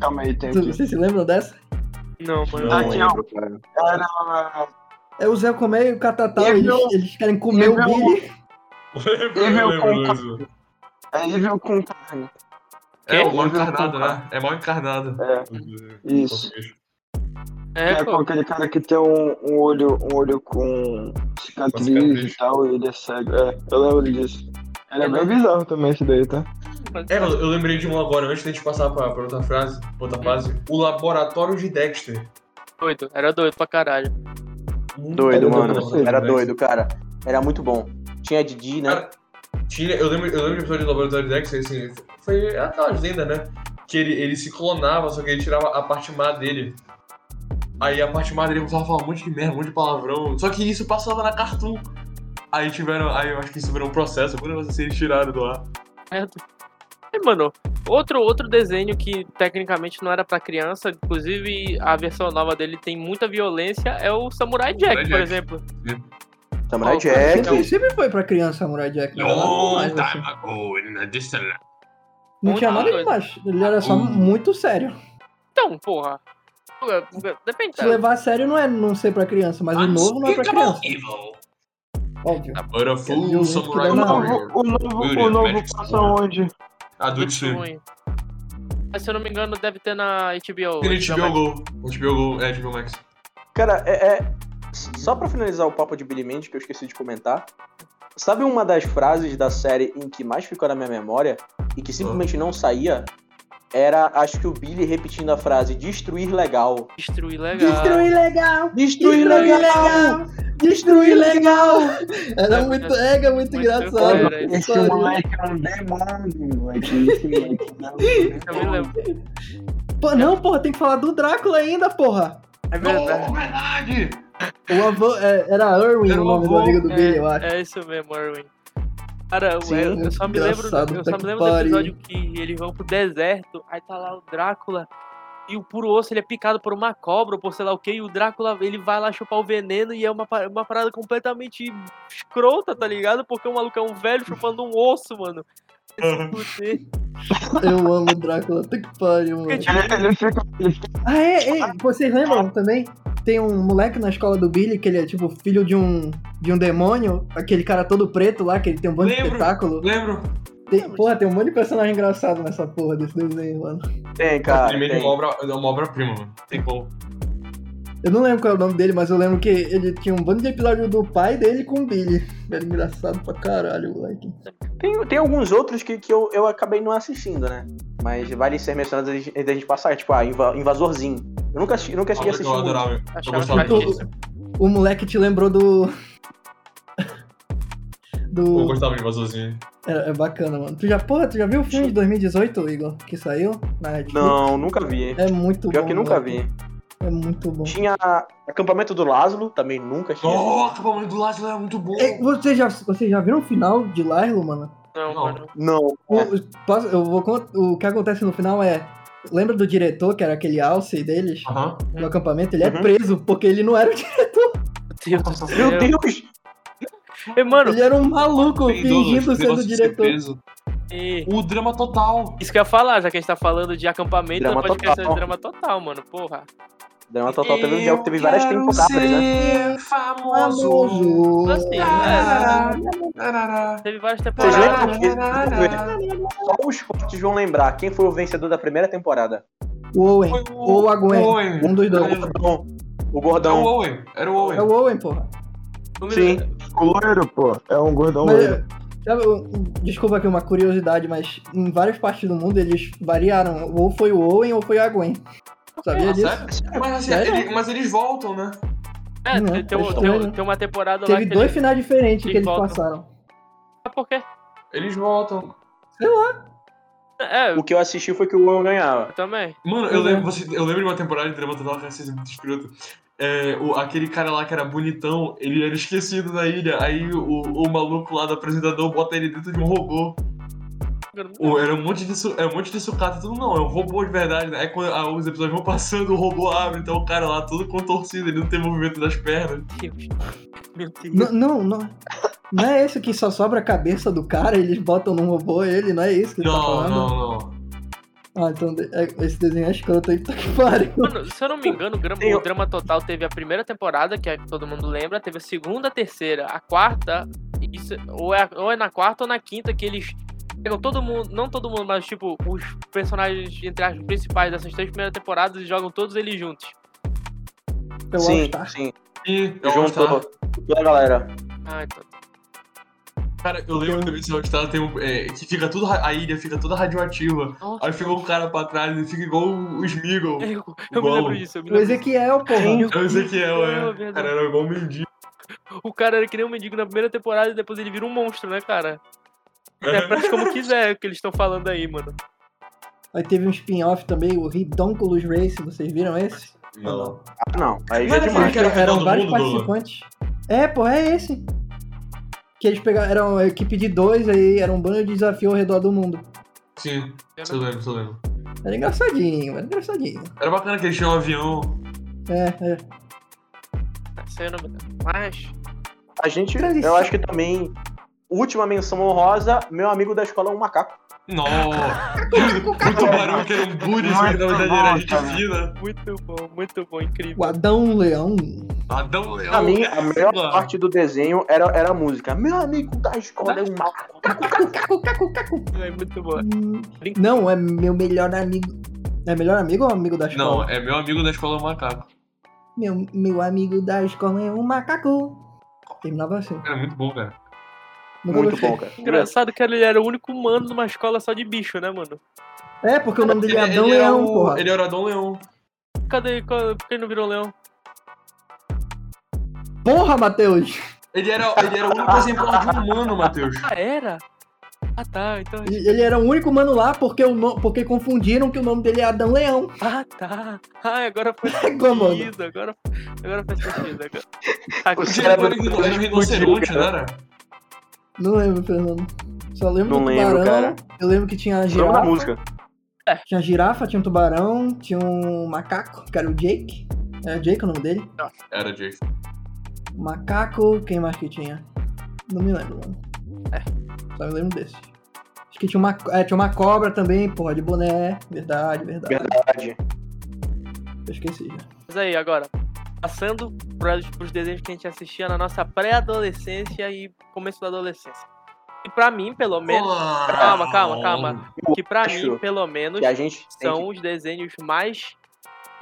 Speaker 5: Calma aí, tem
Speaker 6: Tu-
Speaker 5: aqui.
Speaker 6: Vocês se lembram dessa?
Speaker 3: Não, mano.
Speaker 5: Não. Aqui, ó.
Speaker 4: lembro, cara.
Speaker 6: É o Zé Colmeia e é o Catatau,
Speaker 5: Eu-
Speaker 6: eles, eles querem comer
Speaker 5: eu-
Speaker 6: o Billy.
Speaker 7: Eu lembro disso.
Speaker 5: É nível com carne.
Speaker 7: É o
Speaker 5: Evil
Speaker 7: mal encarnado,
Speaker 5: Conqueror.
Speaker 7: né? É mal encarnado.
Speaker 5: É, isso.
Speaker 3: É,
Speaker 5: É com
Speaker 3: pô.
Speaker 5: aquele cara que tem um, um olho, um olho com cicatriz
Speaker 7: cicatriz.
Speaker 5: e tal, e ele é cego. É, eu lembro disso. Ele é bem bizarro também esse daí, tá?
Speaker 7: É, eu eu lembrei de um agora, antes da gente passar pra, pra outra frase, pra outra fase. O laboratório de Dexter.
Speaker 3: doido. Era doido pra caralho.
Speaker 4: Doido,
Speaker 5: Era
Speaker 4: mano.
Speaker 5: doido, né?
Speaker 4: Era doido, cara. Era muito bom. Tinha a Didi, né?
Speaker 7: Cara, tinha, eu lembro, eu lembro de um episódio do Laboratório de Dexter, assim, foi era aquelas lendas, né? Que ele, ele se clonava, só que ele tirava a parte má dele. Aí a parte má dele começava a falar um monte de merda, um monte de palavrão. Só que isso passava na Cartoon. Aí tiveram, aí eu acho que isso virou um processo, algum negócio assim, eles tiraram do ar.
Speaker 3: É doido. E, mano, outro, outro desenho que tecnicamente não era pra criança, inclusive a versão nova dele tem muita violência, é o Samurai Jack,
Speaker 7: Samurai
Speaker 3: por
Speaker 7: Jack.
Speaker 3: exemplo.
Speaker 4: Samurai
Speaker 3: Ó,
Speaker 5: É,
Speaker 4: Jack.
Speaker 5: então.
Speaker 7: é
Speaker 6: Sempre, sempre foi pra criança Samurai Jack. né? Mas, assim,
Speaker 7: ago, in a distant
Speaker 6: Não tinha nada
Speaker 3: Muita
Speaker 6: demais. Ele era só
Speaker 5: Hum.
Speaker 6: muito sério.
Speaker 3: Então, porra. Porra, Depende.
Speaker 6: Se
Speaker 3: cara.
Speaker 6: levar a sério não é não ser pra criança, mas o novo não é pra criança.
Speaker 7: Unspeakable evil.
Speaker 6: Óbvio.
Speaker 7: A Butterful
Speaker 6: Eu vi
Speaker 7: Samurai
Speaker 6: que
Speaker 5: O
Speaker 6: não,
Speaker 5: novo,
Speaker 7: Warrior.
Speaker 5: o novo, o novo passa onde?
Speaker 7: A do Tsui.
Speaker 3: Ruim. Mas se eu não me engano, deve ter na HBO.
Speaker 7: HBO Go. HBO Go, é HBO Max.
Speaker 4: Cara, é, é- Só pra finalizar o papo de Billy Mandy, que eu esqueci de comentar. Sabe uma das frases da série em que mais ficou na minha memória e que simplesmente não saía? Era, acho que o Billy repetindo a frase, destruir legal.
Speaker 3: Destruir legal.
Speaker 6: Destruir legal!
Speaker 4: Destruir
Speaker 6: Destruir legal! Era muito ega, muito,
Speaker 3: Muito
Speaker 6: engraçado.
Speaker 3: era isso.
Speaker 5: Esse moleque é um demônio, moleque. Esse moleque não.
Speaker 3: Eu me lembro.
Speaker 6: Pô, não, porra, tem que falar do Drácula ainda, porra.
Speaker 3: É
Speaker 7: Oh,
Speaker 3: verdade.
Speaker 7: verdade!
Speaker 6: O avô, é, era Erwin
Speaker 7: Era
Speaker 6: o
Speaker 7: o
Speaker 6: nome do
Speaker 7: avô,
Speaker 6: amigo do Billy, eu acho.
Speaker 3: É, é isso mesmo, Erwin. Cara, eu-
Speaker 6: Sim,
Speaker 3: eu, eu
Speaker 6: muito
Speaker 3: só me lembro, eu só
Speaker 6: engraçado, puta
Speaker 3: me
Speaker 6: que
Speaker 3: lembro do
Speaker 6: pariu.
Speaker 3: episódio que eles vão pro deserto, aí tá lá o Drácula e o puro osso ele é picado por uma cobra ou por sei lá o que, e o Drácula ele vai lá chupar o veneno e é uma, pa- uma parada completamente escrota, tá ligado? Porque o maluco é um velho chupando um osso, mano.
Speaker 7: Uhum.
Speaker 3: Fuder.
Speaker 6: Eu amo o Drácula, puta que pariu, mano.
Speaker 5: Ele, ele fica. Ele fica
Speaker 6: Ah, é, é, vocês lembram também? Tem um moleque na escola do Billy que ele é tipo filho de um de um demônio, aquele cara todo preto lá, que ele tem um monte de
Speaker 7: Lembro.
Speaker 6: espetáculo.
Speaker 7: Lembro?
Speaker 6: Tem, porra, tem um monte de personagem engraçado nessa porra desse desenho, mano.
Speaker 4: Tem, cara.
Speaker 7: Primeiro é uma
Speaker 4: Tem.
Speaker 7: obra- é uma obra-prima, mano. Tem como.
Speaker 6: Eu não lembro qual é o nome dele, mas eu lembro que ele tinha um bando de episódio do pai dele com o Billy. Era engraçado pra caralho, moleque.
Speaker 4: Tem, tem alguns outros que, que eu, eu acabei não assistindo, né? Mas vale ser mencionado antes de- antes da gente passar, tipo, ah, Inva- Invasorzinho. Eu nunca, assisti- nunca cheguei a assistir.
Speaker 7: Obra que eu
Speaker 4: muito.
Speaker 7: adorava. Eu
Speaker 3: Acharam
Speaker 7: gostava
Speaker 3: chatíssimo.
Speaker 7: disso.
Speaker 6: O moleque te lembrou do.
Speaker 7: Eu
Speaker 6: do.
Speaker 7: gostava de invasorzinho.
Speaker 6: É, é bacana, mano. Tu já, porra, tu já viu o filme de 2018, Igor? Que saiu? Na Netflix?
Speaker 4: Não, nunca vi.
Speaker 6: É muito
Speaker 4: Pior
Speaker 6: bom.
Speaker 4: que nunca
Speaker 6: moleque.
Speaker 4: vi.
Speaker 6: É muito bom.
Speaker 4: Tinha Acampamento do Lázaro, também nunca assisti.
Speaker 7: Nossa, o Palmeiras do Lázaro é muito bom.
Speaker 6: É, Vocês já, vocês já viram o final de Lilo, mano?
Speaker 3: Não,
Speaker 7: Não.
Speaker 3: mano.
Speaker 4: Não.
Speaker 6: O, posso- eu vou, con- o que acontece no final é. Lembra do diretor, que era aquele alce deles,
Speaker 7: Aham.
Speaker 6: no acampamento? Ele é
Speaker 4: Uhum.
Speaker 6: preso, porque ele não era o diretor,
Speaker 3: Meu Deus do céu.
Speaker 4: Meu Deus!
Speaker 3: E, mano,
Speaker 6: ele era um maluco
Speaker 7: Idoso,
Speaker 6: fingindo
Speaker 7: esse
Speaker 6: ser do
Speaker 7: negócio de ser
Speaker 6: diretor.
Speaker 7: preso.
Speaker 3: e-
Speaker 7: O drama total.
Speaker 3: isso que eu ia falar, já que a gente tá falando de acampamento, não
Speaker 4: Drama
Speaker 3: pode esquecer
Speaker 4: total.
Speaker 3: de drama total, mano. Porra.
Speaker 4: Drama Total teve, já teve várias
Speaker 7: Eu quero
Speaker 4: temporadas, né?
Speaker 7: ser Famoso.
Speaker 6: Famoso.
Speaker 3: Assim,
Speaker 7: Tarará,
Speaker 3: é,
Speaker 7: tarará,
Speaker 3: teve várias
Speaker 4: Vocês
Speaker 3: temporadas. né?
Speaker 4: lembram que
Speaker 7: tarará.
Speaker 4: só os fortes vão lembrar quem foi o vencedor da primeira temporada?
Speaker 6: O Owen.
Speaker 7: Foi
Speaker 6: Ou a Gwen.
Speaker 7: o Owen.
Speaker 6: Um dos
Speaker 4: É O
Speaker 6: dois.
Speaker 4: Gordão. O
Speaker 7: Era o
Speaker 4: Gordão.
Speaker 7: Owen. Era o
Speaker 6: É o
Speaker 7: Owen.
Speaker 6: Owen, porra.
Speaker 3: Não me
Speaker 4: Sim.
Speaker 7: né?
Speaker 3: lembro.
Speaker 5: o loiro, pô. É um gordão
Speaker 6: Mas,
Speaker 5: loiro.
Speaker 6: sabe, um- um- desculpa aqui uma curiosidade, mas em várias partes do mundo eles variaram. Ou foi o Owen ou foi a Gwen. Sabia
Speaker 7: Ah,
Speaker 6: disso?
Speaker 7: sério? Mas, assim,
Speaker 6: Sério?
Speaker 7: ele- mas eles voltam, né?
Speaker 3: É,
Speaker 6: Não,
Speaker 3: tem, tem,
Speaker 6: eles
Speaker 3: um- tem, um-
Speaker 6: tão-
Speaker 3: tem uma temporada lá
Speaker 6: Teve
Speaker 3: que
Speaker 6: dois
Speaker 3: eles...
Speaker 6: finais diferentes que
Speaker 3: eles
Speaker 6: eles
Speaker 3: voltam.
Speaker 6: passaram.
Speaker 3: Ah, por quê?
Speaker 7: Eles voltam.
Speaker 3: É,
Speaker 4: O que eu assisti foi que o Owen ganhava.
Speaker 3: eu também.
Speaker 7: Mano, eu
Speaker 6: Uhum.
Speaker 3: é.
Speaker 7: lembro, você- eu lembro de uma temporada de Drama Total que eu achei isso muito escroto. É, o, aquele cara lá que era bonitão, ele era esquecido na ilha. Aí o, o maluco lá do apresentador bota ele dentro de um robô. O- era, um monte de, su- era um monte de sucata e tudo, não. É um robô de verdade, né? Aí quando ah, os episódios vão passando, o robô abre, então o cara lá todo contorcido, ele não tem movimento das pernas.
Speaker 3: Meu Deus.
Speaker 6: N- Não, não. Não é isso que só sobra a cabeça do cara, eles botam num robô ele, não é isso que ele tá
Speaker 7: Não,
Speaker 6: falando?
Speaker 7: não, não.
Speaker 6: Ah, então de- é- esse desenho é escroto aí, puta que pariu.
Speaker 3: Mano, se eu não me engano, o Gram-
Speaker 4: Tem-
Speaker 3: o Drama Total teve a primeira temporada, que é a que todo mundo lembra, teve a segunda, a terceira, a quarta, isso- ou, é, ou é na quarta ou na quinta que eles pegam todo mundo, não todo mundo, mas tipo, os personagens, entre as principais dessas três primeiras temporadas e jogam todos eles juntos.
Speaker 6: Eu
Speaker 4: sim,
Speaker 6: acho, tá?
Speaker 4: sim.
Speaker 7: E eu tá?
Speaker 4: Juntou toda a galera.
Speaker 3: Ah, então.
Speaker 7: Cara, eu lembro também desse All-Star, tem um. é, que fica tudo. ra- A ilha fica toda radioativa.
Speaker 3: Nossa.
Speaker 7: Aí fica um cara pra trás e fica igual o o Smeagol.
Speaker 3: Eu, eu me
Speaker 7: Igual.
Speaker 3: lembro disso, eu me
Speaker 6: O
Speaker 3: lembro
Speaker 6: Ezequiel, porra.
Speaker 7: É o Ezequiel,
Speaker 3: Eu,
Speaker 7: é.
Speaker 3: verdade.
Speaker 7: Cara, era igual um mendigo.
Speaker 3: disso. O cara era que nem um mendigo na primeira temporada e depois ele vira um monstro, né, cara? É. Interprete como quiser é o que eles estão falando aí, mano.
Speaker 6: Aí teve um spin-off também, o Ridonculus Race, vocês viram esse?
Speaker 7: Não.
Speaker 4: Ah, não. Aí
Speaker 7: Não
Speaker 4: já é
Speaker 7: era
Speaker 4: demais.
Speaker 7: aquele que era o final
Speaker 6: eram
Speaker 7: do
Speaker 6: vários
Speaker 7: mundo, Douglas?
Speaker 6: participantes. É, porra, é esse. Que eles pegaram, eram uma equipe de dois, aí era um bando de desafio ao redor do mundo.
Speaker 7: Sim, isso eu lembro, isso eu lembro.
Speaker 6: Era engraçadinho, era engraçadinho.
Speaker 7: Era bacana que eles tinham um avião.
Speaker 6: É, é.
Speaker 3: Isso aí é eu não me lembro. Mas.
Speaker 4: A gente,
Speaker 6: Transição.
Speaker 4: eu acho que também, última menção honrosa, meu amigo da escola é um macaco.
Speaker 7: Nossa!
Speaker 9: Com
Speaker 7: O
Speaker 9: cacau.
Speaker 7: tubarão que era um guri, só que na verdade era gente fina.
Speaker 3: Muito bom, muito bom, incrível.
Speaker 6: O Adão Leão.
Speaker 7: Adão Leão.
Speaker 4: Pra mim, a melhor
Speaker 7: Mano.
Speaker 4: parte do desenho era, era a música. Meu amigo da escola é um macaco.
Speaker 6: Cacu, cacu, cacu, cacu.
Speaker 3: É muito bom.
Speaker 6: Hum, Não, é meu melhor amigo. É melhor amigo ou amigo da escola?
Speaker 7: Não, é meu amigo da escola macaco.
Speaker 6: Meu, meu amigo da escola é um macaco. Terminava assim.
Speaker 7: Era muito bom, cara.
Speaker 6: Nunca
Speaker 4: Muito
Speaker 6: gostei.
Speaker 4: bom, cara.
Speaker 3: Engraçado que ele era o único humano numa escola só de bicho, né, mano?
Speaker 6: É, porque o nome dele é
Speaker 7: era
Speaker 6: Adão Leão,
Speaker 7: o-
Speaker 6: porra.
Speaker 7: Ele é era o Adão Leão.
Speaker 3: Cadê? qual- Por que ele não virou leão?
Speaker 6: Porra, Matheus!
Speaker 7: Ele era, ele era o único exemplar de um humano, Matheus.
Speaker 3: Ah, era? Ah, tá, então.
Speaker 6: Ele ele era o único mano lá porque, o no- porque confundiram que o nome dele é Adão Leão.
Speaker 3: Ah, tá. Ah, agora faz
Speaker 6: Como?
Speaker 3: sentido. Agora, agora faz sentido. Agora. Aqui,
Speaker 4: Os
Speaker 7: Ele
Speaker 4: caras
Speaker 7: era
Speaker 4: Cara,
Speaker 7: um rino- era um rinoceronte, não era?
Speaker 6: Não lembro, Fernando. Só lembro
Speaker 4: Não
Speaker 6: do
Speaker 4: lembro,
Speaker 6: tubarão.
Speaker 4: cara.
Speaker 6: Eu lembro que tinha
Speaker 4: O nome da
Speaker 6: girafa.
Speaker 4: música.
Speaker 6: Tinha girafa, tinha um tubarão, tinha um macaco, que era o Jake. Era Jake é o nome dele?
Speaker 7: Era, Jake.
Speaker 6: Macaco, quem mais que tinha? Não me lembro, mano. É, só me lembro desse. Acho que tinha uma, é, tinha uma cobra também, porra, de boné. Verdade, verdade.
Speaker 4: Verdade.
Speaker 6: Eu esqueci já.
Speaker 3: Mas aí, agora, passando para os desenhos que a gente assistia na nossa pré-adolescência e começo da adolescência. E pra mim, pelo menos, Calma, calma, calma. que pra
Speaker 4: acho
Speaker 3: mim, pelo menos,
Speaker 4: E a gente tem
Speaker 3: são os desenhos mais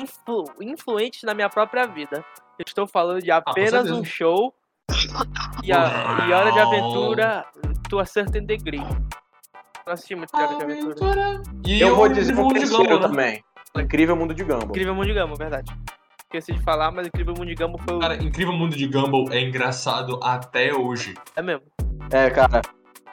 Speaker 3: influ- influentes na minha própria vida. Eu estou falando de
Speaker 7: Ah, com
Speaker 3: apenas
Speaker 7: certeza.
Speaker 3: um show e, a, e Hora de Aventura, Tua Certain Degree. Não assisti muito de Hora de Aventura.
Speaker 7: E
Speaker 4: que- Eu vou dizer o
Speaker 7: mundo de
Speaker 4: terceiro
Speaker 7: Gumball, né?
Speaker 4: também. Incrível Mundo de Gumball.
Speaker 3: Incrível Mundo de Gumball, verdade. Esqueci de falar, mas Incrível Mundo de Gumball foi o...
Speaker 7: Cara, Incrível Mundo de Gumball é engraçado até hoje.
Speaker 3: É mesmo.
Speaker 4: É, cara.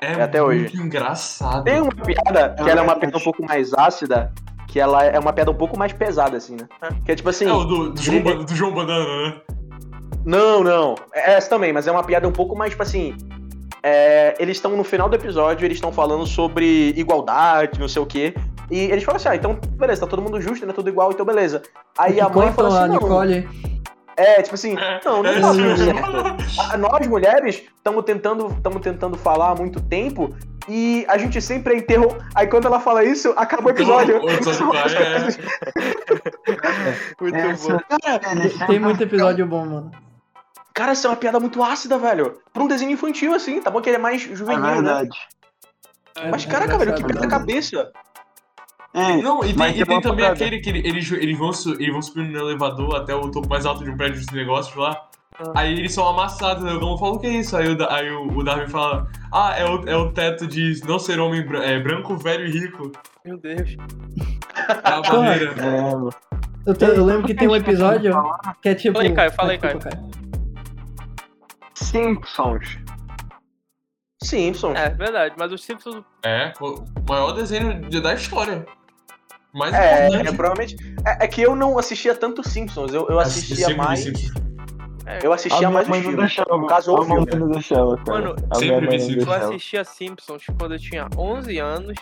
Speaker 7: É,
Speaker 4: É até
Speaker 7: muito
Speaker 4: hoje.
Speaker 7: engraçado.
Speaker 4: Tem um, uma piada que
Speaker 5: Ah,
Speaker 4: ela é uma
Speaker 5: mas-
Speaker 4: piada um pouco mais ácida, que ela é uma piada um pouco mais pesada, assim, né? Que é tipo assim.
Speaker 7: É o do, do João, Ba- do João Banana, né?
Speaker 4: Não, não. É Essa também, mas é uma piada um pouco mais, tipo assim. é, eles estão no final do episódio, eles estão falando sobre igualdade, não sei o quê. E eles falam assim: ah, então, beleza, tá todo mundo justo, né? Tudo igual, então beleza. Aí a mãe fala
Speaker 6: Cortam
Speaker 4: assim:
Speaker 6: a
Speaker 4: não,
Speaker 6: Nicole.
Speaker 4: é, tipo assim, não, não
Speaker 7: É,
Speaker 4: tá
Speaker 7: sim.
Speaker 4: tudo certo. Ah, Nós mulheres estamos tentando, estamos tentando falar há muito tempo e a gente sempre é interrom... Aí quando ela fala isso, acaba o episódio.
Speaker 7: O episódio vai, é.
Speaker 4: Muito
Speaker 5: Essa-
Speaker 6: Tem muito episódio bom, mano.
Speaker 4: Cara, essa é uma piada muito ácida, velho. Pra um desenho infantil, assim, tá bom que ele é mais
Speaker 5: É
Speaker 4: juvenil, né?
Speaker 5: verdade.
Speaker 4: Mas
Speaker 6: É
Speaker 4: caraca, velho, que
Speaker 6: engraçado,
Speaker 4: pé na
Speaker 6: né?
Speaker 4: cabeça.
Speaker 5: Ei,
Speaker 7: Não, e tem,
Speaker 5: Mas
Speaker 7: e
Speaker 5: tem
Speaker 4: é
Speaker 7: tem
Speaker 5: uma
Speaker 7: também
Speaker 5: parada.
Speaker 7: aquele que ele- eles, eles, vão, su- eles vão subindo no elevador até o topo mais alto de um prédio de negócios lá.
Speaker 4: Ah.
Speaker 7: Aí eles são amassados, né? O Gama fala, o que é isso? Aí o, Da- aí o, o Darwin fala, ah, é o, é o teto de não ser homem bran- é, branco, velho e rico.
Speaker 3: Meu Deus.
Speaker 7: É a barreira.
Speaker 5: É, mano.
Speaker 6: Eu, te- eu lembro que tem um episódio que é tipo.
Speaker 3: Fala aí, Caio, fala aí,
Speaker 6: Desculpa,
Speaker 5: Simpsons.
Speaker 4: Simpson.
Speaker 3: É verdade, mas os Simpsons.
Speaker 7: É, o maior desenho de- da história. Mais
Speaker 4: É, é,
Speaker 7: importante.
Speaker 4: provavelmente. É, é que eu não assistia tanto Simpsons, eu, eu assistia
Speaker 7: Sempre
Speaker 4: mais.
Speaker 7: vi Assim Simpsons.
Speaker 3: é.
Speaker 4: Eu
Speaker 5: A
Speaker 4: assistia
Speaker 5: minha
Speaker 4: mais
Speaker 5: mãe
Speaker 4: os
Speaker 5: não
Speaker 4: filmes.
Speaker 5: deixava.
Speaker 4: No caso,
Speaker 5: a
Speaker 4: o
Speaker 5: minha mãe
Speaker 4: filme.
Speaker 5: não deixava, cara.
Speaker 3: Mano,
Speaker 5: a
Speaker 7: sempre
Speaker 5: minha
Speaker 7: vi
Speaker 5: mãe não
Speaker 7: Simpsons.
Speaker 3: Eu
Speaker 5: deixava.
Speaker 3: assistia Simpsons quando eu tinha 11 anos.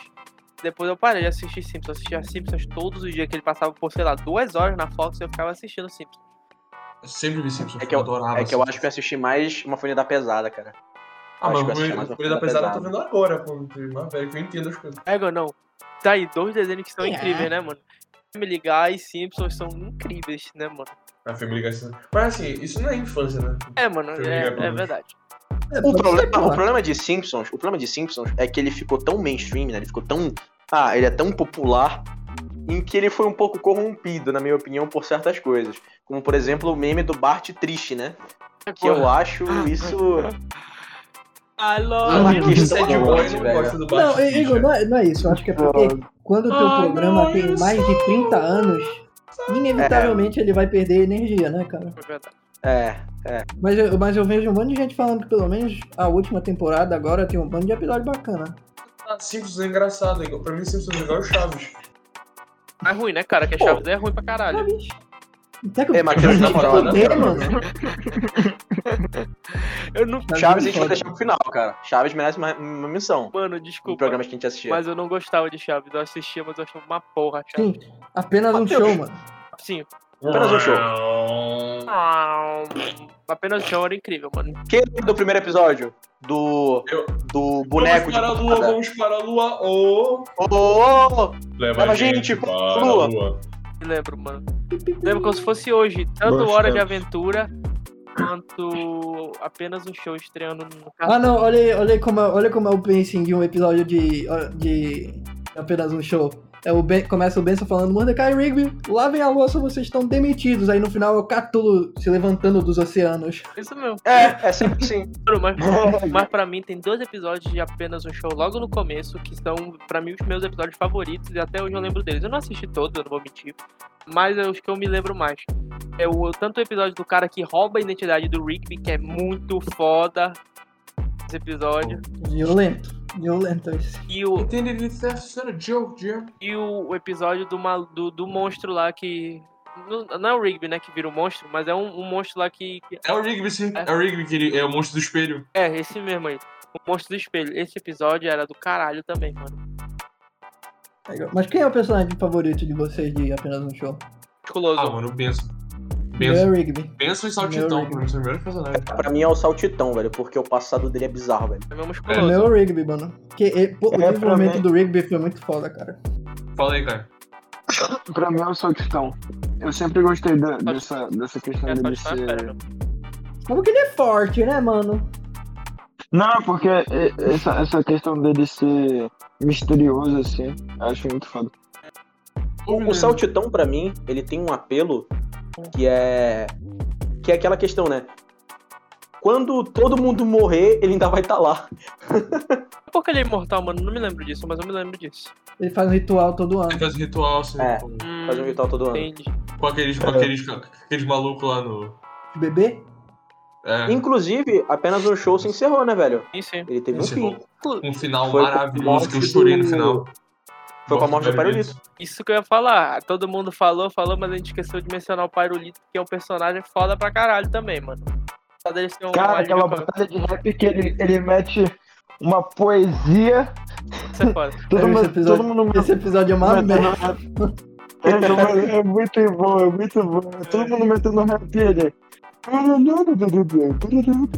Speaker 3: Depois eu parei de assistir Simpsons. Eu assistia Simpsons todos os dias que ele passava por, sei lá, duas horas na Fox e eu ficava assistindo Simpsons.
Speaker 7: Sempre vi Simpsons.
Speaker 4: É que eu-
Speaker 7: adorava.
Speaker 4: É que eu
Speaker 7: Simpsons.
Speaker 4: acho que eu assisti mais uma folha da pesada, cara.
Speaker 7: Ah,
Speaker 4: acho
Speaker 7: mas
Speaker 4: que eu assisti mais
Speaker 7: o
Speaker 4: uma
Speaker 7: Folha da
Speaker 4: Folha
Speaker 7: Pesada eu tô
Speaker 4: Pesada.
Speaker 7: vendo agora, pô. Mais velho, que eu entendo as coisas.
Speaker 3: É ou não? Tá aí, dois desenhos que são
Speaker 8: É.
Speaker 3: incríveis, né, mano? Me ligar e Simpsons são incríveis, né, mano?
Speaker 7: A Family Guy. Mas assim, isso não é infância, né?
Speaker 3: É, mano,
Speaker 7: Family
Speaker 3: é,
Speaker 7: Guy, pelo
Speaker 3: é
Speaker 7: menos.
Speaker 3: verdade.
Speaker 6: É,
Speaker 4: O
Speaker 6: pode ser,
Speaker 4: problema,
Speaker 6: porra.
Speaker 4: o problema de Simpsons, o problema de Simpsons é que ele ficou tão mainstream, né? Ele ficou tão. Ah, ele é tão popular em que ele foi um pouco corrompido, na minha opinião, por certas coisas. Como, por exemplo, o meme do Bart triste, né? Que eu acho isso.
Speaker 3: I
Speaker 4: Ah,
Speaker 3: love
Speaker 4: lá,
Speaker 3: you.
Speaker 4: que
Speaker 7: O
Speaker 4: isso é
Speaker 7: Sad
Speaker 4: bom,
Speaker 7: Boy não
Speaker 4: velho.
Speaker 7: gosta do
Speaker 6: Não,
Speaker 7: Batman.
Speaker 6: Igor, não é, não é isso. Eu acho que é porque quando o teu
Speaker 7: Ah,
Speaker 6: programa
Speaker 7: não,
Speaker 6: tem
Speaker 7: eu
Speaker 6: mais de 30 anos, inevitavelmente ele vai perder energia, né, cara?
Speaker 3: É verdade.
Speaker 4: É.
Speaker 6: Mas eu, mas eu vejo um monte de gente falando que pelo menos a última temporada agora tem um bando de episódio bacana.
Speaker 7: Ah, Simpsons é engraçado. Igor. Pra mim, Simpsons é igual o Chaves.
Speaker 3: Mas ruim, né, cara? Que a
Speaker 4: Pô.
Speaker 3: Chaves é ruim pra caralho.
Speaker 6: Até Ah, que
Speaker 4: É, mas Chaves, na moral, né, cara?
Speaker 6: mano.
Speaker 3: Eu não.
Speaker 4: Chaves a gente vai
Speaker 6: Foda.
Speaker 4: deixar pro final, cara. Chaves merece uma, uma missão.
Speaker 3: Mano,
Speaker 4: O
Speaker 3: desculpa.
Speaker 4: programa que a gente assistia.
Speaker 3: Mas eu não gostava de Chaves. Eu assistia, mas eu achava uma porra, Chaves. Assim,
Speaker 6: Sim, apenas um
Speaker 4: Mateus. Então,
Speaker 6: show, mano.
Speaker 3: Sim.
Speaker 4: Apenas um show.
Speaker 3: Ah, Apenas John era incrível, mano.
Speaker 4: Que lembra do primeiro episódio? Do.
Speaker 7: Eu-
Speaker 4: Do boneco
Speaker 7: vamos para a lua,
Speaker 4: porrada.
Speaker 7: vamos para a lua, ô.
Speaker 4: Ô, ô, ô,
Speaker 10: Leva
Speaker 4: Leva
Speaker 10: a
Speaker 4: gente
Speaker 10: gente,
Speaker 4: pra
Speaker 10: para a
Speaker 4: lua.
Speaker 10: lua.
Speaker 3: Eu lembro, mano. Lembro como se fosse hoje, tanto
Speaker 5: Boa
Speaker 3: Hora de
Speaker 5: tarde.
Speaker 3: Aventura quanto apenas um show estreando no
Speaker 6: Ah,
Speaker 3: carro.
Speaker 6: não, olha aí, olha aí como, é- olha como é o pacing de um episódio de, de apenas um show. É o ben, começa o Benson falando, Mordecai e Rigby, lavem a louça, vocês estão demitidos. Aí no final é o Catulo se levantando dos oceanos.
Speaker 3: Isso mesmo.
Speaker 4: É, é sempre assim.
Speaker 3: Mas, mas pra mim tem dois episódios de apenas um show logo no começo, que são, pra mim, os meus episódios favoritos, e até hoje eu lembro deles. Eu não assisti todos, eu não vou mentir. Mas é os que eu me lembro mais. É o tanto o episódio do cara que rouba a identidade do Rigby, que é muito foda. Esse episódio.
Speaker 6: Hum. Violento, violento esse.
Speaker 3: E o,
Speaker 7: Entende? Ele está assistindo Joe, Joe.
Speaker 3: E o, o episódio do, mal- do, do monstro lá que. Não, não é o Rigby, né? Que vira o monstro, mas é um, um monstro lá que. que-
Speaker 7: É o Rigby, sim. É o Rigby, que ele é o monstro do espelho.
Speaker 3: É, esse mesmo aí. O monstro do espelho. Esse episódio era do caralho também, mano.
Speaker 6: Legal. Mas quem é o personagem favorito de vocês de apenas um show?
Speaker 7: Ah,
Speaker 3: Musculoso.
Speaker 7: mano, o Benson.
Speaker 6: Meu é
Speaker 7: Benson.
Speaker 6: o Rigby.
Speaker 7: Benson e Saltitão,
Speaker 6: Meu-
Speaker 7: pra mim, são os melhores personagens.
Speaker 4: Pra mim é o saltitão, velho, porque o passado dele é bizarro, velho.
Speaker 3: É meu
Speaker 6: O
Speaker 3: musculoso.
Speaker 6: meu é o Rigby, mano. Que, e- pô, o
Speaker 5: É, pra
Speaker 6: desenvolvimento
Speaker 5: mim-
Speaker 6: do Rigby foi muito foda, cara.
Speaker 7: Fala aí, cara.
Speaker 5: Pra mim é o Saltitão. Eu sempre gostei da- dessa, dessa questão
Speaker 3: É, só
Speaker 5: dele
Speaker 3: de falar,
Speaker 5: ser.
Speaker 3: pera,
Speaker 6: Como que ele é forte, né, mano?
Speaker 5: Não, porque e- essa, essa questão dele ser misterioso, assim, eu acho muito foda.
Speaker 4: O, o saltitão, pra mim, ele tem um apelo que é. Que é aquela questão, né? Quando todo mundo morrer, ele ainda vai estar lá.
Speaker 3: Por que ele é imortal, mano? Não me lembro disso, mas eu me lembro disso. Hum,
Speaker 6: Ele faz um ritual todo
Speaker 7: Ele
Speaker 6: ano.
Speaker 7: faz ritual, assim,
Speaker 4: É.
Speaker 7: com,
Speaker 4: Fazer um ritual todo ano.
Speaker 3: Entendi.
Speaker 7: com aqueles, com, aqueles, com aqueles malucos lá no...
Speaker 6: De bebê?
Speaker 7: É,
Speaker 4: Inclusive, apenas um show se encerrou, né, velho?
Speaker 3: Sim, sim.
Speaker 4: Ele teve um
Speaker 7: Encerrou.
Speaker 4: fim.
Speaker 7: um final
Speaker 4: Foi com a
Speaker 7: maravilhoso, que eu
Speaker 4: morte
Speaker 7: chorei no
Speaker 4: do-
Speaker 7: final.
Speaker 4: Foi com a morte do
Speaker 7: Pairulito.
Speaker 4: Parolito.
Speaker 3: Isso que eu ia falar. Todo mundo falou, falou, mas a gente esqueceu de mencionar o Pairulito, que é um personagem foda pra caralho também, mano. Só dele ser um
Speaker 5: Cara, aquela
Speaker 3: alívio
Speaker 5: batalha de rap que ele, ele mete uma poesia.
Speaker 3: cômico, Isso é foda.
Speaker 5: Todo,
Speaker 6: Esse
Speaker 5: mundo,
Speaker 6: episódio-
Speaker 5: todo mundo né?
Speaker 6: Esse episódio é uma merda.
Speaker 5: metendo rap. É, é muito bom, é muito bom. Todo mundo metendo rap ele.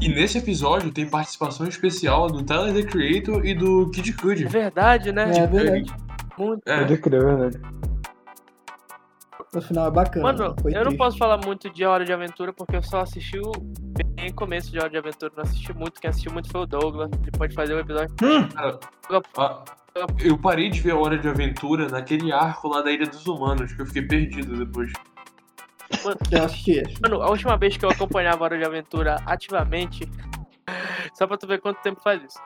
Speaker 7: E nesse episódio tem participação especial do Tyler, The Creator e do Kid
Speaker 3: É
Speaker 7: Cudi.
Speaker 3: verdade, né?
Speaker 6: É verdade.
Speaker 3: Muito.
Speaker 7: É,
Speaker 5: Pode crer, velho.
Speaker 6: O final é bacana.
Speaker 3: Mano,
Speaker 6: foi
Speaker 3: eu não
Speaker 6: triste.
Speaker 3: posso falar muito de Hora de Aventura porque eu só assisti o bem começo de Hora de Aventura, não assisti muito. Quem assistiu muito foi o Douglas. Ele pode fazer um episódio.
Speaker 7: Ah, eu parei de ver a Hora de Aventura naquele arco lá da Ilha dos Humanos, que eu fiquei perdido depois.
Speaker 6: Eu assisti é esse.
Speaker 3: Mano, a última vez que eu acompanhava Hora de Aventura ativamente, só pra tu ver quanto tempo faz isso.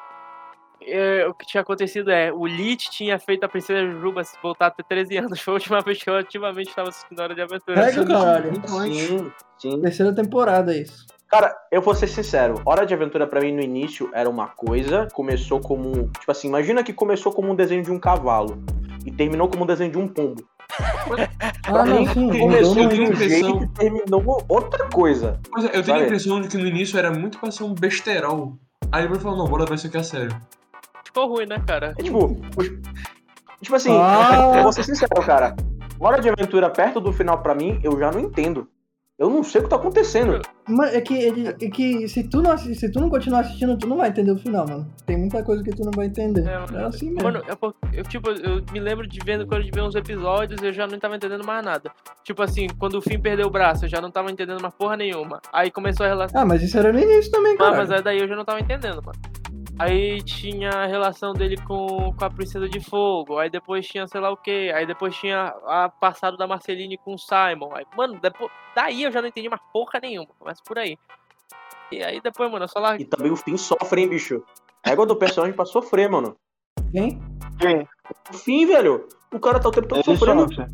Speaker 3: É, o que tinha acontecido é, o Lit tinha feito a Princesa Juba se voltar a ter 13 anos. Foi a última vez que eu ativamente estava assistindo Hora de Aventura.
Speaker 7: é
Speaker 6: Pega, caralho.
Speaker 4: Sim, sim.
Speaker 6: Terceira temporada, isso.
Speaker 4: Cara, eu vou ser sincero, Hora de Aventura pra mim no início era uma coisa, começou como, tipo assim, imagina que começou como um desenho de um cavalo e terminou como um desenho de um pombo.
Speaker 6: Ah, não, sim.
Speaker 4: começou
Speaker 6: voltou no
Speaker 7: de um
Speaker 6: início.
Speaker 4: E aí
Speaker 7: Versão.
Speaker 4: terminou outra coisa.
Speaker 7: Mas é, eu tenho a
Speaker 4: Sabe?
Speaker 7: impressão de que no início era muito pra ser um besterol. Aí depois falou, não, bora ver isso aqui a sério.
Speaker 3: Ficou ruim, né, cara?
Speaker 4: É tipo, os- tipo assim,
Speaker 6: Ah.
Speaker 4: eu vou ser sincero, cara. Hora de Aventura perto do final pra mim, eu já não entendo. Eu não sei o que tá acontecendo.
Speaker 6: Mano, é que, ele, é que se, tu não, assi- se tu não continuar assistindo, tu não vai entender o final, mano. Tem muita coisa que tu não vai entender.
Speaker 3: É,
Speaker 6: É, assim mesmo.
Speaker 3: Mano, eu, po- eu, tipo, eu me lembro de vendo quando de ver uns episódios, eu já não tava entendendo mais nada. Tipo assim, quando o Finn perdeu o braço, eu já não tava entendendo mais porra nenhuma. Aí começou a relação.
Speaker 6: Ah, mas isso era no início também,
Speaker 3: Ah,
Speaker 6: cara.
Speaker 3: mas aí daí eu já não tava entendendo, mano. Aí tinha a relação dele com, com a Princesa de Fogo, aí depois tinha sei lá o que, aí depois tinha a passado da Marceline com o Simon. Aí, mano, depois, daí eu já não entendi mais porra nenhuma, começa por aí. E aí depois, mano, eu só larguei.
Speaker 4: E também o fim sofre, hein, bicho. É igual do personagem pra sofrer, mano.
Speaker 3: é-
Speaker 6: Quem?
Speaker 4: O fim, velho. O cara tá o tempo todo
Speaker 5: Ele
Speaker 4: sofrendo.
Speaker 5: sofre.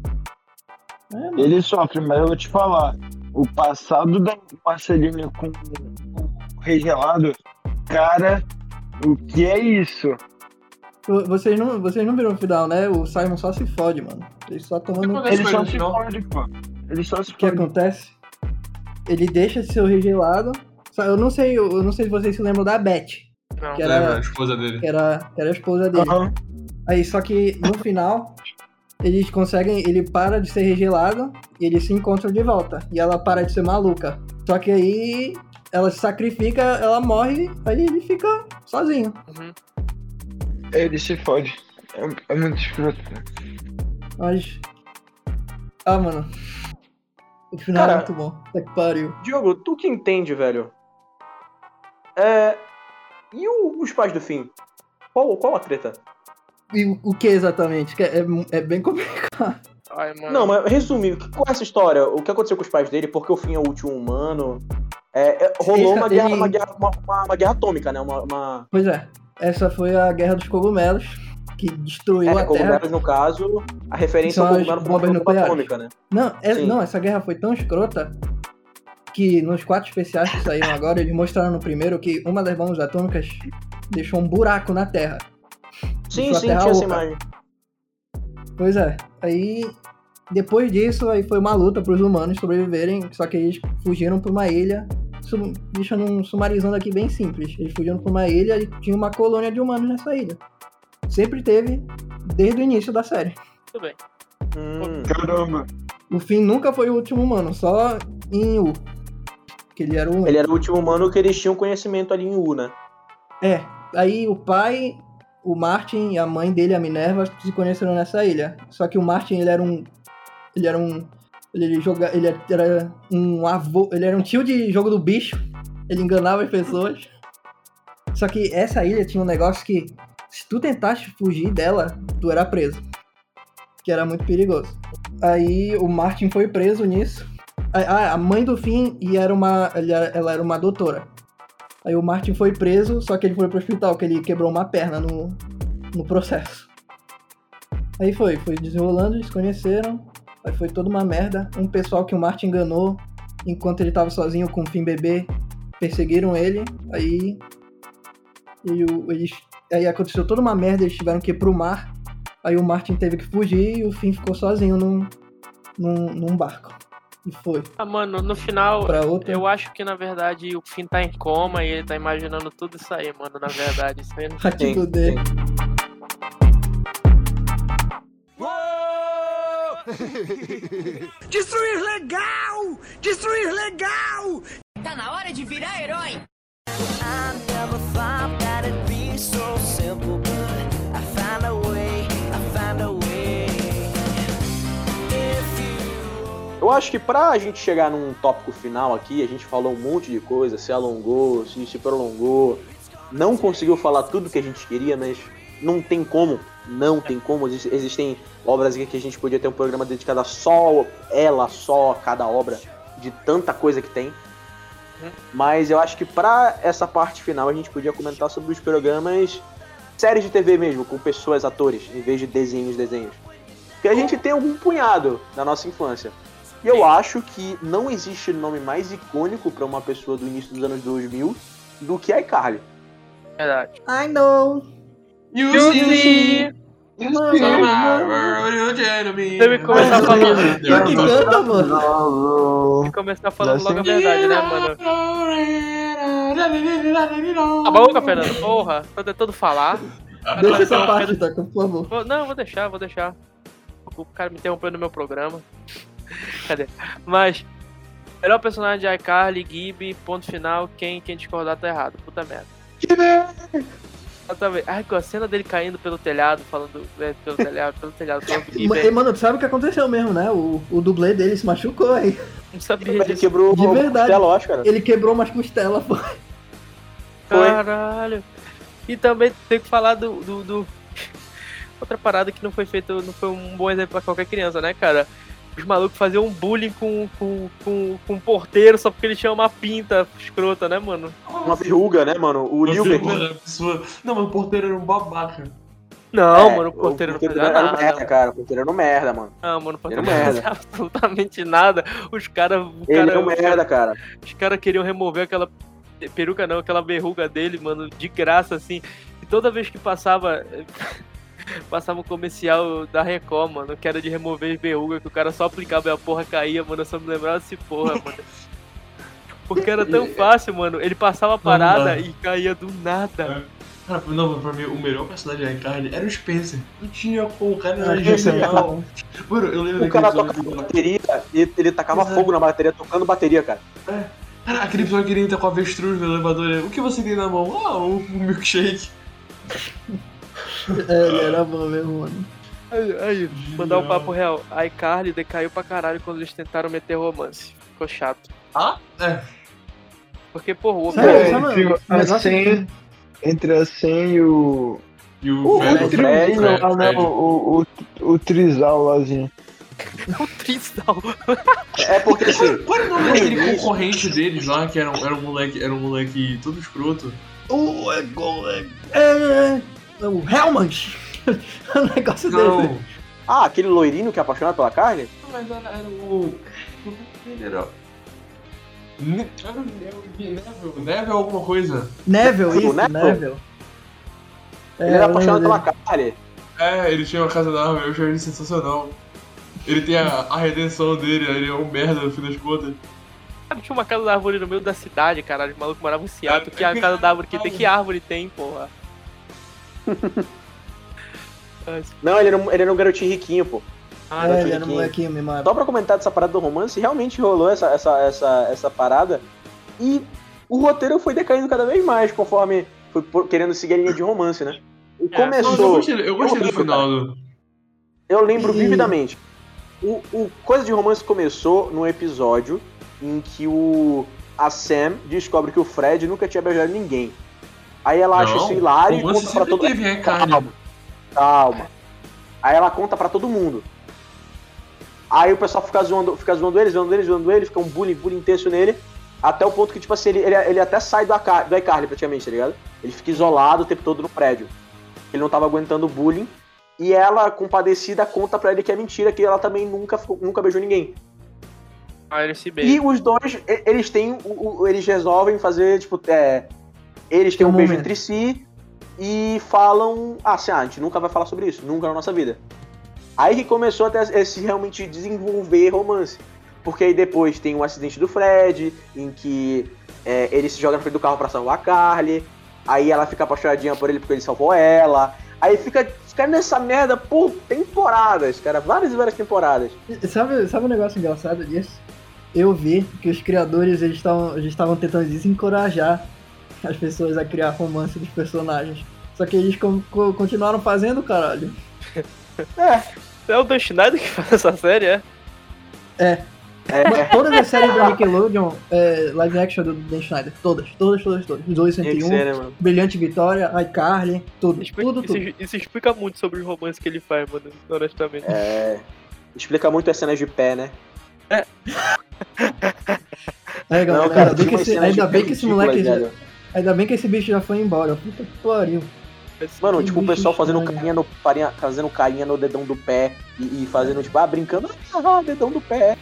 Speaker 6: É, mano.
Speaker 5: Ele sofre, mas eu vou te falar. O passado da Marceline né, com o Rei Gelado, cara, o que é isso?
Speaker 6: Vo- Vocês não, vocês não viram o final, né? O Simon só se fode, mano. Ele só tomando.
Speaker 7: acontece?
Speaker 5: Ele
Speaker 7: Mas
Speaker 5: só
Speaker 7: no
Speaker 5: se
Speaker 7: final-
Speaker 5: fode, pô. Ele só se
Speaker 6: O que
Speaker 5: fode.
Speaker 6: acontece? Ele deixa esse seu regelado. Só- Eu não sei, eu não sei se vocês se lembram da Beth,
Speaker 3: Não,
Speaker 6: que
Speaker 7: É,
Speaker 6: era-
Speaker 7: a esposa dele.
Speaker 6: que era, que era a esposa dele.
Speaker 5: Aham.
Speaker 6: Aí, só que no final, eles conseguem. Ele para de ser regelado e eles se encontram de volta. E ela para de ser maluca. Só que aí ela se sacrifica, ela morre, aí ele fica sozinho.
Speaker 3: Uhum.
Speaker 5: Ele se fode. É, é muito escroto. né?
Speaker 6: Mas. Ah, mano. O final
Speaker 4: Cara.
Speaker 6: é muito bom. Puta que pariu.
Speaker 4: Diogo, tu que entende, velho. É. E o- os pais do fim? Qual, qual a treta?
Speaker 6: E o, o que exatamente? Que é, é mu- é bem complicado.
Speaker 3: Ai, mano.
Speaker 4: Não, mas resumindo, qual é essa história? O que aconteceu com os pais dele? Porque o fim é o último humano? É, é, rolou uma
Speaker 6: Ele-
Speaker 4: guerra, uma, guerra, uma, uma- uma guerra atômica, né? Uma, uma...
Speaker 6: Pois é. Essa foi a Guerra dos Cogumelos, que destruiu
Speaker 4: é,
Speaker 6: a Terra.
Speaker 4: cogumelos, no caso, a referência
Speaker 6: São
Speaker 4: ao
Speaker 6: as
Speaker 4: cogumelo como
Speaker 6: bombas
Speaker 4: é uma bomba
Speaker 6: nucleares.
Speaker 4: atômica, né?
Speaker 6: Não, é-
Speaker 4: Sim.
Speaker 6: não, essa guerra foi tão escrota que nos quatro especiais que saíram agora, eles mostraram no primeiro que uma das bombas atômicas deixou um buraco na Terra.
Speaker 4: Sim,
Speaker 6: Deixou a
Speaker 4: sim,
Speaker 6: Terra
Speaker 4: tinha essa
Speaker 6: oca.
Speaker 4: imagem.
Speaker 6: Pois é. Aí, depois disso, aí foi uma luta pros humanos sobreviverem, só que eles fugiram pra uma ilha. Sum, deixando um sumarizando aqui bem simples. Eles fugiram pra uma ilha e tinha uma colônia de humanos nessa ilha. Sempre teve, desde o início da série.
Speaker 3: Tudo bem.
Speaker 4: Hum,
Speaker 6: um
Speaker 5: Caramba.
Speaker 6: O fim nunca foi o último humano, só em U. Que ele era o único.
Speaker 4: ele era o último humano que eles tinham conhecimento ali em U, né?
Speaker 6: É, aí o pai, o Martin e a mãe dele, a Minerva, se conheceram nessa ilha. Só que o Martin, ele era um. Ele era um. Ele, joga, ele era um avô. Ele era um tio de jogo do bicho. Ele enganava as pessoas. Só que essa ilha tinha um negócio que, se tu tentasse fugir dela, tu era preso. Que era muito perigoso. Aí o Martin foi preso nisso. Ah, a mãe do Finn e era uma, ele era- ela era uma doutora. Aí o Martin foi preso, só que ele foi pro hospital, que ele quebrou uma perna no, no processo. Aí foi, foi desenrolando, eles se conheceram, aí foi toda uma merda. Um pessoal que o Martin enganou enquanto ele tava sozinho com o Fim Bebê, perseguiram ele, aí. E o- eles, aí aconteceu toda uma merda, eles tiveram que ir pro mar. Aí o Martin teve que fugir e o Fim ficou sozinho num, num, num barco. E foi
Speaker 3: Ah, mano, no final,
Speaker 6: pra outra.
Speaker 3: eu acho que na verdade o Finn tá em coma e ele tá imaginando tudo isso aí, mano. Na verdade, isso aí não
Speaker 6: A título dele.
Speaker 8: Destruir legal! Destruir legal!
Speaker 9: Tá na hora de virar herói.
Speaker 4: Eu acho que pra gente chegar num tópico final aqui, a gente falou um monte de coisa, se alongou, se, se prolongou, não conseguiu falar tudo que a gente queria, mas não tem como, não tem como. Ex- Existem obras aqui que a gente podia ter um programa dedicado a só ela, só a cada obra, de tanta coisa que tem. Mas eu acho que pra essa parte final a gente podia comentar sobre os programas séries de TV mesmo, com pessoas, atores, em vez de desenhos, desenhos. Porque a gente tem algum punhado da nossa infância. E eu acho que não existe nome mais icônico pra uma pessoa do início dos anos 2000 do que a iCarly.
Speaker 3: é verdade.
Speaker 6: I know!
Speaker 7: Yuzi!
Speaker 6: Mano,
Speaker 3: Deve começar falando.
Speaker 6: Pior que canta, Tá mano.
Speaker 5: Alô.
Speaker 3: Tem que começar falando
Speaker 5: Dá
Speaker 3: logo a
Speaker 5: sim.
Speaker 3: verdade, né, mano? Tá boca, Fernando. Porra, tô tentando falar.
Speaker 6: Deixa essa parte, Taco, por favor.
Speaker 3: Vou- não, vou deixar, vou deixar. O cara me interrompeu no meu programa. Cadê? Mas, melhor personagem de iCarly, Gibi, ponto final, quem, quem discordar tá errado. Puta merda. Exatamente. Ai, com a cena dele caindo pelo telhado, falando. é, pelo telhado, pelo telhado, falando do Gibi.
Speaker 6: Ma-
Speaker 3: é,
Speaker 6: e, Mano, tu sabe o que aconteceu mesmo, né? O, o dublê dele se machucou aí.
Speaker 3: Não sabia
Speaker 4: Ele
Speaker 3: disso.
Speaker 4: quebrou
Speaker 6: De
Speaker 4: o
Speaker 6: verdade.
Speaker 4: costela, eu acho, cara.
Speaker 6: Ele quebrou umas costelas, pô.
Speaker 4: foi.
Speaker 3: Caralho. E também tem que falar do. do, do- Outra parada que não foi feito, não foi um bom exemplo pra qualquer criança, né, cara? Os malucos faziam um bullying com, com, com, com um porteiro só porque ele tinha uma pinta escrota, né, mano?
Speaker 4: Uma verruga, né, mano? O Nilbert.
Speaker 7: Não, mas o porteiro era um babaca.
Speaker 3: Não,
Speaker 4: É,
Speaker 3: mano, o porteiro não fez
Speaker 4: era um
Speaker 3: nada.
Speaker 4: merda, cara. O porteiro era um merda, mano.
Speaker 3: Não, mano, o porteiro não
Speaker 4: Ele é um
Speaker 3: fez absolutamente nada. Os caras.
Speaker 4: Ele era um merda, cara.
Speaker 3: Os caras queriam remover aquela peruca, não, aquela verruga dele, mano, de graça, assim. E toda vez que passava. Passava um comercial da Record, mano, que era de remover as verrugas, que o cara só aplicava e a porra caía, mano. Eu só me lembrava desse porra, mano. Porque era tão fácil, mano. Ele passava a parada
Speaker 7: dá.
Speaker 3: e caía do nada.
Speaker 7: Cara, não, pra mim, o melhor personagem da iCarly era o Spencer. Não tinha como, o cara
Speaker 4: Ah,
Speaker 7: era
Speaker 6: Ele
Speaker 7: genial. Mano, eu lembro
Speaker 4: é O cara
Speaker 7: daquele
Speaker 4: tocava
Speaker 7: episódio do-
Speaker 4: bateria e ele tacava
Speaker 7: Exato.
Speaker 4: fogo na bateria, tocando bateria, cara.
Speaker 7: Cara, aquele episódio que ele entra com a avestruz no elevador, ele, o que você tem na mão? Ah, o o milkshake.
Speaker 6: É, ele era bom mesmo, mano.
Speaker 3: Aí, aí, mandar um papo real. A iCarly decaiu pra caralho quando eles tentaram meter romance. Ficou chato.
Speaker 7: Ah? É.
Speaker 3: Porque, porra, o
Speaker 6: Sério,
Speaker 3: homem.
Speaker 6: sabe-
Speaker 5: entre,
Speaker 6: mas
Speaker 5: a
Speaker 6: nossa,
Speaker 5: Sen, entre a Sen e o.
Speaker 7: E o
Speaker 5: O,
Speaker 7: Fred-
Speaker 5: o
Speaker 7: Fred-
Speaker 4: é
Speaker 5: trio,
Speaker 7: Fred-
Speaker 5: ah,
Speaker 4: né,
Speaker 5: não, o, o, o Trisal lázinho.
Speaker 3: O Trisal.
Speaker 4: É porque assim,
Speaker 7: Qual era o nome daquele concorrente deles lá, que era um, era um moleque, era um moleque todo escroto?
Speaker 6: O. É, é, é, o Hellmans. um negócio desse.
Speaker 7: Não.
Speaker 4: ah, aquele loirinho que é apaixonado pela carne?
Speaker 7: Mas era, era o. é Ele era. Ne- Era o Neville, Neville, Neville alguma coisa.
Speaker 6: Neville,
Speaker 4: O
Speaker 6: isso,
Speaker 4: Neville?
Speaker 6: Neville. É,
Speaker 4: Ele era
Speaker 6: eu
Speaker 4: apaixonado
Speaker 6: lembro
Speaker 4: pela carne.
Speaker 7: É, ele tinha uma casa da árvore, eu achei ele sensacional. Ele tem a, a redenção dele, ele é um merda no fim das contas.
Speaker 3: Sabe, tinha uma casa da árvore no meio da cidade, caralho. Os malucos moravam em Seattle. Que é
Speaker 4: É.
Speaker 3: a casa da árvore que tem, que árvore tem, porra?
Speaker 4: Não, ele era, um, ele era um garotinho riquinho, pô.
Speaker 3: Ah,
Speaker 6: dele. É,
Speaker 4: daquele
Speaker 6: ele era um
Speaker 4: que-
Speaker 6: molequinho mimado.
Speaker 4: Só pra comentar dessa parada do romance, realmente rolou essa, essa, essa, essa parada. E o roteiro foi decaindo cada vez mais, conforme foi por- querendo seguir a linha de romance, né?
Speaker 3: É,
Speaker 4: E
Speaker 7: Nossa, eu
Speaker 4: começou.
Speaker 7: gostei, eu gostei do final do.
Speaker 4: Eu lembro
Speaker 6: E-
Speaker 4: vividamente. O, o Coisa de Romance começou num episódio em que o a Sam descobre que o Fred nunca tinha beijado ninguém. Aí ela acha
Speaker 7: Não,
Speaker 4: isso assim, hilário e
Speaker 7: o lance
Speaker 4: conta pra
Speaker 7: sempre
Speaker 4: todo
Speaker 7: teve, né, cara?
Speaker 4: Calma. Aí ela conta pra todo mundo. Aí o pessoal fica zoando, fica zoando ele, zoando ele, zoando ele, fica um bullying, bullying intenso nele. Até o ponto que, tipo assim, ele, ele, ele até sai do, Aca- do iCarly praticamente, tá ligado? Ele fica isolado o tempo todo no prédio. Ele não tava aguentando o bullying. E ela, compadecida, conta pra ele que é mentira, que ela também nunca, ficou- nunca beijou ninguém.
Speaker 3: Ah, ele se
Speaker 4: E
Speaker 3: beija.
Speaker 4: os dois, e- eles têm. o- o- Eles resolvem fazer, tipo, é, eles têm
Speaker 6: Tem um
Speaker 4: um beijo
Speaker 6: momento.
Speaker 4: entre si e falam. Ah, assim, ah, a gente nunca vai falar sobre isso, nunca na nossa vida. Aí que começou até esse realmente desenvolver romance. Porque aí depois tem o acidente do Fred, em que é, ele se joga na frente do carro pra salvar a Carly. Aí ela fica apaixonadinha por ele porque ele salvou ela. Aí fica, fica nessa merda por temporadas, cara. Várias e várias temporadas.
Speaker 6: Sabe, sabe um negócio engraçado disso? Eu vi que os criadores eles estavam eles estavam tentando desencorajar as pessoas a criar romance dos personagens. Só que eles con- co- continuaram fazendo, caralho.
Speaker 3: É o Dan Schneider que faz essa série, é?
Speaker 4: É,
Speaker 6: Todas as séries da Nickelodeon, é, live action do Dan Schneider. Todas, todas, todas, todas. Os
Speaker 4: tinha que
Speaker 6: 201,
Speaker 4: ser, né, mano?
Speaker 6: Brilhante Vitória, iCarly, tudo,
Speaker 3: Isso
Speaker 6: tudo,
Speaker 3: explica-
Speaker 6: tudo.
Speaker 3: Isso, isso explica muito sobre o romance que ele faz, mano, honestamente.
Speaker 4: É, explica muito as cenas de pé, né?
Speaker 6: Aí, É, galera, ainda bem que esse, ainda bem que esse
Speaker 4: tipo,
Speaker 6: moleque, já-
Speaker 4: velho.
Speaker 6: ainda bem que esse bicho já foi embora. Puta que pariu.
Speaker 3: É
Speaker 4: Mano,
Speaker 6: que
Speaker 4: tipo, o
Speaker 6: bicho
Speaker 4: pessoal fazendo
Speaker 6: estranho.
Speaker 4: carinha, no, farinha- fazendo carinha no dedão do pé e, e fazendo, tipo, ah, brincando, ah, dedão do pé.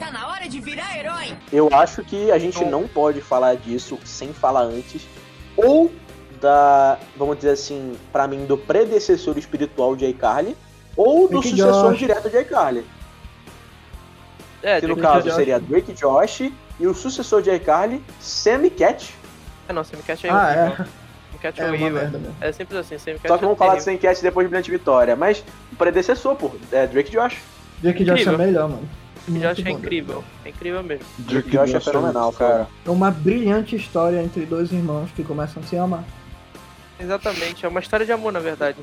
Speaker 9: Tá na hora de virar herói.
Speaker 4: Eu acho que a gente não pode falar disso sem falar antes. Ou da, vamos dizer assim, pra mim, do predecessor espiritual de iCarly, ou do
Speaker 6: Drake
Speaker 4: sucessor
Speaker 6: Josh.
Speaker 4: direto de iCarly.
Speaker 3: É,
Speaker 4: Que no
Speaker 3: Drake
Speaker 4: caso
Speaker 3: Josh.
Speaker 4: seria Drake Josh e o sucessor de iCarly, Sammy Cat.
Speaker 3: Ah, não, Samcat é
Speaker 6: Ah,
Speaker 3: horrível.
Speaker 6: é.
Speaker 3: Samcat é
Speaker 6: É uma
Speaker 3: horrível.
Speaker 6: merda mesmo.
Speaker 3: É sempre assim, Samcat
Speaker 4: Só que vamos
Speaker 3: é
Speaker 4: falar de
Speaker 3: terrível.
Speaker 4: Suncast depois de Brilhante Vitória. Mas o predecessor, pô, é Drake Josh.
Speaker 6: Drake Josh é
Speaker 3: Incrível.
Speaker 6: melhor, mano.
Speaker 3: Drake
Speaker 6: Muito
Speaker 3: Josh é
Speaker 6: bom,
Speaker 3: incrível. É incrível mesmo.
Speaker 4: Drake Josh é fenomenal, cara.
Speaker 6: É uma brilhante história entre dois irmãos que começam a se amar.
Speaker 3: Exatamente, é uma história de amor, na verdade.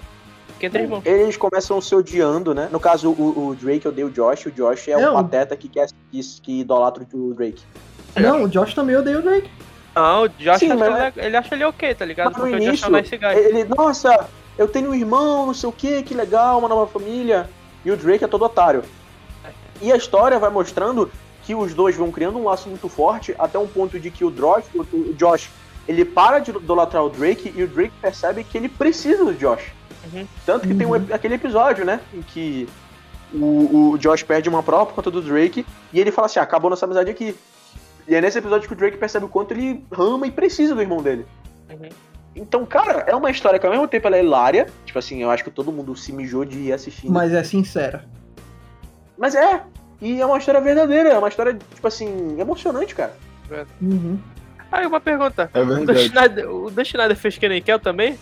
Speaker 3: Porque
Speaker 4: É.
Speaker 3: entre irmãos.
Speaker 4: Eles começam se odiando, né? No caso, o, o Drake odeia o Josh. O Josh é
Speaker 6: Não.
Speaker 4: um pateta que, quer, que, que idolatra o Drake.
Speaker 3: É.
Speaker 6: Não, o Josh também odeia o Drake.
Speaker 3: Não, o Josh
Speaker 4: Sim,
Speaker 3: acha
Speaker 4: mas- é-
Speaker 3: ele- ele acha ele ok, tá ligado?
Speaker 4: Mas no
Speaker 3: Porque o Josh é
Speaker 4: início,
Speaker 3: o nice guy.
Speaker 4: ele, nossa, eu tenho um irmão, não sei o que, que legal, uma nova família. E o Drake é todo otário. E a história vai mostrando que os dois vão criando um laço muito forte, até um ponto de que o Josh, o Josh ele para de idolatrar o Drake e o Drake percebe que ele precisa do Josh.
Speaker 3: Uhum.
Speaker 4: Tanto que tem um
Speaker 6: Uhum.
Speaker 4: ep- aquele episódio, né, em que o, o Josh perde uma prova por conta do Drake e ele fala assim: "Ah, acabou nossa amizade aqui. E é nesse episódio que o Drake percebe o quanto ele ama e precisa do irmão dele.
Speaker 3: Uhum.
Speaker 4: Então, cara, é uma história que ao mesmo tempo ela é hilária. Tipo assim, eu acho que todo mundo se mijou de ir
Speaker 3: Uhum.
Speaker 4: assistindo. Mas,
Speaker 6: Mas é sincera.
Speaker 4: é, e é uma história verdadeira, é uma história, tipo assim, emocionante, cara.
Speaker 6: Uhum.
Speaker 3: Aí uma pergunta.
Speaker 5: É
Speaker 3: O Dan
Speaker 5: verdade.
Speaker 3: Schneider, o Dan Schneider fez que nem Kel também?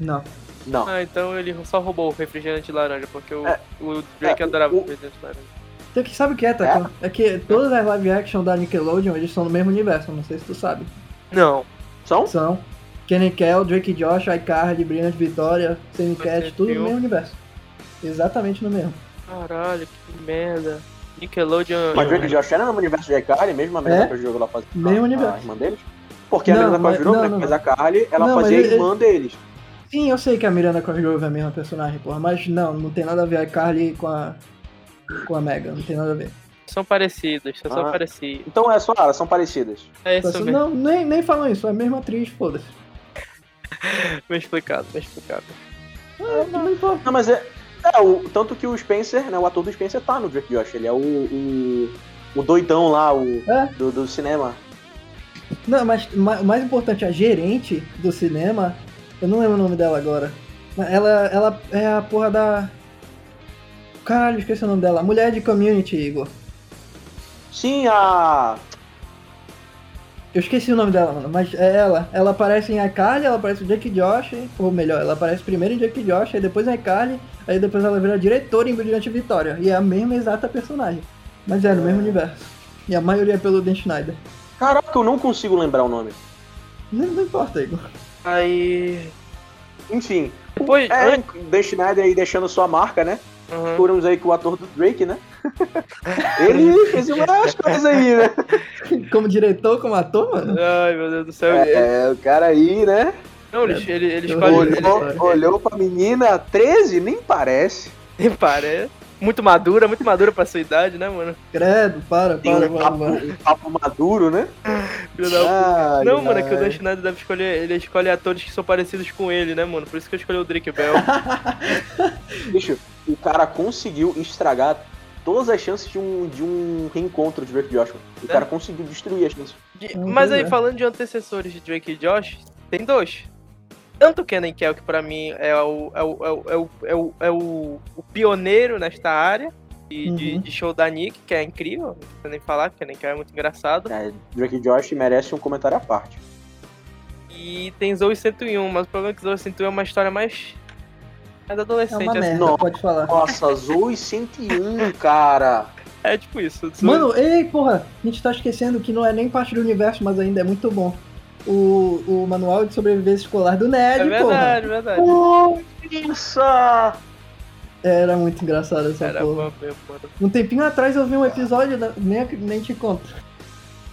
Speaker 6: Não.
Speaker 4: Não.
Speaker 3: Ah, então ele só roubou o refrigerante de laranja, porque o,
Speaker 4: É.
Speaker 3: o Drake
Speaker 4: É, o-
Speaker 3: adorava
Speaker 4: o-
Speaker 3: refrigerante de laranja.
Speaker 6: Então, que sabe o que é, Takan? É? que todas as live action da Nickelodeon, eles são no mesmo universo, não sei se tu sabe.
Speaker 3: Não.
Speaker 4: São?
Speaker 6: São Kenny Kell, Drake Josh, iCarly, Brilhante Vitória, Sammy
Speaker 3: Você
Speaker 6: Cat, tudo
Speaker 3: viu?
Speaker 6: no mesmo universo. Exatamente no mesmo.
Speaker 3: Caralho, que merda. Nickelodeon.
Speaker 4: Mas Drake Josh era no universo de Carly, mesmo a merda
Speaker 6: É?
Speaker 4: que o jogo lá fazia.
Speaker 6: Mesmo
Speaker 4: a-
Speaker 6: universo.
Speaker 4: A irmã deles? Porque
Speaker 6: Não,
Speaker 4: a Miranda
Speaker 6: mas-
Speaker 4: Cosgrove,
Speaker 6: não,
Speaker 4: né,
Speaker 6: não,
Speaker 4: que faz
Speaker 6: não.
Speaker 4: a Carly, ela
Speaker 6: Não, mas
Speaker 4: fazia a
Speaker 6: ele-
Speaker 4: irmã deles.
Speaker 6: Sim, eu sei que a Miranda Cosgrove é a mesma personagem, porra, mas não, não tem nada a ver a Carly com a. com a Megan, não tem nada a ver.
Speaker 3: São parecidos, só são
Speaker 4: Ah.
Speaker 3: parecidos.
Speaker 4: Então é só, ah, são parecidas.
Speaker 3: É isso mesmo.
Speaker 6: Tipo assim, não, nem, nem falam isso, é a mesma atriz, foda-se.
Speaker 3: Bem explicado, bem explicado.
Speaker 6: Ah, não importa.
Speaker 4: Não, mas é. É, o, tanto que o Spencer, né? O ator do Spencer tá no Drake Josh. Ele é o. o, o doidão lá, o.
Speaker 6: É.
Speaker 4: Do, do cinema.
Speaker 6: Não, mas ma- o mais importante, a gerente do cinema, eu não lembro o nome dela agora. mas Ela, ela é a porra da. Caralho, esqueci o nome dela. Mulher de community, Igor.
Speaker 4: Sim, a.
Speaker 6: Eu esqueci o nome dela, mano, mas é ela. Ela aparece em iCarly, ela aparece o Jake Josh, ou melhor, ela aparece primeiro em Jake Josh, aí depois em iCarly, aí depois ela vira diretora em Brilhante Vitória. E é a mesma exata personagem. Mas é no mesmo universo. E a maioria é pelo Dan Schneider.
Speaker 4: Caraca, eu não consigo lembrar o nome.
Speaker 6: Não, não importa, Igor.
Speaker 3: Aí.
Speaker 4: Enfim.
Speaker 3: Depois.
Speaker 4: É, Dan Schneider aí deixando sua marca, né?
Speaker 3: Aham.
Speaker 4: Descobrimos aí que o ator do Drake, né? ele fez umas coisas aí, né?
Speaker 6: Como diretor, como ator, mano.
Speaker 3: Ai, meu Deus do céu. Ele-
Speaker 4: É, o cara aí, né?
Speaker 3: Não, ele, ele, ele
Speaker 6: Eu
Speaker 3: escolhe. Ele,
Speaker 6: vou-
Speaker 4: Olhou, olhou pra menina 13, nem parece.
Speaker 3: ele parece. Muito madura, muito madura pra sua idade, né, mano?
Speaker 6: Credo, para,
Speaker 4: Tem
Speaker 6: para,
Speaker 4: um
Speaker 6: para,
Speaker 4: papo,
Speaker 6: para.
Speaker 4: um papo maduro, né?
Speaker 3: Filho da
Speaker 4: Ai,
Speaker 3: Não, mano, é que o
Speaker 4: ai.
Speaker 3: Dan Schneider deve escolher. Ele escolhe atores que são parecidos com ele, né, mano? Por isso que eu escolhi o Drake Bell.
Speaker 4: Bicho, o cara conseguiu estragar todas as chances de um, de um reencontro de Drake Joshua. O cara conseguiu destruir as chances.
Speaker 3: De-
Speaker 6: Não,
Speaker 3: Mas aí,
Speaker 6: pois é.
Speaker 3: falando de antecessores de Drake e Josh, tem dois. Tanto o Kenan Kell, que pra mim é o, é o, é o, é o, é o, é o- o pioneiro nesta área de, de-
Speaker 6: Uhum.
Speaker 3: de show da Nick, que é incrível, não precisa nem falar, porque Kenan Kell é muito engraçado.
Speaker 4: É, Drake Josh merece um comentário à parte.
Speaker 3: E tem Zoe 101, mas o problema é que Zoe 101 é uma história mais, mais
Speaker 6: É
Speaker 3: adolescente,
Speaker 6: uma
Speaker 3: assim.
Speaker 6: merda,
Speaker 4: não.
Speaker 6: pode falar.
Speaker 4: Nossa, Zoe 101, cara.
Speaker 3: É tipo isso. Zoe-
Speaker 6: Mano, ei, porra, a gente tá esquecendo que não é nem parte do universo, mas ainda é muito bom. O, o manual de sobrevivência escolar do
Speaker 3: é
Speaker 6: Ned, porra.
Speaker 3: verdade, verdade.
Speaker 4: Nossa!
Speaker 6: Era muito engraçado essa
Speaker 3: Era
Speaker 6: porra.
Speaker 3: bom mesmo, mano.
Speaker 6: Um tempinho atrás eu vi um episódio, da- nem, nem te conto.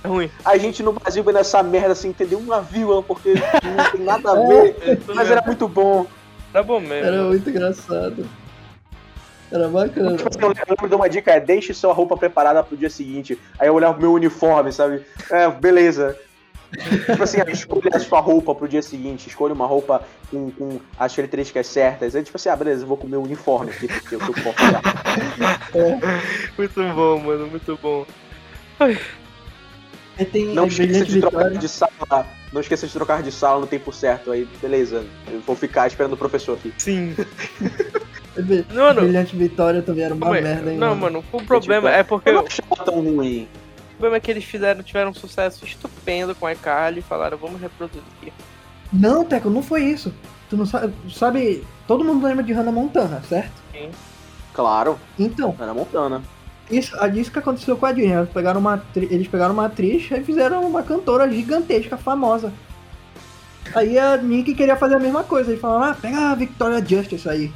Speaker 3: É ruim.
Speaker 4: A gente no Brasil vendo essa merda sem entender uma vírgula, porque não tem nada a ver. Mas era muito bom.
Speaker 3: Era É bom mesmo.
Speaker 6: Era muito engraçado. Era bacana.
Speaker 4: Tipo assim, eu lembro de uma dica, é deixe sua roupa preparada pro dia seguinte. Aí eu olhava pro meu uniforme, sabe? É, beleza. tipo assim, escolha a sua roupa pro dia seguinte, escolha uma roupa com, com as características certas. Aí tipo assim, ah, beleza, eu vou com o meu uniforme aqui, porque eu tô confortável.
Speaker 3: Muito bom, mano, muito bom.
Speaker 6: Aí tem
Speaker 4: Não
Speaker 6: a
Speaker 4: esqueça
Speaker 6: brilhante
Speaker 4: de trocar
Speaker 6: vitória.
Speaker 4: de sala, não esqueça de trocar de sala no tempo certo. Aí, beleza, eu vou ficar esperando o professor aqui.
Speaker 3: Sim.
Speaker 6: Bri-
Speaker 3: Mano,
Speaker 6: Brilhante vitória também era uma
Speaker 3: Calma aí.
Speaker 6: merda, hein,
Speaker 3: não,
Speaker 6: mano. tipo-
Speaker 3: mano, o problema é porque
Speaker 4: Eu
Speaker 3: o
Speaker 4: não achava tão ruim.
Speaker 3: problema é que eles fizeram, tiveram um sucesso estupendo com a iCarly e falaram, vamos reproduzir.
Speaker 6: Não, Teco, não foi isso. Tu não sabe, sabe. Todo mundo lembra de Hannah Montana, certo?
Speaker 4: Claro,
Speaker 6: Então,
Speaker 4: era Montana.
Speaker 6: Isso, a- isso que aconteceu com a Disney. Eles pegaram, uma atri- eles pegaram uma atriz e fizeram uma cantora gigantesca, famosa. Aí a Nick queria fazer a mesma coisa. Eles falaram, ah, pega a Victoria Justice aí.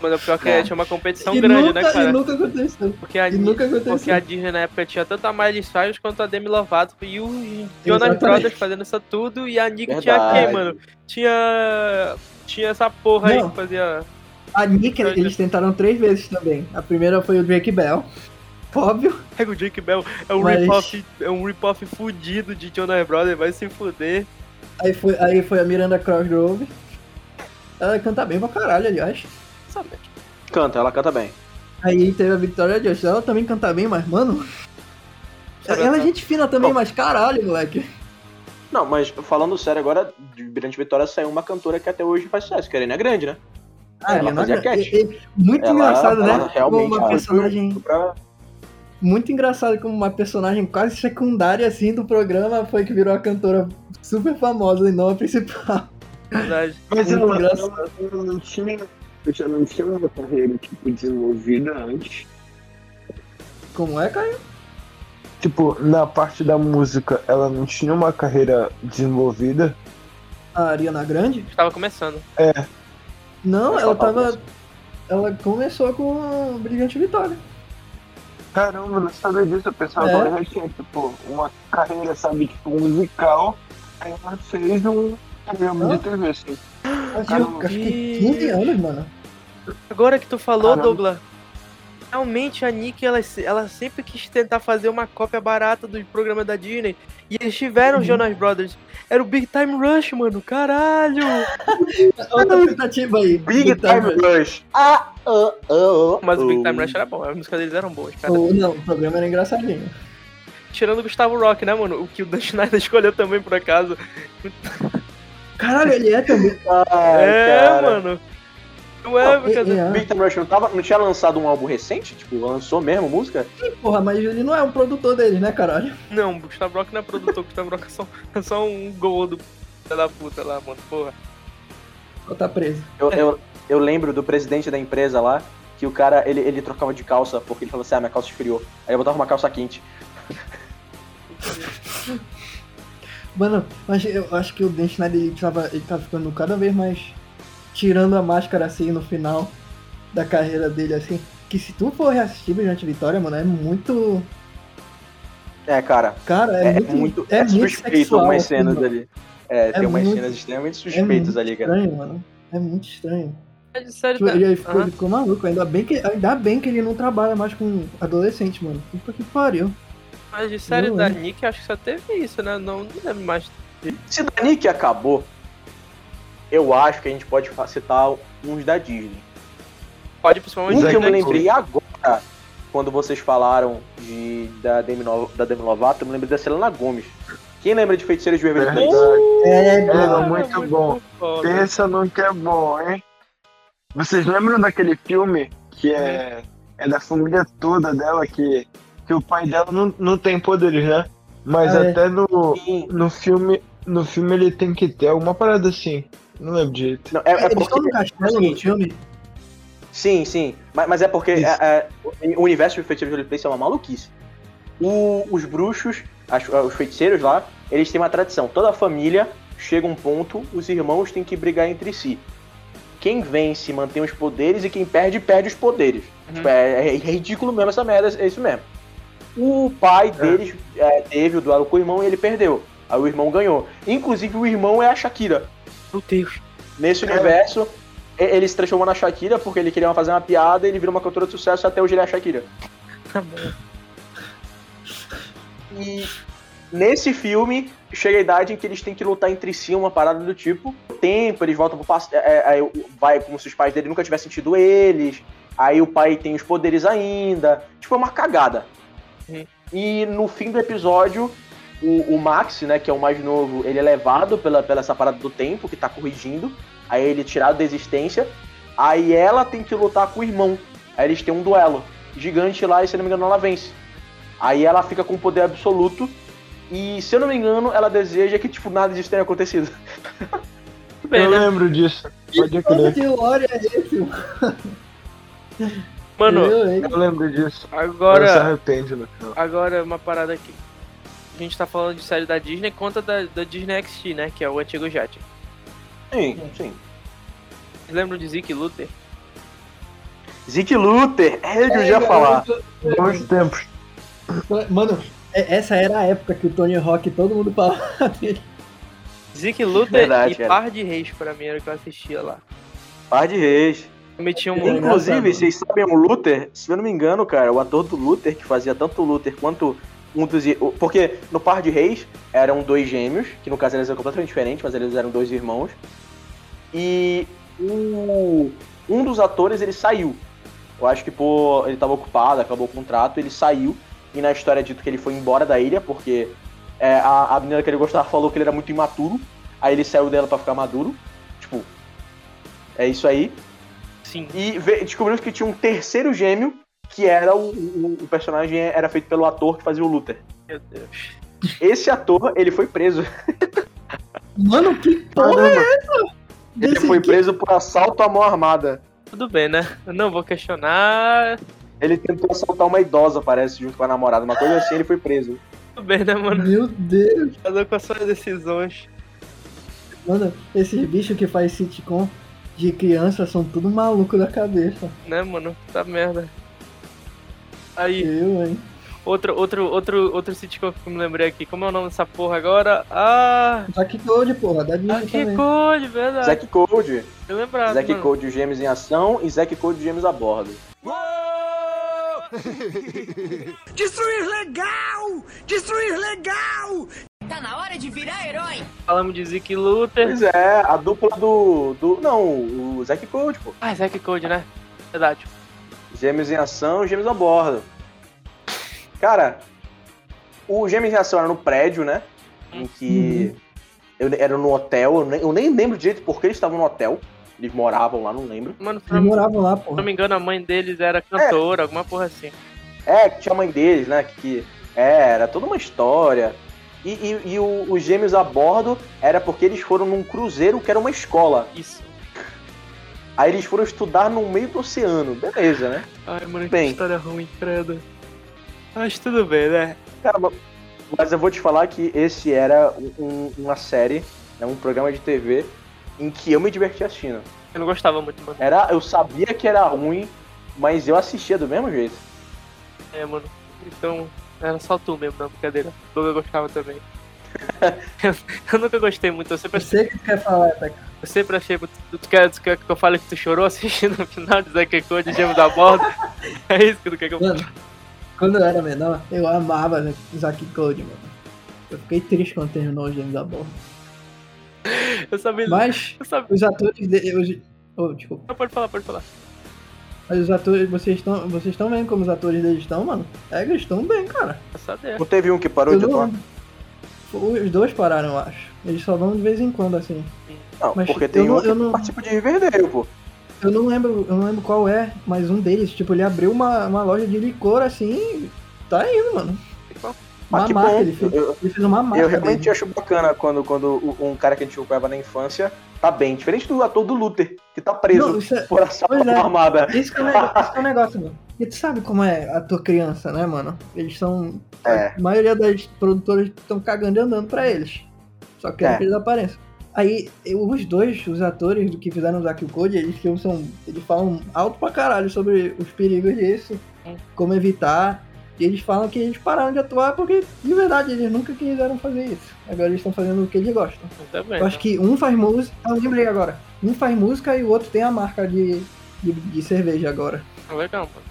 Speaker 3: Mas é pior que
Speaker 4: É.
Speaker 3: tinha uma competição
Speaker 6: e,
Speaker 3: grande,
Speaker 6: nunca,
Speaker 3: né,
Speaker 6: e
Speaker 3: cara?
Speaker 6: nunca aconteceu.
Speaker 3: Porque a,
Speaker 6: E nunca
Speaker 3: porque a
Speaker 6: aconteceu.
Speaker 3: Disney na época tinha tanto a Miley Cyrus quanto a Demi Lovato e o Jonas
Speaker 6: Exatamente.
Speaker 3: Brothers fazendo isso tudo e a Nick tinha
Speaker 4: Verdade.
Speaker 3: quem, mano? Tinha. Tinha essa porra aí
Speaker 6: Não.
Speaker 3: que fazia.
Speaker 6: A Nick, eles tentaram três vezes também. A primeira foi o Drake Bell. Óbvio.
Speaker 3: Pega o Jake Bell, é um
Speaker 6: Mas-
Speaker 3: rip-off é um rip-off fudido de Jonas Brothers, vai se fuder.
Speaker 6: Aí foi, aí foi a Miranda Cosgrove. Ela canta bem pra caralho, aliás.
Speaker 3: Sabe?
Speaker 4: Canta, ela canta bem.
Speaker 6: Aí teve a Victoria Justice. Ela também canta bem, mas, mano...
Speaker 3: Sabe,
Speaker 6: Ela é
Speaker 3: né?
Speaker 6: gente fina também, mas caralho, moleque.
Speaker 4: Não, mas falando sério agora, de Brilhante Vitória saiu uma cantora que até hoje faz sucesso, que é a Ariana Grande, né?
Speaker 6: Ah,
Speaker 4: Ela
Speaker 6: Ariana
Speaker 4: fazia
Speaker 6: Grande.
Speaker 4: cat.
Speaker 6: E- e- muito
Speaker 4: Ela-
Speaker 6: engraçado,
Speaker 4: ela
Speaker 6: né?
Speaker 4: realmente,
Speaker 6: como uma
Speaker 4: ela-
Speaker 6: personagem.
Speaker 4: Pra-
Speaker 6: Muito engraçado como uma personagem quase secundária assim do programa foi que virou a cantora super famosa e não a principal.
Speaker 3: Verdade.
Speaker 5: Mas ela,
Speaker 6: Muito
Speaker 5: ela,
Speaker 6: engraçado.
Speaker 5: ela não tinha. Eu já não tinha uma carreira tipo, desenvolvida antes.
Speaker 6: Como é, Caio?
Speaker 5: Tipo, na parte da música, ela não tinha uma carreira desenvolvida.
Speaker 6: A Ariana Grande?
Speaker 3: Estava começando.
Speaker 6: Não,
Speaker 5: Mas
Speaker 6: ela
Speaker 5: ela tava
Speaker 6: tava. Ela começou com a Brilhante Vitória.
Speaker 5: Caramba, eu não sabia disso. Eu pensava
Speaker 6: É.
Speaker 5: que ela já tinha, tipo, uma carreira, sabe, tipo, musical. Aí ela fez um programa
Speaker 6: Hã?
Speaker 5: de TV, assim.
Speaker 6: Acho,
Speaker 5: Caramba.
Speaker 6: acho que 15 anos, mano.
Speaker 3: Agora que tu falou,
Speaker 5: Caramba.
Speaker 3: Douglas, realmente a Nick, ela, se- ela sempre quis tentar fazer uma cópia barata do programa da Disney. E eles tiveram
Speaker 6: Uhum.
Speaker 3: Jonas Brothers. Era o Big Time Rush, mano. Caralho!
Speaker 6: Outra tentativa aí. Tá-
Speaker 4: Big Time Rush. Ah, ah, ah, ah.
Speaker 3: Mas o Big Time Rush era bom. As músicas deles eram boas, cara.
Speaker 6: Ou, não, o programa era engraçadinho.
Speaker 3: Tirando o Gustavo Rock, né, mano? O que o Dan Schneider escolheu também, por acaso.
Speaker 6: Caralho, ele é também.
Speaker 4: Ai,
Speaker 3: é,
Speaker 4: cara.
Speaker 3: mano. Não é,
Speaker 6: É,
Speaker 3: porque...
Speaker 6: é.
Speaker 4: Big Time Rush não, tava, não tinha lançado um álbum recente? Tipo, lançou mesmo música?
Speaker 6: Porra, mas ele não é um produtor deles, né, caralho?
Speaker 3: Não, o Gustavo Rock não é produtor. o Gustavo Rock é só, é só um gordo filho da puta lá, mano. Porra.
Speaker 6: Só tá preso.
Speaker 4: Eu, eu, eu lembro do presidente da empresa lá, que o cara, ele, ele trocava de calça, porque ele falou assim, ah, minha calça esfriou. Aí eu botava uma calça quente.
Speaker 6: Mano, mas eu acho que o Dan Schneider ele tava, ele tava ficando cada vez mais tirando a máscara assim no final da carreira dele, assim. Que se tu for reassistir Brilhante Vitória, mano, é muito.
Speaker 4: É, cara,
Speaker 6: Cara, é,
Speaker 4: é, é
Speaker 6: muito,
Speaker 4: muito,
Speaker 6: é
Speaker 4: é
Speaker 6: muito
Speaker 4: suspeito
Speaker 6: sexual,
Speaker 4: umas
Speaker 6: assim,
Speaker 4: cenas
Speaker 6: mano.
Speaker 4: ali. É, tem umas
Speaker 6: muito-
Speaker 4: cenas extremamente
Speaker 6: é muito
Speaker 4: suspeitas ali, cara.
Speaker 6: estranho, mano. É muito estranho.
Speaker 3: É de sério,
Speaker 6: Tipo,
Speaker 3: tá?
Speaker 6: ele aí ficou,
Speaker 3: Aham.
Speaker 6: ele ficou maluco. Ainda bem, que, ainda bem que ele não trabalha mais com adolescente, mano. Puta que pariu.
Speaker 3: Mas de série
Speaker 6: Não
Speaker 3: da
Speaker 6: é.
Speaker 3: Nick, acho que só teve isso, né? Não, não lembro mais.
Speaker 4: Se da Nick acabou, eu acho que a gente pode citar uns da Disney.
Speaker 3: Pode,
Speaker 4: Um
Speaker 3: principalmente.
Speaker 4: que eu me
Speaker 3: né,
Speaker 4: lembrei agora, quando vocês falaram de, da, Demi Lo- da Demi Lovato, eu me lembrei da Selena Gomes. Quem lembra de Feiticeiros de Waverly Place?
Speaker 6: É,
Speaker 5: Era
Speaker 3: cara,
Speaker 5: muito bom.
Speaker 3: Uh, foda.
Speaker 5: Pensa no que é bom, hein? Vocês lembram daquele filme que é, é da família toda dela, que, que o pai dela não, não tem poderes, né? Mas
Speaker 6: Ah, é.
Speaker 5: até no,
Speaker 4: Sim.
Speaker 5: no filme. No filme ele tem que ter alguma parada assim. Não lembro direito.
Speaker 4: Não, é, é
Speaker 6: Eles estão
Speaker 4: porque,
Speaker 6: no castelo no filme?
Speaker 4: sim, sim. Mas, mas é porque
Speaker 5: Isso.
Speaker 4: é, é, o universo de Feiticeiros de Waverly Place é uma maluquice. O- os bruxos, as- ah, os feiticeiros lá, eles têm uma tradição. Toda a família chega um ponto, os irmãos têm que brigar entre si. Quem vence mantém os poderes e quem perde, perde os poderes.
Speaker 3: Uhum.
Speaker 4: Tipo, é, é ridículo mesmo essa merda, é isso mesmo. O pai deles é, teve o duelo com o irmão e ele perdeu. Aí o irmão ganhou. Inclusive, o irmão é a Shakira.
Speaker 3: Meu Deus.
Speaker 4: Nesse universo, e- ele se transformou na Shakira porque ele queria fazer uma piada, ele virou uma cantora de sucesso e até hoje ele é a Shakira.
Speaker 3: Tá bom.
Speaker 4: E nesse filme, chega a idade em que eles têm que lutar entre si, uma parada do tipo. O tempo, eles voltam pro passado. É, é, é, vai como se os pais dele nunca tivessem tido eles. Aí o pai tem os poderes ainda. Tipo, é uma cagada.
Speaker 3: Uhum.
Speaker 4: E no fim do episódio, o, o Max, né, que é o mais novo, ele é levado pela, pela essa parada do tempo que tá corrigindo. Aí ele é tirado da existência. Aí ela tem que lutar com o irmão. Aí eles têm um duelo gigante lá e, se eu não me engano, ela vence. Aí ela fica com poder absoluto. E, se eu não me engano, ela deseja que, tipo, nada disso tenha acontecido.
Speaker 3: Tudo bem,
Speaker 5: eu
Speaker 3: né?
Speaker 5: lembro disso. Pode
Speaker 6: Todo
Speaker 5: crer.
Speaker 6: de lore é esse, mano.
Speaker 3: Mano,
Speaker 6: Eu, hein?
Speaker 5: Eu lembro disso. Ela se
Speaker 3: agora,
Speaker 5: arrepende no final.
Speaker 3: agora uma parada aqui. A gente tá falando de série da Disney conta da, da Disney XT, né? Que é o antigo Jet.
Speaker 4: Sim, sim.
Speaker 3: Vocês lembram de Zeke Luther?
Speaker 4: Zeke Luther, é o que eu já ia falar.
Speaker 5: Bons tempos.
Speaker 6: Mano, é- essa era a época que o Tony Hawk todo mundo falava dele.
Speaker 3: Zeke Luther
Speaker 4: Verdade,
Speaker 3: e
Speaker 4: cara.
Speaker 3: Par de Reis, pra mim, era o que eu assistia lá. um
Speaker 4: Par de reis.
Speaker 3: Cometiam
Speaker 6: Sim.
Speaker 3: muito.
Speaker 4: Inclusive,
Speaker 6: engraçado.
Speaker 4: vocês sabem o Luther? Se eu não me engano, cara, o ator do Luther, que fazia tanto o Luther quanto um dos... ir- o- Porque no Par de Reis eram dois gêmeos, que no caso eles eram completamente diferentes, mas eles eram dois irmãos. E o... um dos atores, ele saiu. Eu acho que por... ele estava ocupado, acabou o contrato, ele saiu. E na história é dito que ele foi embora da ilha, porque é, a, a menina que ele gostava falou que ele era muito imaturo. Aí ele saiu dela pra ficar maduro. Tipo, é isso aí
Speaker 3: Sim.
Speaker 4: e ve- descobrimos que tinha um terceiro gêmeo que era o, o- o personagem era feito pelo ator que fazia o Luther.
Speaker 3: Meu Deus.
Speaker 4: Esse ator ele foi preso.
Speaker 6: Mano, que porra!
Speaker 5: Caramba.
Speaker 4: Ele
Speaker 6: Desse
Speaker 4: foi
Speaker 6: aqui-
Speaker 4: preso por assalto à mão armada.
Speaker 3: Tudo bem, né? Eu não vou questionar.
Speaker 4: Ele tentou assaltar uma idosa, parece, junto com a namorada. Uma coisa assim, ele foi preso.
Speaker 3: Tudo bem, né, mano?
Speaker 6: Meu Deus,
Speaker 3: Cada um com as suas decisões.
Speaker 6: mano, esses bichos que faz sitcom de criança são tudo maluco da cabeça.
Speaker 3: Né, mano? Tá merda. Aí,
Speaker 6: Eu, hein?
Speaker 3: outro, outro, outro, outro sitcom que eu me lembrei aqui. Como é o nome dessa porra agora? Ah!
Speaker 6: Zack Gold, porra, dá dinheiro
Speaker 3: Zack
Speaker 6: também.
Speaker 3: Ah, Code, verdade.
Speaker 4: Zack Cold.
Speaker 3: Eu lembrava.
Speaker 4: Zack
Speaker 3: mano.
Speaker 4: Cold e os Gêmeos em Ação e Zack Cold e os Gêmeos a Bordo.
Speaker 9: Tá na hora de virar herói.
Speaker 3: Falamos de Zeke Luther.
Speaker 4: Pois é, a dupla do. do não, o Zack Cold, pô.
Speaker 3: Ah, Zack Code, né? Verdade.
Speaker 4: Gêmeos em Ação e Gêmeos a Bordo. Cara, o Gêmeos em Ação era no prédio, né? Em que. Eu, era no hotel, eu nem, eu nem lembro direito porque eles estavam no hotel. Eles moravam lá, não lembro.
Speaker 3: Mano, se
Speaker 6: Eles
Speaker 3: não,
Speaker 6: moravam lá,
Speaker 3: se não
Speaker 6: porra.
Speaker 3: me engano, a mãe deles era cantora, alguma porra assim.
Speaker 4: É, que tinha a mãe deles, né? Que, que- é, era toda uma história. E, e, e o- os Gêmeos a Bordo era porque eles foram num cruzeiro que era uma escola.
Speaker 3: Isso.
Speaker 4: Aí eles foram estudar no meio do oceano. Beleza, né?
Speaker 3: Ai, mano,
Speaker 4: Bem.
Speaker 3: que história ruim, credo. Mas tudo bem, né?
Speaker 4: Cara, ma- mas eu vou te falar que esse era um- uma série, né, um programa de TV em que eu me divertia assistindo.
Speaker 3: Eu não gostava muito, mano.
Speaker 4: Era, eu sabia que era ruim, mas eu assistia do mesmo jeito.
Speaker 3: É, mano. Então, era só tu mesmo na brincadeira. O Doug eu gostava também. eu, eu nunca gostei muito. Eu sempre,
Speaker 6: Eu sei o que tu quer falar, tá?
Speaker 3: eu sempre achei muito. Tu quer, tu quer que eu fale que tu chorou assistindo o final de Zack Code e Gêmeo da Borda? é isso que tu quer que eu
Speaker 6: Mano, quando eu era menor, eu amava Zack Code, mano. Eu fiquei triste quando terminou o Gêmeos da Borra.
Speaker 3: Eu sabia.
Speaker 6: Mas
Speaker 3: Eu sabia.
Speaker 6: os atores. De... Os... Oh, desculpa.
Speaker 3: Não, Pode falar, pode falar.
Speaker 6: Mas os atores. Vocês estão vocês tão vendo como os atores deles estão, mano? É, eles estão bem, cara.
Speaker 3: É só dela.
Speaker 4: Não teve um que parou
Speaker 6: Eu
Speaker 4: de
Speaker 6: não-
Speaker 4: atuar?
Speaker 6: Os dois pararam, eu acho. Eles só vão de vez em quando, assim.
Speaker 4: Não,
Speaker 6: Mas
Speaker 4: porque
Speaker 6: eu
Speaker 4: tem
Speaker 6: não-
Speaker 4: um que
Speaker 6: eu não-
Speaker 4: participa de Riverdale, pô.
Speaker 6: Eu não lembro, eu não lembro qual é, mas um deles, tipo, ele abriu uma, uma loja de licor assim. Tá indo, mano.
Speaker 4: Mas
Speaker 6: Uma
Speaker 4: Ah, que
Speaker 6: marca,
Speaker 4: bom.
Speaker 6: ele fez,
Speaker 4: Eu,
Speaker 6: ele fez uma marca.
Speaker 4: eu realmente
Speaker 6: dele.
Speaker 4: acho bacana quando, quando o- um cara que a gente acompanhava na infância tá bem. Diferente do ator do Luther, que tá preso
Speaker 6: Não, isso é,
Speaker 4: por assalto
Speaker 6: Pois é.
Speaker 4: armada.
Speaker 6: Isso que é o negócio, isso que é o negócio, mano. E tu sabe como é a tua criança, né, mano? Eles são.
Speaker 4: É.
Speaker 6: A maioria das produtoras estão cagando e andando pra eles. Só querem
Speaker 4: É.
Speaker 6: que eles apareçam. Aí, eu- os dois, os atores do que fizeram o Zack Code, eles que são. Eles falam alto pra caralho sobre os perigos disso, como evitar. E eles falam que eles pararam de atuar porque, de verdade, eles nunca quiseram fazer isso. Agora eles estão fazendo o que eles gostam.
Speaker 3: Tá bem.
Speaker 6: Eu acho que um faz música. Ah, eu lembrei agora. Um faz música e o outro tem a marca de, de, de cerveja agora.
Speaker 3: tá Legal, mano.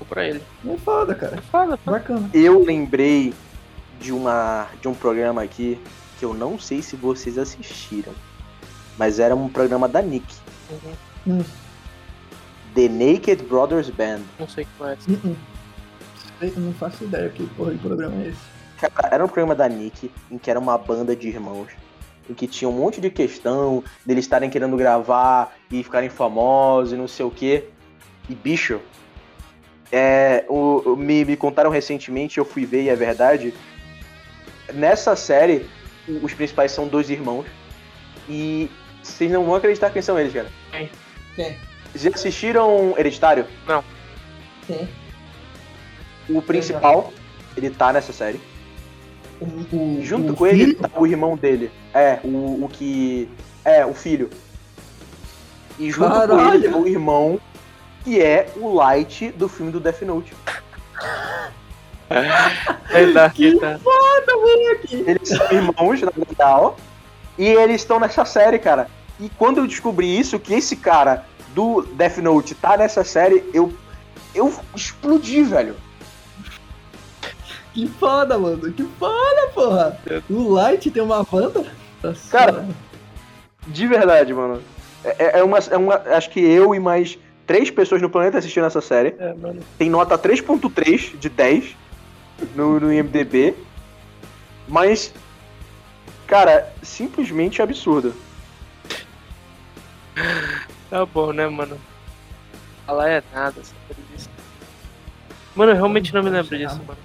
Speaker 3: Vou pra ele.
Speaker 6: É foda, cara.
Speaker 3: Fala, fala.
Speaker 6: Bacana.
Speaker 4: Eu lembrei de uma de um programa aqui que eu não sei se vocês assistiram, mas era um programa da Nick,
Speaker 6: Hum,
Speaker 4: The Naked Brothers Band.
Speaker 3: Não sei é o que mais.
Speaker 6: hum, hum. Eu não faço ideia que porra de programa é esse.
Speaker 4: Cara, era um programa da Nick em que era uma banda de irmãos, em que tinha um monte de questão deles estarem querendo gravar e ficarem famosos e não sei o quê. E bicho, é, o- o- me, me contaram recentemente, eu fui ver e é verdade. Nessa série, o- os principais são dois irmãos e vocês não vão acreditar quem são eles, cara.
Speaker 3: Quem?
Speaker 6: Quem?
Speaker 4: Já assistiram Hereditário?
Speaker 6: Tem.
Speaker 4: O principal, ele tá nessa série.
Speaker 6: O, o,
Speaker 4: Junto
Speaker 6: o
Speaker 4: com ele
Speaker 6: Um, filho,
Speaker 4: tá o irmão dele. É, o, o que. É, o filho. E junto com
Speaker 6: Caralho!
Speaker 4: ele tá o irmão, que é o Light do filme do Death Note.
Speaker 3: Aí dá, aqui tá.
Speaker 4: Eles são irmãos, na real. E eles estão nessa série, cara. E quando eu descobri isso, que esse cara do Death Note tá nessa série, eu. Eu explodi, velho.
Speaker 6: Que foda, mano. Que foda, porra. O Light tem uma banda. Nossa,
Speaker 4: Cara, De verdade, mano. É, é- é uma, é uma. Acho que eu e mais três pessoas no planeta assistiram essa série.
Speaker 3: É, mano.
Speaker 4: tem nota 3.3 de 10 no, no IMDB. Mas, cara, simplesmente absurdo.
Speaker 3: Tá bom, né, mano? Falar é nada, essa coisa disso. Mano, eu realmente não me lembro disso, mano.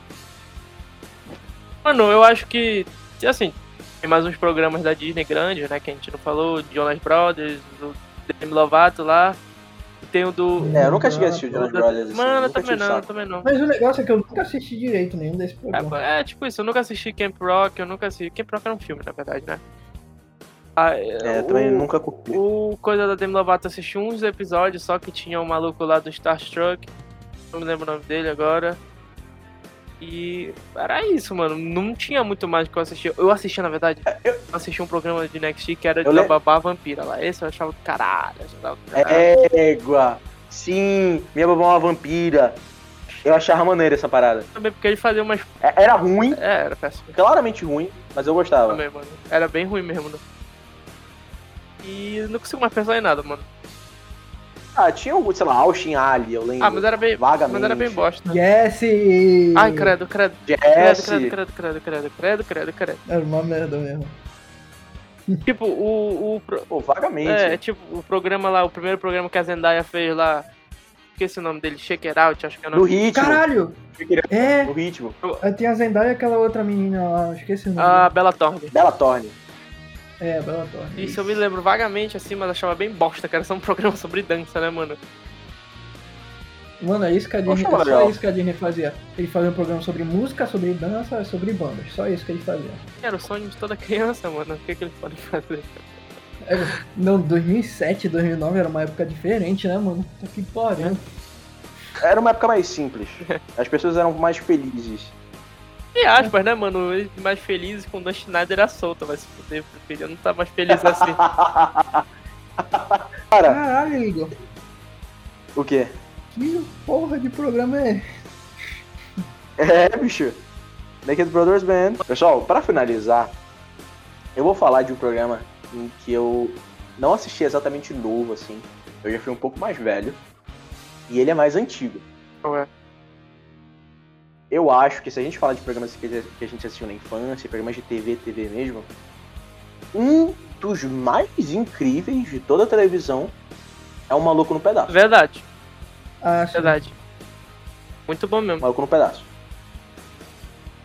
Speaker 3: Mano, eu acho que. Assim, Tem mais uns programas da Disney grandes, né? Que a gente não falou, Jonas Brothers, o Demi Lovato lá. Tem o do.
Speaker 4: É, eu nunca cheguei a assistir o Jonas Brothers. assim,
Speaker 3: Mano, eu
Speaker 4: nunca
Speaker 3: também
Speaker 4: tive
Speaker 3: não, eu
Speaker 4: saco.
Speaker 3: também não.
Speaker 6: Mas o negócio é que eu nunca assisti direito nenhum desse
Speaker 3: É,
Speaker 6: programa.
Speaker 3: pô, É, tipo isso, eu nunca assisti Camp Rock, eu nunca assisti. Camp Rock era um filme, na verdade, né? Ah,
Speaker 4: É,
Speaker 3: o-
Speaker 4: eu também nunca curti.
Speaker 3: O coisa da Demi Lovato assisti uns episódios, só que tinha um maluco lá do Starstruck. Não me lembro o nome dele agora. E era isso, mano. Não tinha muito mais o que eu assistir. Eu assisti, na verdade, eu assisti um programa de Next que era
Speaker 4: É, Eu
Speaker 3: da
Speaker 4: le- É.
Speaker 3: Babá Vampira lá. Esse eu achava do caralho. eu achava do caralho.
Speaker 4: Égua. Sim, minha babá é uma vampira. Eu achava maneira essa parada.
Speaker 3: Também porque ele fazia umas.
Speaker 4: É- Era ruim,
Speaker 3: É, era péssimo.
Speaker 4: claramente ruim, mas eu gostava.
Speaker 3: também, mano. Era bem ruim mesmo, né? E não consigo mais pensar em nada, mano.
Speaker 4: Ah, tinha algum, sei lá, Austin Ali, eu lembro.
Speaker 3: Ah, mas era bem.
Speaker 4: Vagamente.
Speaker 3: Mas era bem bosta.
Speaker 6: Jesse!
Speaker 3: Ai, credo, credo. Credo,
Speaker 4: Jesse.
Speaker 3: credo, credo, credo, credo, credo, credo, credo.
Speaker 6: Era uma merda mesmo.
Speaker 3: Tipo, o. o pro-
Speaker 4: Pô, vagamente.
Speaker 3: é, tipo, o programa lá, o primeiro programa que a Zendaya fez lá. Esqueci o nome dele, Shake It Out, acho que é o
Speaker 4: No
Speaker 3: nome.
Speaker 4: ritmo.
Speaker 6: Caralho!
Speaker 4: No
Speaker 6: É!
Speaker 4: ritmo.
Speaker 6: Tem a Zendaya e aquela outra menina lá, eu esqueci o nome.
Speaker 3: Ah, Bella Thorne.
Speaker 4: Bela Thorne.
Speaker 6: É, Bela Thorne.
Speaker 3: Isso eu me lembro vagamente assim, mas achava bem bosta, cara. Isso é um programa sobre dança, né, mano?
Speaker 6: Mano, é isso que a Disney,
Speaker 4: Poxa,
Speaker 6: só
Speaker 4: legal.
Speaker 6: isso que a Disney fazia. Ele fazia um programa sobre música, sobre dança, sobre bandas. Só isso que ele fazia.
Speaker 3: Era o sonho de toda criança, mano. O que, que eles podem fazer?
Speaker 6: Não, 2007, 2009 era uma época diferente, né, mano? Tá que pariu.
Speaker 4: Era uma época mais simples. As pessoas eram mais felizes.
Speaker 3: E aspas, né, mano? Eles mais felizes com o Dan Schneider à solta, vai se fuder, meu filho. Eu não tá mais feliz assim.
Speaker 4: Cara,
Speaker 6: Caralho, Igor.
Speaker 4: o quê?
Speaker 6: Que porra de programa é? esse?
Speaker 4: É, bicho. Naked Brothers Band. Pessoal, pra finalizar, eu vou falar de um programa em que eu não assisti exatamente novo, assim. Eu já fui um pouco mais velho. E ele é mais antigo.
Speaker 3: Ué.
Speaker 4: Eu acho que se a gente falar de programas que que a gente assistiu na infância, programas de TV, TV mesmo, um dos mais incríveis de toda a televisão é o Maluco no Pedaço.
Speaker 3: Verdade,
Speaker 6: Ah, sim.
Speaker 3: verdade. Muito bom mesmo.
Speaker 4: Maluco no Pedaço.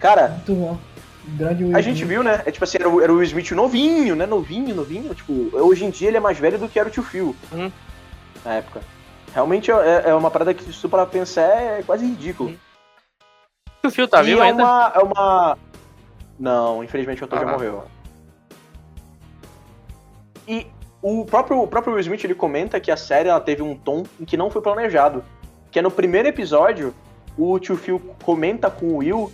Speaker 4: Cara,
Speaker 6: Muito bom. Grande Will
Speaker 4: A gente
Speaker 6: Smith.
Speaker 4: viu, né? É tipo assim, era o, era o Will Smith novinho, né? Novinho, novinho. Tipo, hoje em dia ele é mais velho do que era o tio Phil.
Speaker 3: Uhum.
Speaker 4: Na época. Realmente é, é uma parada que, se tu para pensar, é quase ridículo.
Speaker 3: Uhum. O Phil tá
Speaker 4: E
Speaker 3: vivo
Speaker 4: é
Speaker 3: ainda?
Speaker 4: uma. É uma... Não, infelizmente o ator
Speaker 3: Ah.
Speaker 4: já morreu. E o próprio, o próprio Will Smith ele comenta que a série ela teve um tom em que não foi planejado. Que é no primeiro episódio, o tio Phil comenta com o Will,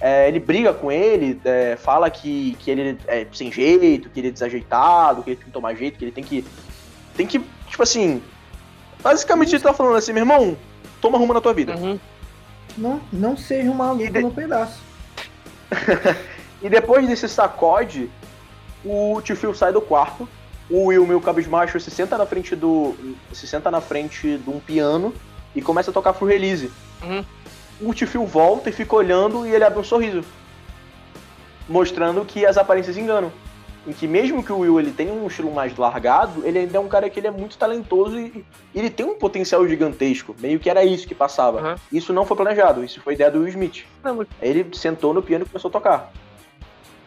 Speaker 4: é, ele briga com ele, é, fala que, que ele é sem jeito, que ele é desajeitado, que ele tem que tomar jeito, que ele tem que. Tem que, tipo assim. Basicamente ele tá falando assim, meu irmão, toma rumo na tua vida.
Speaker 3: Uhum.
Speaker 6: Não, não seja um maluco
Speaker 4: E de-
Speaker 6: no pedaço.
Speaker 4: E depois desse sacode, o tio Phil sai do quarto. O Will, meu cabismacho, se senta na frente do. se senta na frente de um piano e começa a tocar full release.
Speaker 3: Uhum.
Speaker 4: O tio Phil volta e fica olhando e ele abre um sorriso. Mostrando que as aparências enganam. Em que mesmo que o Will ele tenha um estilo mais largado, ele ainda é um cara que ele é muito talentoso e e ele tem um potencial gigantesco. Meio que era isso que passava.
Speaker 3: Uhum.
Speaker 4: Isso não foi planejado, isso foi ideia do Will Smith.
Speaker 3: Não, mas
Speaker 4: Aí ele sentou no piano e começou a tocar.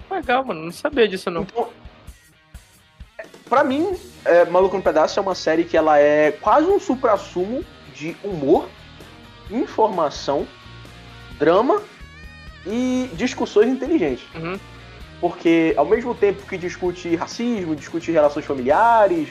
Speaker 3: legal, mano. Não sabia disso, não.
Speaker 4: Então, pra mim, é, Maluco no Pedaço é uma série que ela é quase um supra-sumo de humor, informação, drama e discussões inteligentes.
Speaker 3: Uhum.
Speaker 4: Porque ao mesmo tempo que discute racismo, discute relações familiares,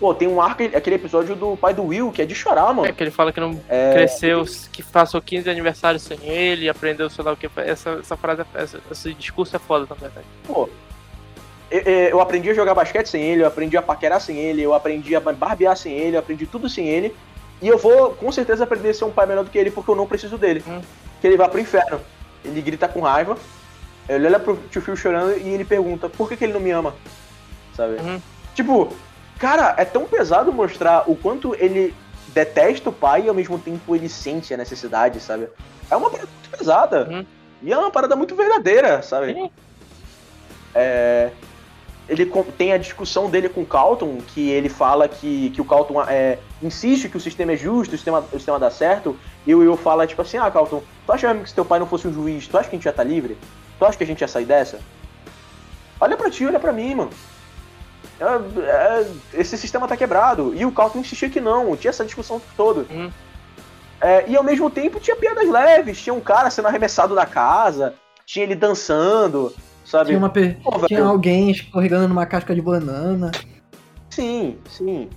Speaker 4: pô, tem um arco, aquele episódio do pai do Will, que é de chorar,
Speaker 3: É
Speaker 4: mano.
Speaker 3: que ele fala que é não cresceu, que passou 15 aniversários sem ele, aprendeu sei lá o que. Essa, essa frase, essa- esse discurso é foda, na verdade.
Speaker 4: Pô, eu, eu aprendi a jogar basquete sem ele, eu aprendi a paquerar sem ele, eu aprendi a barbear sem ele, eu aprendi tudo sem ele. E eu vou com certeza aprender a ser um pai melhor do que ele porque eu não preciso dele.
Speaker 3: Hum.
Speaker 4: Que ele vai pro inferno. Ele grita com raiva, ele olha pro tio Phil chorando e ele pergunta por que, que ele não me ama? Sabe?
Speaker 3: Uhum.
Speaker 4: Tipo, cara, é tão pesado mostrar o quanto ele detesta o pai e ao mesmo tempo ele sente a necessidade, sabe? É uma parada muito pesada.
Speaker 3: Uhum.
Speaker 4: E é uma parada muito verdadeira, sabe?
Speaker 3: Sim.
Speaker 4: É, ele com- tem a discussão dele com o Calton, que ele fala que, que o Calton é, insiste que o sistema é justo, o sistema, o sistema dá certo, e o Will fala tipo assim, ah, Calton, tu acha mesmo que se teu pai não fosse um juiz, tu acha que a gente já tá livre? Tu acha que a gente ia sair dessa? Olha pra ti, olha pra mim, mano. É- é- esse sistema tá quebrado. E o Carlton insistia que não, tinha essa discussão toda.
Speaker 3: Hum.
Speaker 4: É, e ao mesmo tempo tinha piadas leves, tinha um cara sendo arremessado da casa, tinha ele dançando, sabe?
Speaker 6: Tinha, uma pe-
Speaker 4: Pô, velho.
Speaker 6: tinha alguém escorregando numa casca de banana.
Speaker 4: Sim, sim.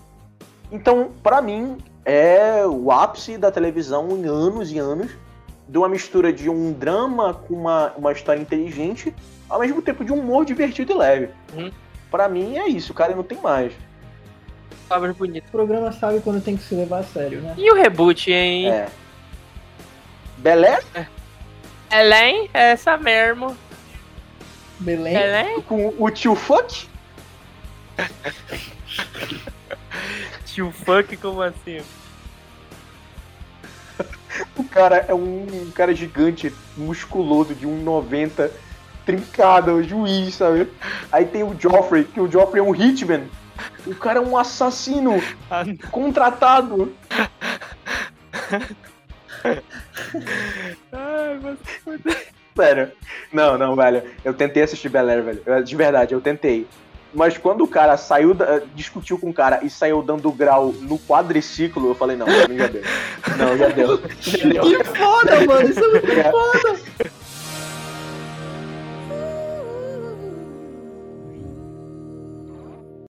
Speaker 4: Então, pra mim, é o ápice da televisão em anos e anos de uma mistura de um drama com uma, uma história inteligente, ao mesmo tempo de um humor divertido e leve.
Speaker 3: Uhum.
Speaker 4: Pra mim é isso, cara, não tem mais.
Speaker 3: Palavras bonitas.
Speaker 6: O programa sabe quando tem que se levar a sério, né?
Speaker 3: E o reboot, hein?
Speaker 4: É. Beleza?
Speaker 3: Ellen? é Essa mesmo. é?
Speaker 6: Belém.
Speaker 3: Ellen?
Speaker 4: Com o tio Fuck?
Speaker 3: Tio Funk, como assim?
Speaker 4: O cara é um cara gigante, musculoso, de 1,90, trincado, o juiz, sabe? Aí tem o Joffrey, que o Joffrey é um hitman. O cara é um assassino
Speaker 3: Ah, não.
Speaker 4: contratado.
Speaker 3: Ai, mas...
Speaker 4: Sério. Não, não, velho. Eu tentei assistir Bel Air, velho. Eu- De verdade, eu tentei. Mas quando o cara saiu, da- discutiu com o cara e saiu dando grau no quadriciclo, eu falei, não, pra mim já deu. Não, já deu. Já deu.
Speaker 6: Que foda, mano. Isso é muito
Speaker 4: É.
Speaker 6: foda.